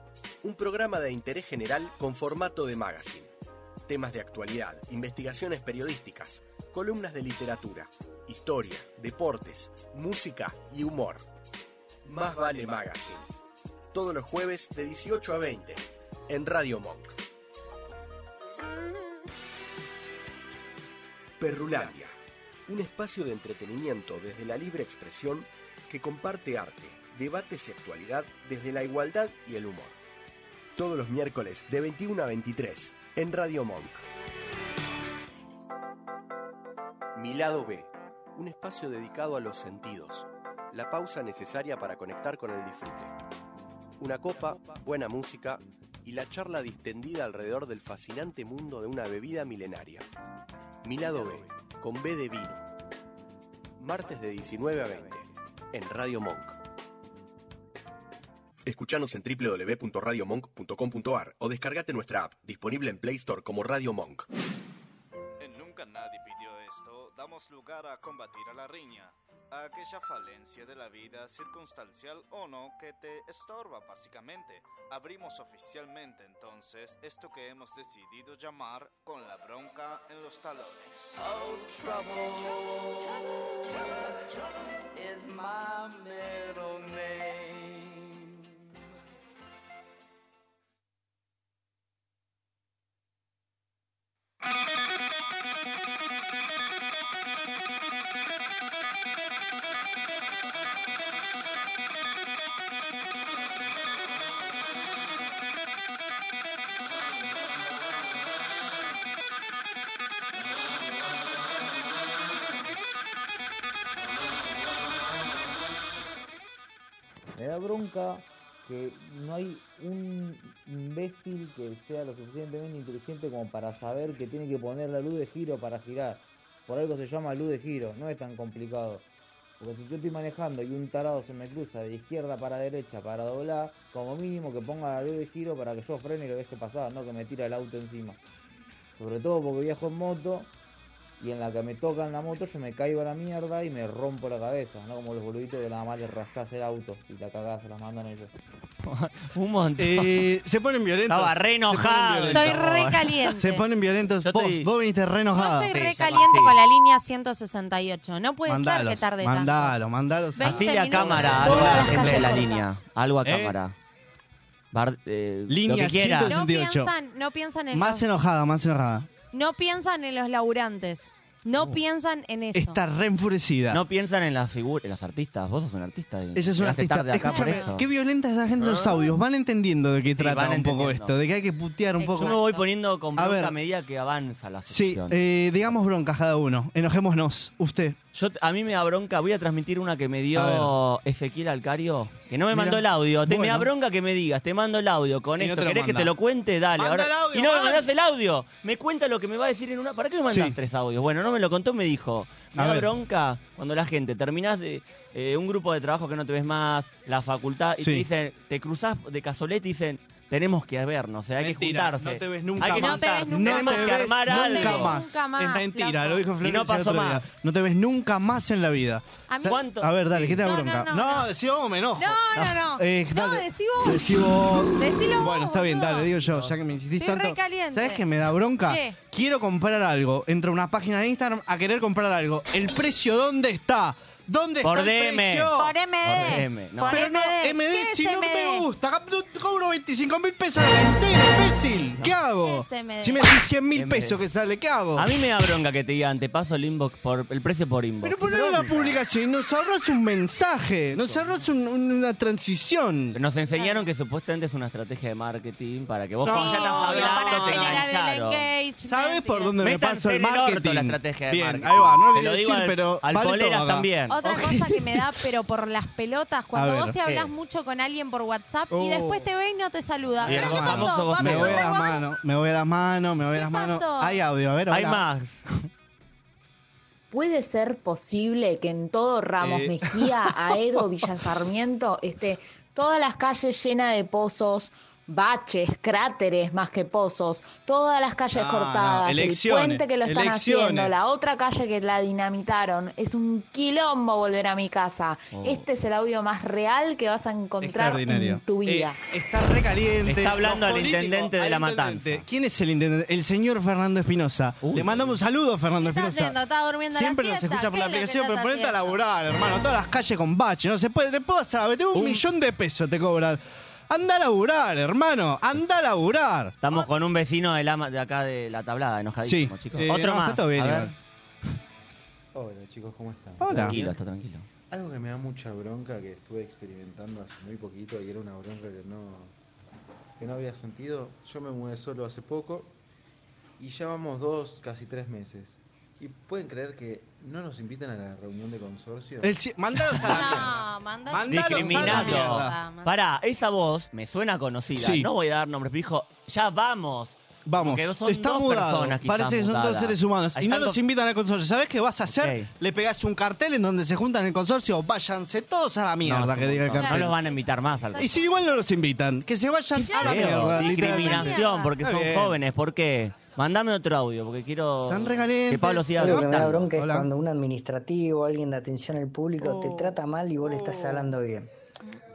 [SPEAKER 10] Un programa de interés general con formato de magazine. Temas de actualidad, investigaciones periodísticas, columnas de literatura, historia, deportes, música y humor. Más vale magazine. Todos los jueves de 18 a 20 en Radio Monk. Perrulandia. Un espacio de entretenimiento desde la libre expresión que comparte arte, debates y actualidad desde la igualdad y el humor. Todos los miércoles de 21 a 23 en Radio Monk. Mi lado B, un espacio dedicado a los sentidos, la pausa necesaria para conectar con el disfrute. Una copa, buena música y la charla distendida alrededor del fascinante mundo de una bebida milenaria. Mi lado B, con B de vino. Martes de 19 a 20, en Radio Monk. Escuchanos en www.radiomonk.com.ar o descargate nuestra app, disponible en Play Store como Radio Monk.
[SPEAKER 6] En Eh, Nunca nadie pidió esto, damos lugar a combatir a la riña, a aquella falencia de la vida circunstancial o no que te estorba básicamente. Abrimos oficialmente entonces esto que hemos decidido llamar con la bronca en los talones.
[SPEAKER 7] Me da bronca que no hay un imbécil que sea lo suficientemente inteligente como para saber que tiene que poner la luz de giro para girar. Por algo se llama luz de giro, no es tan complicado. Porque si yo estoy manejando y un tarado se me cruza de izquierda para derecha para doblar, como mínimo que ponga la luz de giro para que yo frene y lo deje pasar, no que me tira el auto encima. Sobre todo porque viajo en moto y en la que me tocan la moto yo me caigo a la mierda y me rompo la cabeza, no como los boluditos que nada más les rascas el auto y la cagada se las mandan ellos.
[SPEAKER 1] Un montón.
[SPEAKER 2] Eh, se ponen violentos.
[SPEAKER 1] Estaba re enojado.
[SPEAKER 2] Se ponen
[SPEAKER 3] Estoy
[SPEAKER 2] violentos.
[SPEAKER 3] re caliente.
[SPEAKER 2] Se ponen violentos.
[SPEAKER 1] Yo
[SPEAKER 2] Vos,
[SPEAKER 1] estoy-
[SPEAKER 2] vos viniste re
[SPEAKER 3] Yo
[SPEAKER 2] enojada.
[SPEAKER 3] estoy
[SPEAKER 8] Sí,
[SPEAKER 3] re
[SPEAKER 8] ya
[SPEAKER 3] caliente
[SPEAKER 8] pasé.
[SPEAKER 3] con la línea 168. No puede ser
[SPEAKER 2] Mandalos,
[SPEAKER 3] que tarde
[SPEAKER 2] mandalos, mandalos.
[SPEAKER 3] Veinte
[SPEAKER 1] Hacile a
[SPEAKER 3] minutos.
[SPEAKER 1] cámara algo
[SPEAKER 3] Todas
[SPEAKER 1] a la
[SPEAKER 3] las
[SPEAKER 1] gente de
[SPEAKER 3] calles
[SPEAKER 1] la
[SPEAKER 3] cortas.
[SPEAKER 1] línea. Algo a
[SPEAKER 2] ¿Eh?
[SPEAKER 1] cámara. Bar- eh, lo
[SPEAKER 2] Línea
[SPEAKER 1] que quiera.
[SPEAKER 3] tanto. No
[SPEAKER 2] 168.
[SPEAKER 3] piensan, no piensan en
[SPEAKER 2] Ah, Más
[SPEAKER 3] los,
[SPEAKER 2] enojada, más enojada.
[SPEAKER 3] no piensan en los laburantes. No piensan en eso.
[SPEAKER 2] Está re enfurecida.
[SPEAKER 1] No piensan en las figuras, en las artistas. Vos sos un artista. y
[SPEAKER 2] Ella es una
[SPEAKER 1] Mm. llegaste
[SPEAKER 2] artista.
[SPEAKER 1] tarde acá por
[SPEAKER 2] Escúchame,
[SPEAKER 1] eso.
[SPEAKER 2] qué violenta es la gente de los audios. Van entendiendo de qué trata
[SPEAKER 1] van
[SPEAKER 2] un poco
[SPEAKER 1] entendiendo.
[SPEAKER 2] esto, de que hay que putear un
[SPEAKER 1] Yo
[SPEAKER 2] poco.
[SPEAKER 1] me voy poniendo con
[SPEAKER 2] A
[SPEAKER 1] bronca a
[SPEAKER 2] ver.
[SPEAKER 1] medida que avanza la
[SPEAKER 2] Sí,
[SPEAKER 1] sección.
[SPEAKER 2] eh, digamos broncas cada uno. Enojémonos. Usted,
[SPEAKER 1] Yo, a mí me da bronca, voy a transmitir una que me dio Ezequiel Alcario, que no me
[SPEAKER 2] Mirá.
[SPEAKER 1] mandó el audio. Te, Me da
[SPEAKER 2] Bueno.
[SPEAKER 1] bronca que me digas, te mando el audio con
[SPEAKER 2] Y no te
[SPEAKER 1] esto.
[SPEAKER 2] lo
[SPEAKER 1] ¿Querés que
[SPEAKER 2] manda.
[SPEAKER 1] te lo cuente? Dale.
[SPEAKER 2] Manda
[SPEAKER 1] ahora-
[SPEAKER 2] el audio,
[SPEAKER 1] y no me
[SPEAKER 2] manda.
[SPEAKER 1] mandás el audio. Me cuenta lo que me va a decir en una. ¿Para qué me mandás
[SPEAKER 2] Sí.
[SPEAKER 1] tres audios? Bueno, no me lo contó, me dijo. Me
[SPEAKER 2] A
[SPEAKER 1] da
[SPEAKER 2] ver.
[SPEAKER 1] bronca cuando la gente terminás de, eh, un grupo de trabajo que no te ves más, la facultad, y
[SPEAKER 2] Sí.
[SPEAKER 1] te dicen, te cruzás de cazolete y dicen. Tenemos que vernos, o sea, hay
[SPEAKER 2] Mentira,
[SPEAKER 1] que juntarse.
[SPEAKER 2] no te ves nunca
[SPEAKER 1] Hay que
[SPEAKER 2] más. No te ves
[SPEAKER 1] juntarse,
[SPEAKER 2] nunca
[SPEAKER 1] tenemos
[SPEAKER 2] más.
[SPEAKER 1] que armar
[SPEAKER 2] No te
[SPEAKER 1] algo.
[SPEAKER 2] ves
[SPEAKER 3] Nunca más,
[SPEAKER 2] Es mentira,
[SPEAKER 3] flaco.
[SPEAKER 2] lo dijo Florencia
[SPEAKER 1] Y no pasó
[SPEAKER 2] el otro día.
[SPEAKER 1] más.
[SPEAKER 2] No te ves nunca más en la vida.
[SPEAKER 3] A mí-
[SPEAKER 2] O sea,
[SPEAKER 3] ¿Cuánto?
[SPEAKER 2] A ver, dale, ¿qué te da
[SPEAKER 3] No, no,
[SPEAKER 2] bronca?
[SPEAKER 3] no, no.
[SPEAKER 2] decí vos, me enojo.
[SPEAKER 3] No, no, no.
[SPEAKER 2] Ah, eh,
[SPEAKER 3] no,
[SPEAKER 2] dale.
[SPEAKER 3] decí vos.
[SPEAKER 2] Decí vos.
[SPEAKER 3] Decilo
[SPEAKER 2] Bueno,
[SPEAKER 3] vos,
[SPEAKER 2] está bien,
[SPEAKER 3] boludo.
[SPEAKER 2] dale, digo yo, ya que me insistís
[SPEAKER 3] Estoy re
[SPEAKER 2] tanto.
[SPEAKER 3] caliente.
[SPEAKER 2] ¿Sabes qué me da bronca?
[SPEAKER 3] ¿Qué?
[SPEAKER 2] Quiero comprar algo. Entro a una página de Instagram a querer comprar algo. ¿El precio dónde está? ¿Dónde
[SPEAKER 1] Por
[SPEAKER 2] está el
[SPEAKER 1] DM.
[SPEAKER 2] precio?
[SPEAKER 3] Por MD.
[SPEAKER 1] Por DM, no.
[SPEAKER 3] Por
[SPEAKER 2] Pero no,
[SPEAKER 3] MD. ¿Qué
[SPEAKER 2] MD,
[SPEAKER 3] es
[SPEAKER 2] si no
[SPEAKER 3] MD?
[SPEAKER 2] me gusta, Cap- cobro 25 mil pesos de bencina, imbécil. ¿Qué hago?
[SPEAKER 3] ¿Qué es MD?
[SPEAKER 2] Si me decís 100 mil
[SPEAKER 1] MD.
[SPEAKER 2] pesos que sale, ¿qué hago?
[SPEAKER 1] A mí me da bronca que te digan, te paso el inbox por el precio por inbox.
[SPEAKER 2] Pero poner una publicación y nos ahorras un mensaje, nos ahorras un- un- una transición.
[SPEAKER 1] Nos enseñaron que supuestamente es una estrategia de marketing para que vos
[SPEAKER 2] No,
[SPEAKER 1] cuando ya estás
[SPEAKER 2] no,
[SPEAKER 1] hablando,
[SPEAKER 3] para
[SPEAKER 1] te
[SPEAKER 3] generar el
[SPEAKER 1] engancharon.
[SPEAKER 3] engagement.
[SPEAKER 2] ¿Sabes por dónde me
[SPEAKER 1] Métanse
[SPEAKER 2] paso el
[SPEAKER 1] en el
[SPEAKER 2] marketing?
[SPEAKER 1] orto la estrategia de
[SPEAKER 2] Bien,
[SPEAKER 1] marketing.
[SPEAKER 2] ahí va, no lo
[SPEAKER 1] Te
[SPEAKER 2] quiero
[SPEAKER 1] lo digo
[SPEAKER 2] decir,
[SPEAKER 1] al-
[SPEAKER 2] pero
[SPEAKER 1] al
[SPEAKER 2] vale
[SPEAKER 1] Poleras
[SPEAKER 2] todo acá.
[SPEAKER 1] también.
[SPEAKER 3] Otra
[SPEAKER 2] Ok.
[SPEAKER 3] cosa que me da, pero por las pelotas, cuando
[SPEAKER 2] A ver.
[SPEAKER 3] vos te hablas
[SPEAKER 1] ¿Qué?
[SPEAKER 3] mucho con alguien por WhatsApp
[SPEAKER 2] Oh.
[SPEAKER 3] y después te ve y no te saluda.
[SPEAKER 1] Bien,
[SPEAKER 3] ¿Pero qué
[SPEAKER 1] famoso
[SPEAKER 3] pasó?
[SPEAKER 1] vos
[SPEAKER 3] Vamos
[SPEAKER 2] Me
[SPEAKER 3] a
[SPEAKER 2] voy a
[SPEAKER 3] ver,
[SPEAKER 2] las
[SPEAKER 3] vamos a-
[SPEAKER 2] manos, me voy a las manos, me voy a las
[SPEAKER 3] ¿Qué
[SPEAKER 2] manos.
[SPEAKER 3] pasó?
[SPEAKER 2] Hay audio, a ver,
[SPEAKER 1] Hay
[SPEAKER 2] hola.
[SPEAKER 1] más.
[SPEAKER 11] ¿Puede ser posible que en todo Ramos
[SPEAKER 2] Eh.
[SPEAKER 11] Mejía, Aedo, Villa Sarmiento esté este, todas las calles llenas de pozos, baches, cráteres más que pozos, todas las calles
[SPEAKER 2] Ah, No, no,
[SPEAKER 11] cortadas, el
[SPEAKER 2] elecciones,
[SPEAKER 11] puente que lo están
[SPEAKER 2] elecciones.
[SPEAKER 11] haciendo, la otra calle que la dinamitaron? Es un quilombo volver a mi casa.
[SPEAKER 1] Oh.
[SPEAKER 11] Este es el audio más real que vas a encontrar
[SPEAKER 2] Extraordinario.
[SPEAKER 11] en tu vida.
[SPEAKER 2] Eh, está recaliente.
[SPEAKER 1] Está hablando
[SPEAKER 2] Los
[SPEAKER 1] al
[SPEAKER 2] políticos,
[SPEAKER 1] intendente de
[SPEAKER 2] al
[SPEAKER 1] La
[SPEAKER 2] intendente.
[SPEAKER 1] Matanza.
[SPEAKER 2] ¿Quién es el intendente? El señor Fernando Espinosa. Le mandamos un saludo, Fernando
[SPEAKER 3] ¿Qué está haciendo?
[SPEAKER 2] Espinosa.
[SPEAKER 3] Está durmiendo a la
[SPEAKER 2] Siempre nos
[SPEAKER 3] siesta.
[SPEAKER 2] escucha por
[SPEAKER 3] ¿Qué es
[SPEAKER 2] la
[SPEAKER 3] lo que
[SPEAKER 2] aplicación, pero
[SPEAKER 3] estás
[SPEAKER 2] ponete a
[SPEAKER 3] haciendo?
[SPEAKER 2] laburar, hermano. Todas las calles con bache, no se puede. Te puedo saber, tengo un, millón de pesos, te cobran. Anda a laburar, hermano. Anda a laburar.
[SPEAKER 1] Estamos con un vecino de, la, ma- de acá de la tablada, enojadísimo,
[SPEAKER 2] Sí.
[SPEAKER 1] chicos.
[SPEAKER 2] Eh,
[SPEAKER 1] Otro
[SPEAKER 2] no,
[SPEAKER 1] más.
[SPEAKER 2] está todo bien
[SPEAKER 1] A ver.
[SPEAKER 2] igual.
[SPEAKER 12] Hola chicos, ¿cómo están?
[SPEAKER 2] Hola.
[SPEAKER 1] Tranquilo, está tranquilo.
[SPEAKER 12] Algo que me da mucha bronca que estuve experimentando hace muy poquito y era una bronca que no, que no había sentido. Yo me mudé solo hace poco y ya vamos dos, casi tres meses. ¿Y pueden creer que no nos invitan a la reunión de consorcio?
[SPEAKER 2] El ci- mándalos a la mierda.
[SPEAKER 3] No, mandalo.
[SPEAKER 2] Mandalo,
[SPEAKER 3] mandalo.
[SPEAKER 1] Discriminado.
[SPEAKER 3] Mandalo.
[SPEAKER 1] Pará, esa voz me suena conocida.
[SPEAKER 2] Sí.
[SPEAKER 1] No voy a dar nombres, pero dijo, ya vamos.
[SPEAKER 2] Vamos,
[SPEAKER 1] Porque son
[SPEAKER 2] está
[SPEAKER 1] dos
[SPEAKER 2] mudado.
[SPEAKER 1] personas que
[SPEAKER 2] Parece
[SPEAKER 1] están
[SPEAKER 2] que son dos
[SPEAKER 1] mudadas.
[SPEAKER 2] seres humanos.
[SPEAKER 1] Ahí
[SPEAKER 2] Y no
[SPEAKER 1] están
[SPEAKER 2] los
[SPEAKER 1] dos-
[SPEAKER 2] invitan al consorcio. ¿Sabés qué vas a hacer?
[SPEAKER 1] Ok.
[SPEAKER 2] Le pegás un cartel en donde se juntan el consorcio. Váyanse todos a la mierda
[SPEAKER 1] No,
[SPEAKER 2] que diga el
[SPEAKER 1] no,
[SPEAKER 2] cartel.
[SPEAKER 1] No los van a invitar más al
[SPEAKER 2] Y si igual no los invitan, que se vayan a la
[SPEAKER 1] Feo,
[SPEAKER 2] mierda. literalmente.
[SPEAKER 1] discriminación, porque
[SPEAKER 2] Está
[SPEAKER 1] son
[SPEAKER 2] bien.
[SPEAKER 1] jóvenes. ¿Por qué? Mandame otro audio, porque quiero
[SPEAKER 2] Están regalientes.
[SPEAKER 1] que Pablo siga
[SPEAKER 13] Algo que me da
[SPEAKER 1] contando.
[SPEAKER 13] bronca es
[SPEAKER 2] Hola.
[SPEAKER 13] cuando un administrativo, alguien de atención al público,
[SPEAKER 14] Oh.
[SPEAKER 13] te trata mal y vos le estás hablando bien.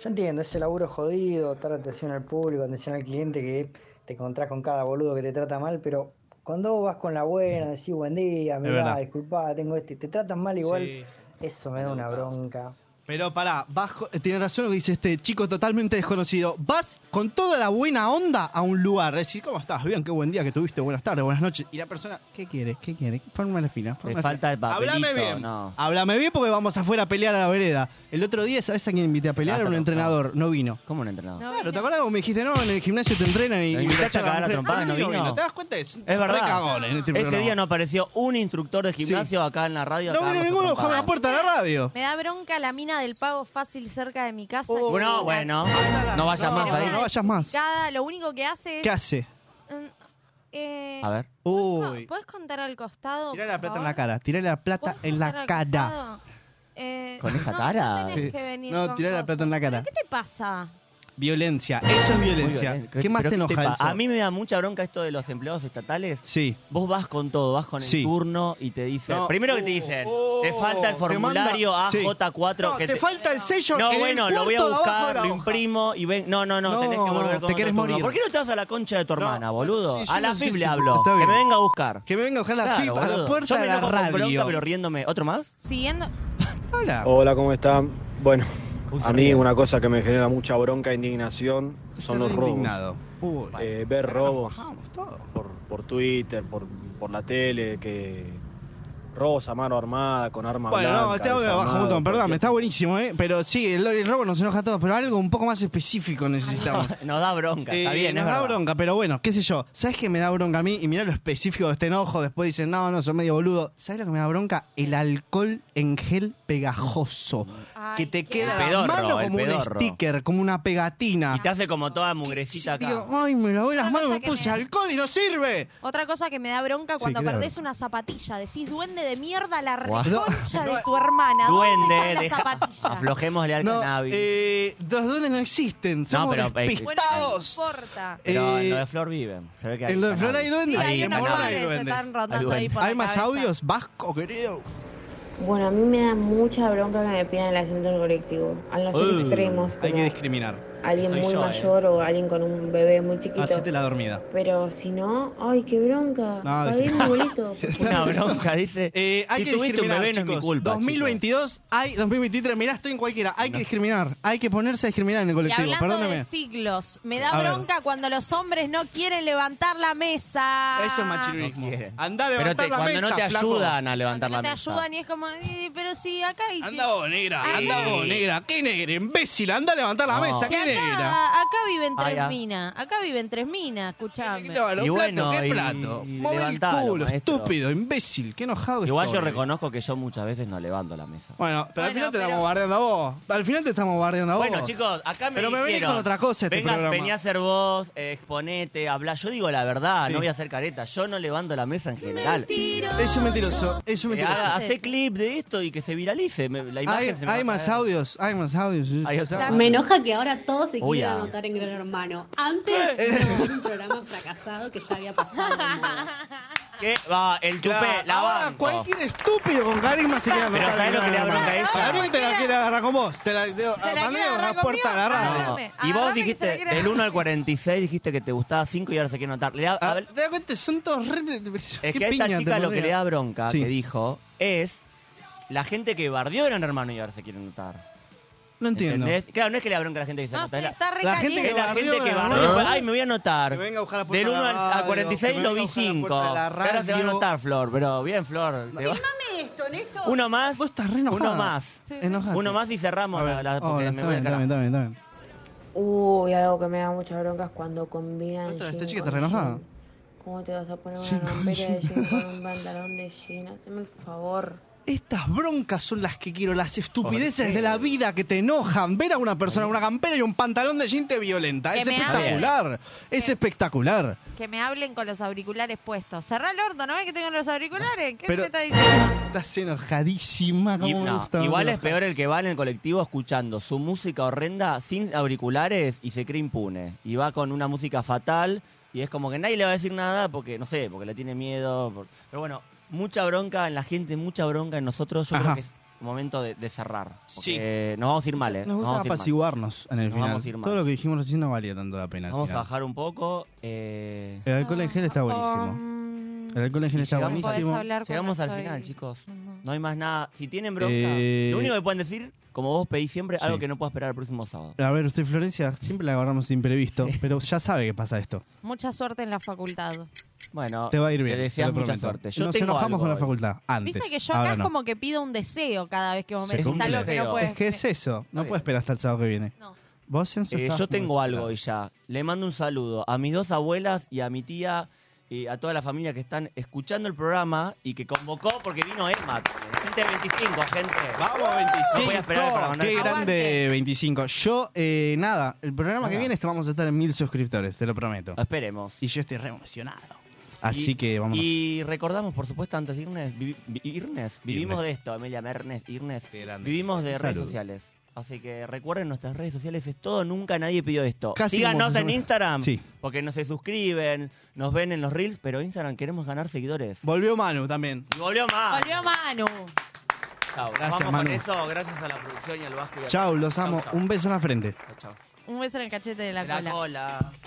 [SPEAKER 13] Yo entiendo, es el laburo jodido, estar atención al público, atención al cliente, que te encontrás con cada boludo que te trata mal, pero cuando vos vas con la buena, decís buen día, mirá,
[SPEAKER 2] Mm. verdad.
[SPEAKER 13] disculpá, tengo este, te tratan mal igual,
[SPEAKER 2] Sí,
[SPEAKER 13] eso me da una bronca.
[SPEAKER 2] Pero pará, vas co- tiene razón lo que dice este chico totalmente desconocido. Vas con toda la buena onda a un lugar. Decís, ¿cómo estás? Bien, qué buen día que tuviste, buenas tardes, buenas noches. Y la persona, ¿qué quiere? ¿Qué quiere? Forma la fila. forma
[SPEAKER 1] Le
[SPEAKER 2] la
[SPEAKER 1] falta el
[SPEAKER 2] fila.
[SPEAKER 1] papelito.
[SPEAKER 2] Háblame bien.
[SPEAKER 1] No.
[SPEAKER 2] Háblame bien porque vamos afuera a pelear a la vereda. El otro día, ¿sabes a quién invité a pelear? Era un
[SPEAKER 1] Lázaro,
[SPEAKER 2] entrenador, no vino.
[SPEAKER 1] ¿Cómo un entrenador?
[SPEAKER 3] No,
[SPEAKER 2] Claro, ¿te acordás cómo me dijiste? No, en el gimnasio te entrenan y.
[SPEAKER 1] Lo
[SPEAKER 2] y
[SPEAKER 1] invitaste a
[SPEAKER 2] la
[SPEAKER 1] cagar a
[SPEAKER 2] mujer-
[SPEAKER 1] trompadas,
[SPEAKER 2] Ah,
[SPEAKER 1] no vino.
[SPEAKER 2] ¿Te das cuenta? Es, un
[SPEAKER 1] Es verdad.
[SPEAKER 2] re cagón en este
[SPEAKER 1] Ese
[SPEAKER 2] programa.
[SPEAKER 1] día no apareció un instructor de gimnasio acá en la radio.
[SPEAKER 2] No vino
[SPEAKER 1] acabamos
[SPEAKER 2] ninguno,
[SPEAKER 1] atrompados.
[SPEAKER 2] bajame la puerta de la radio.
[SPEAKER 3] Me da bronca la mina del pago fácil cerca de mi casa.
[SPEAKER 2] Oh.
[SPEAKER 3] que
[SPEAKER 1] Bueno,
[SPEAKER 3] está
[SPEAKER 1] bueno.
[SPEAKER 2] Ándala.
[SPEAKER 1] No vayas
[SPEAKER 2] No,
[SPEAKER 1] más ahí.
[SPEAKER 2] no vayas más.
[SPEAKER 3] picada, Lo único que hace es...
[SPEAKER 2] ¿Qué hace?
[SPEAKER 3] Mm, eh,
[SPEAKER 1] A ver.
[SPEAKER 2] Uy.
[SPEAKER 3] ¿Podés contar al costado?
[SPEAKER 2] Tirá
[SPEAKER 3] por
[SPEAKER 2] la plata en
[SPEAKER 3] favor?
[SPEAKER 2] la cara, tirá la plata
[SPEAKER 3] ¿Podés
[SPEAKER 2] en
[SPEAKER 3] contar
[SPEAKER 2] la
[SPEAKER 3] al
[SPEAKER 2] cara.
[SPEAKER 3] costado? Eh,
[SPEAKER 1] ¿Con esa
[SPEAKER 3] no,
[SPEAKER 1] cara?
[SPEAKER 3] No,
[SPEAKER 2] Sí.
[SPEAKER 3] tenés que venir
[SPEAKER 2] No,
[SPEAKER 3] con
[SPEAKER 2] tirá la
[SPEAKER 3] cosas.
[SPEAKER 2] plata en la cara.
[SPEAKER 3] ¿Pero ¿Qué te pasa?
[SPEAKER 2] Violencia, eso es violencia.
[SPEAKER 1] Muy bien. eh,
[SPEAKER 2] ¿Qué más te
[SPEAKER 1] Pero
[SPEAKER 2] enoja
[SPEAKER 1] pa-
[SPEAKER 2] eso?
[SPEAKER 1] A mí me da mucha bronca esto de los empleados estatales.
[SPEAKER 2] Sí.
[SPEAKER 1] Vos vas con todo, vas con el
[SPEAKER 2] Sí.
[SPEAKER 1] turno y te dicen.
[SPEAKER 2] No.
[SPEAKER 1] Primero que te dicen,
[SPEAKER 2] Oh,
[SPEAKER 1] te falta el
[SPEAKER 2] te manda-
[SPEAKER 1] formulario
[SPEAKER 2] Sí.
[SPEAKER 1] AJ4.
[SPEAKER 2] No,
[SPEAKER 1] que
[SPEAKER 2] te, falta el sello. en
[SPEAKER 1] No,
[SPEAKER 2] el
[SPEAKER 1] bueno, lo voy a
[SPEAKER 2] cuarto de abajo de
[SPEAKER 1] buscar,
[SPEAKER 2] la
[SPEAKER 1] lo
[SPEAKER 2] hoja.
[SPEAKER 1] imprimo y ven. No, no, no,
[SPEAKER 2] No,
[SPEAKER 1] tenés que volver
[SPEAKER 2] no,
[SPEAKER 1] con
[SPEAKER 2] te
[SPEAKER 1] otro
[SPEAKER 2] querés
[SPEAKER 1] turno.
[SPEAKER 2] morir.
[SPEAKER 1] ¿Por qué no te vas a la concha de tu hermana, boludo?
[SPEAKER 2] sí, yo
[SPEAKER 1] a la
[SPEAKER 2] no sé
[SPEAKER 1] FIP
[SPEAKER 2] si-
[SPEAKER 1] le hablo.
[SPEAKER 2] está
[SPEAKER 1] Que me
[SPEAKER 2] bien.
[SPEAKER 1] venga a buscar.
[SPEAKER 2] Que me venga a buscar la
[SPEAKER 1] Claro,
[SPEAKER 2] FIP a la
[SPEAKER 1] boludo.
[SPEAKER 2] puerta
[SPEAKER 1] Yo me
[SPEAKER 2] de la
[SPEAKER 1] enojo con bronca,
[SPEAKER 2] radio.
[SPEAKER 1] pero riéndome. ¿Otro más?
[SPEAKER 3] Siguiendo...
[SPEAKER 2] Hola.
[SPEAKER 15] Hola, ¿cómo están? Bueno,
[SPEAKER 1] Uy, se
[SPEAKER 15] a mí
[SPEAKER 1] ríe.
[SPEAKER 15] una cosa que me genera mucha bronca e indignación son los
[SPEAKER 2] Estoy
[SPEAKER 15] robos.
[SPEAKER 2] indignado. Uy,
[SPEAKER 15] Eh, ver
[SPEAKER 2] acá nos
[SPEAKER 15] robos
[SPEAKER 2] bajamos todos.
[SPEAKER 15] por, por Twitter, por, por la tele, que robos a mano armada, con armas
[SPEAKER 2] Bueno, no,
[SPEAKER 15] blancas.
[SPEAKER 2] este audio lo bajo un
[SPEAKER 15] desarmados,
[SPEAKER 2] montón,
[SPEAKER 15] cualquier-
[SPEAKER 2] perdóname, está buenísimo, ¿eh? Pero sí, el, el robo nos enoja a todos, pero algo un poco más específico necesitamos.
[SPEAKER 1] Nos da bronca, está
[SPEAKER 2] Eh,
[SPEAKER 1] bien,
[SPEAKER 2] nos
[SPEAKER 1] es
[SPEAKER 2] da
[SPEAKER 1] verdad.
[SPEAKER 2] bronca, pero bueno, qué sé yo. ¿Sabes qué me da bronca a mí? Y mirá lo específico de este enojo. Después dicen, no, no, son medio boludo. ¿Sabes lo que me da bronca? El alcohol en gel pegajoso. que te queda en la
[SPEAKER 1] pedorro,
[SPEAKER 2] mano
[SPEAKER 1] el
[SPEAKER 2] como un
[SPEAKER 1] pedorro.
[SPEAKER 2] sticker, como una pegatina.
[SPEAKER 1] Y te hace como toda mugrecita acá.
[SPEAKER 2] Digo, ay, me lavé las manos, me
[SPEAKER 3] que
[SPEAKER 2] puse
[SPEAKER 3] me-
[SPEAKER 2] alcohol y no sirve.
[SPEAKER 3] Otra cosa que me da bronca
[SPEAKER 2] Sí,
[SPEAKER 3] cuando
[SPEAKER 2] claro.
[SPEAKER 3] perdés una zapatilla. Decís, duende de mierda, la
[SPEAKER 1] Guau.
[SPEAKER 3] reconcha de tu hermana. ¿Dónde
[SPEAKER 1] Duende,
[SPEAKER 3] están las
[SPEAKER 1] deja-
[SPEAKER 3] zapatillas?
[SPEAKER 1] aflojémosle al
[SPEAKER 2] No,
[SPEAKER 1] cannabis.
[SPEAKER 2] eh, los duendes no existen,
[SPEAKER 1] No,
[SPEAKER 2] somos
[SPEAKER 1] pero- eh,
[SPEAKER 2] despistados.
[SPEAKER 3] Bueno, no importa.
[SPEAKER 1] Pero
[SPEAKER 2] eh,
[SPEAKER 1] en lo de Flor viven. Se ve que
[SPEAKER 2] En lo de Flor hay duendes.
[SPEAKER 3] Sí, hay
[SPEAKER 2] en
[SPEAKER 3] unos
[SPEAKER 2] Morón
[SPEAKER 3] duendes, están rondando
[SPEAKER 2] Hay
[SPEAKER 3] ahí
[SPEAKER 2] duendes.
[SPEAKER 3] por la
[SPEAKER 2] Hay más
[SPEAKER 3] cabeza.
[SPEAKER 2] audios, Vasco, querido.
[SPEAKER 14] Bueno, a mí me da mucha bronca que me pidan el asiento en el colectivo. A los
[SPEAKER 2] Uh,
[SPEAKER 14] extremos,
[SPEAKER 2] Hay
[SPEAKER 14] como
[SPEAKER 2] que discriminar.
[SPEAKER 14] alguien
[SPEAKER 2] Soy
[SPEAKER 14] muy
[SPEAKER 2] yo, eh. Ah,
[SPEAKER 14] mayor o alguien con un bebé muy chiquito.
[SPEAKER 2] Hacete la dormida.
[SPEAKER 14] Pero si no, ay, qué bronca.
[SPEAKER 2] No,
[SPEAKER 14] Pagué mi boleto.
[SPEAKER 1] Una bronca, dice.
[SPEAKER 2] Eh, hay
[SPEAKER 1] si
[SPEAKER 2] que
[SPEAKER 1] tuviste un
[SPEAKER 2] discriminar,
[SPEAKER 1] bebé no es mi
[SPEAKER 2] chicos.
[SPEAKER 1] culpa.
[SPEAKER 2] 2022, hay 2023, mirá, estoy en cualquiera. Hay que discriminar, hay que ponerse a discriminar en el
[SPEAKER 3] Y
[SPEAKER 2] colectivo,
[SPEAKER 3] hablando
[SPEAKER 2] perdóneme.
[SPEAKER 3] de siglos, me da
[SPEAKER 2] A ver.
[SPEAKER 3] bronca cuando los hombres no quieren levantar la mesa.
[SPEAKER 2] Eso es machirulismo. Andá a levantar
[SPEAKER 1] Pero te-
[SPEAKER 2] la
[SPEAKER 1] cuando
[SPEAKER 2] mesa,
[SPEAKER 1] no te
[SPEAKER 2] flaco.
[SPEAKER 1] ayudan a levantar
[SPEAKER 3] No
[SPEAKER 1] la
[SPEAKER 3] te
[SPEAKER 1] mesa.
[SPEAKER 3] ayudan y es como, "Eh, pero sí, acá hay...
[SPEAKER 2] Anda vos, negra,
[SPEAKER 3] Ay.
[SPEAKER 2] anda vos, negra. ¿Qué negra? Imbécil, anda a levantar la
[SPEAKER 1] No.
[SPEAKER 2] mesa,
[SPEAKER 3] Que
[SPEAKER 2] qué negra.
[SPEAKER 3] acá, acá viven tres
[SPEAKER 2] Ah, ya.
[SPEAKER 3] minas, acá viven tres minas, escuchame.
[SPEAKER 2] Los
[SPEAKER 1] Y
[SPEAKER 2] platos,
[SPEAKER 1] bueno,
[SPEAKER 2] ¿qué
[SPEAKER 1] y-
[SPEAKER 2] plato?
[SPEAKER 1] y
[SPEAKER 2] Mover el
[SPEAKER 1] levantalo,
[SPEAKER 2] culo,
[SPEAKER 1] maestro.
[SPEAKER 2] estúpido, imbécil, qué enojado
[SPEAKER 1] Igual
[SPEAKER 2] estoy.
[SPEAKER 1] yo reconozco que yo muchas veces no levanto la mesa.
[SPEAKER 2] Bueno, pero al
[SPEAKER 1] Bueno,
[SPEAKER 2] final te
[SPEAKER 1] pero-
[SPEAKER 2] estamos bardeando a vos. Al final te estamos bardeando a vos.
[SPEAKER 1] Bueno, chicos, acá me
[SPEAKER 2] Pero me venís
[SPEAKER 1] dijeron,
[SPEAKER 2] con otra cosa este
[SPEAKER 1] venga,
[SPEAKER 2] programa.
[SPEAKER 1] Vení a hacer vos, eh, exponete, hablá. Yo digo la verdad,
[SPEAKER 2] Sí.
[SPEAKER 1] no voy a hacer careta. Yo no levanto la mesa en general.
[SPEAKER 2] Es un mentiroso, es un
[SPEAKER 1] Eh,
[SPEAKER 2] mentiroso.
[SPEAKER 1] haga- hacé clip de esto y que se viralice. Me- la imagen
[SPEAKER 2] Hay,
[SPEAKER 1] se me va
[SPEAKER 2] hay
[SPEAKER 1] a
[SPEAKER 2] más
[SPEAKER 1] caer.
[SPEAKER 2] audios, hay más audios. Chao.
[SPEAKER 16] Me enoja que ahora todos se
[SPEAKER 2] Uy,
[SPEAKER 16] quieran
[SPEAKER 2] ah.
[SPEAKER 16] votar en Gran Hermano. Antes
[SPEAKER 2] Eh.
[SPEAKER 16] no, era un programa fracasado que ya había pasado. de moda.
[SPEAKER 1] ¿Qué? Va, el tupé,
[SPEAKER 2] Claro,
[SPEAKER 1] la
[SPEAKER 2] ahora
[SPEAKER 1] banco.
[SPEAKER 2] cualquier estúpido con carisma se queda
[SPEAKER 1] Pero ¿sabés lo que le da bronca a ella?
[SPEAKER 2] Gabriel te la quiere agarrar con vos. Te la, te,
[SPEAKER 1] quiere
[SPEAKER 2] mandale a
[SPEAKER 1] agarrar
[SPEAKER 2] la puerta de la radio.
[SPEAKER 1] No, Y vos dijiste, del 1 al 46 dijiste que te gustaba 5 y ahora se quiere notar. Le da-
[SPEAKER 2] Ah, ¿Te das cuenta? Son todos re...
[SPEAKER 1] Es que a esta chica lo que le da bronca, que dijo, es la gente que bardeó Gran Hermano y ahora se quiere notar.
[SPEAKER 2] No entiendo.
[SPEAKER 1] ¿Entendés? Claro, no es que le da bronca a la gente que se
[SPEAKER 2] No,
[SPEAKER 1] anota,
[SPEAKER 2] sí,
[SPEAKER 1] es la-
[SPEAKER 2] está re
[SPEAKER 1] la gente
[SPEAKER 2] caliente.
[SPEAKER 1] que la
[SPEAKER 2] bardeó
[SPEAKER 1] gente que
[SPEAKER 2] Gran
[SPEAKER 1] bardeó.
[SPEAKER 2] Hermano.
[SPEAKER 1] fue, Ay, me voy a anotar.
[SPEAKER 2] Que venga a buscar la puerta
[SPEAKER 1] Del
[SPEAKER 2] de la
[SPEAKER 1] 1 al
[SPEAKER 2] radio,
[SPEAKER 1] a 46
[SPEAKER 2] que
[SPEAKER 1] lo
[SPEAKER 2] venga a
[SPEAKER 1] vi
[SPEAKER 2] buscar la
[SPEAKER 1] 5.
[SPEAKER 2] puerta de la
[SPEAKER 1] Ahora se va a
[SPEAKER 2] radio.
[SPEAKER 1] anotar, Flor, pero bien, Flor. te va-
[SPEAKER 16] esto, Néstor.
[SPEAKER 1] Uno más.
[SPEAKER 2] Vos estás re
[SPEAKER 1] Uno
[SPEAKER 2] enojada.
[SPEAKER 1] más.
[SPEAKER 2] Enojate.
[SPEAKER 1] Uno más y cerramos la, la- Ah, porque
[SPEAKER 2] Hola,
[SPEAKER 1] me
[SPEAKER 2] está
[SPEAKER 1] voy a
[SPEAKER 2] bien,
[SPEAKER 1] cagar.
[SPEAKER 2] está bien, está bien, está bien.
[SPEAKER 14] Uy, algo que me da mucha bronca es cuando combinan
[SPEAKER 2] Esta-
[SPEAKER 14] jean
[SPEAKER 2] esta chica
[SPEAKER 14] con
[SPEAKER 2] está re enojada.
[SPEAKER 14] jean. ¿Cómo te vas a poner
[SPEAKER 2] Jean
[SPEAKER 14] una
[SPEAKER 2] con
[SPEAKER 14] campera de
[SPEAKER 2] jean.
[SPEAKER 14] jean con un pantalón de jean? Haceme el favor.
[SPEAKER 2] Estas broncas son las que quiero, las estupideces de la vida que te enojan. Ver a una persona, una campera y un pantalón de jean te violenta.
[SPEAKER 3] Que
[SPEAKER 2] Es
[SPEAKER 3] me
[SPEAKER 2] espectacular. Es espectacular.
[SPEAKER 3] Que me hablen con los auriculares puestos. Cerrá el orto, ¿no ves que tengo los auriculares? ¿Qué
[SPEAKER 2] Pero-
[SPEAKER 3] te está diciendo?
[SPEAKER 2] Estás enojadísima.
[SPEAKER 1] Y-
[SPEAKER 2] como me
[SPEAKER 1] no,
[SPEAKER 2] gusta.
[SPEAKER 1] igual es peor el que va en el colectivo escuchando su música horrenda sin auriculares y se cree impune. Y va con una música fatal y es como que nadie le va a decir nada porque, no sé, porque le tiene miedo. por- Pero bueno, mucha bronca en la gente, mucha bronca en nosotros. Yo
[SPEAKER 2] Ajá.
[SPEAKER 1] creo que es momento de, de cerrar. Porque nos vamos a ir mal, ¿eh?
[SPEAKER 2] Nos
[SPEAKER 1] vamos
[SPEAKER 2] gusta
[SPEAKER 1] a ir mal.
[SPEAKER 2] apaciguarnos en el
[SPEAKER 1] Nos
[SPEAKER 2] final.
[SPEAKER 1] vamos a ir mal.
[SPEAKER 2] Todo lo que dijimos recién no valía tanto la pena. al
[SPEAKER 1] Vamos a
[SPEAKER 2] final.
[SPEAKER 1] bajar un poco. eh,
[SPEAKER 2] El alcohol en gel está
[SPEAKER 3] Ah.
[SPEAKER 2] buenísimo. El alcohol en gel está
[SPEAKER 1] llegamos-
[SPEAKER 2] buenísimo.
[SPEAKER 1] Llegamos al final, chicos. No hay más nada. Si tienen bronca,
[SPEAKER 2] Eh,
[SPEAKER 1] lo único que pueden decir, como vos pedís siempre, algo
[SPEAKER 2] sí.
[SPEAKER 1] que no puedo esperar el próximo sábado.
[SPEAKER 2] A ver, usted Florencia, siempre la agarramos de imprevisto, pero ya sabe que pasa esto.
[SPEAKER 3] Mucha suerte en la facultad.
[SPEAKER 1] Bueno,
[SPEAKER 2] Te va a ir bien.
[SPEAKER 1] Te
[SPEAKER 2] te
[SPEAKER 1] deseamos
[SPEAKER 2] lo
[SPEAKER 1] mucha
[SPEAKER 2] prometo.
[SPEAKER 1] suerte. Yo
[SPEAKER 2] Nos
[SPEAKER 1] tengo
[SPEAKER 2] enojamos
[SPEAKER 1] algo
[SPEAKER 2] con la
[SPEAKER 1] hoy.
[SPEAKER 2] facultad antes.
[SPEAKER 3] Viste que yo
[SPEAKER 2] ahora
[SPEAKER 3] acá es
[SPEAKER 2] no.
[SPEAKER 3] como que pido un deseo cada vez que vos me
[SPEAKER 2] Se
[SPEAKER 3] decís
[SPEAKER 2] cumple.
[SPEAKER 3] algo que no puedes.
[SPEAKER 2] Es que es eso. No puedes esperar hasta el sábado que viene. ¿Vos, Enzo,
[SPEAKER 1] Eh,
[SPEAKER 2] estabas
[SPEAKER 1] yo
[SPEAKER 2] muy
[SPEAKER 1] tengo algo
[SPEAKER 2] desesperado.
[SPEAKER 1] y ya. Le mando un saludo a mis dos abuelas y a mi tía y a toda la familia que están escuchando el programa y que convocó porque vino Emma. también. Gente de 25, gente.
[SPEAKER 2] Vamos,
[SPEAKER 1] No voy a esperar para mandar
[SPEAKER 2] Qué
[SPEAKER 1] el saludo.
[SPEAKER 2] grande 25. Yo, eh, nada, el programa que
[SPEAKER 1] Nada.
[SPEAKER 2] viene este vamos a estar en mil suscriptores, te lo prometo.
[SPEAKER 1] Esperemos.
[SPEAKER 2] Y yo estoy re emocionado. Así
[SPEAKER 1] Y-
[SPEAKER 2] que vamos.
[SPEAKER 1] Y recordamos, por supuesto, antes de irnos, vivi- vi- irnes, vivimos
[SPEAKER 2] Irnes.
[SPEAKER 1] de esto, Emilia Mernes, Irnes, vivimos de redes
[SPEAKER 2] Salud.
[SPEAKER 1] sociales. Así que recuerden nuestras redes sociales, es todo, nunca nadie pidió esto.
[SPEAKER 2] Casi
[SPEAKER 1] Síganos
[SPEAKER 2] como-
[SPEAKER 1] en Instagram,
[SPEAKER 2] Sí.
[SPEAKER 1] porque nos se suscriben, nos ven en los reels, pero Instagram queremos ganar seguidores.
[SPEAKER 2] Volvió Manu también.
[SPEAKER 1] Y volvió más.
[SPEAKER 3] Volvió Manu.
[SPEAKER 1] Chao.
[SPEAKER 2] Gracias,
[SPEAKER 1] Vamos
[SPEAKER 2] Manu.
[SPEAKER 1] con eso, gracias a la producción y al Vasco. y a-
[SPEAKER 2] Chau, los amo.
[SPEAKER 1] Chau, chau.
[SPEAKER 2] Un beso en la frente.
[SPEAKER 1] Chau, chau.
[SPEAKER 3] Un beso en el cachete de la
[SPEAKER 1] La
[SPEAKER 3] cola.
[SPEAKER 1] cola.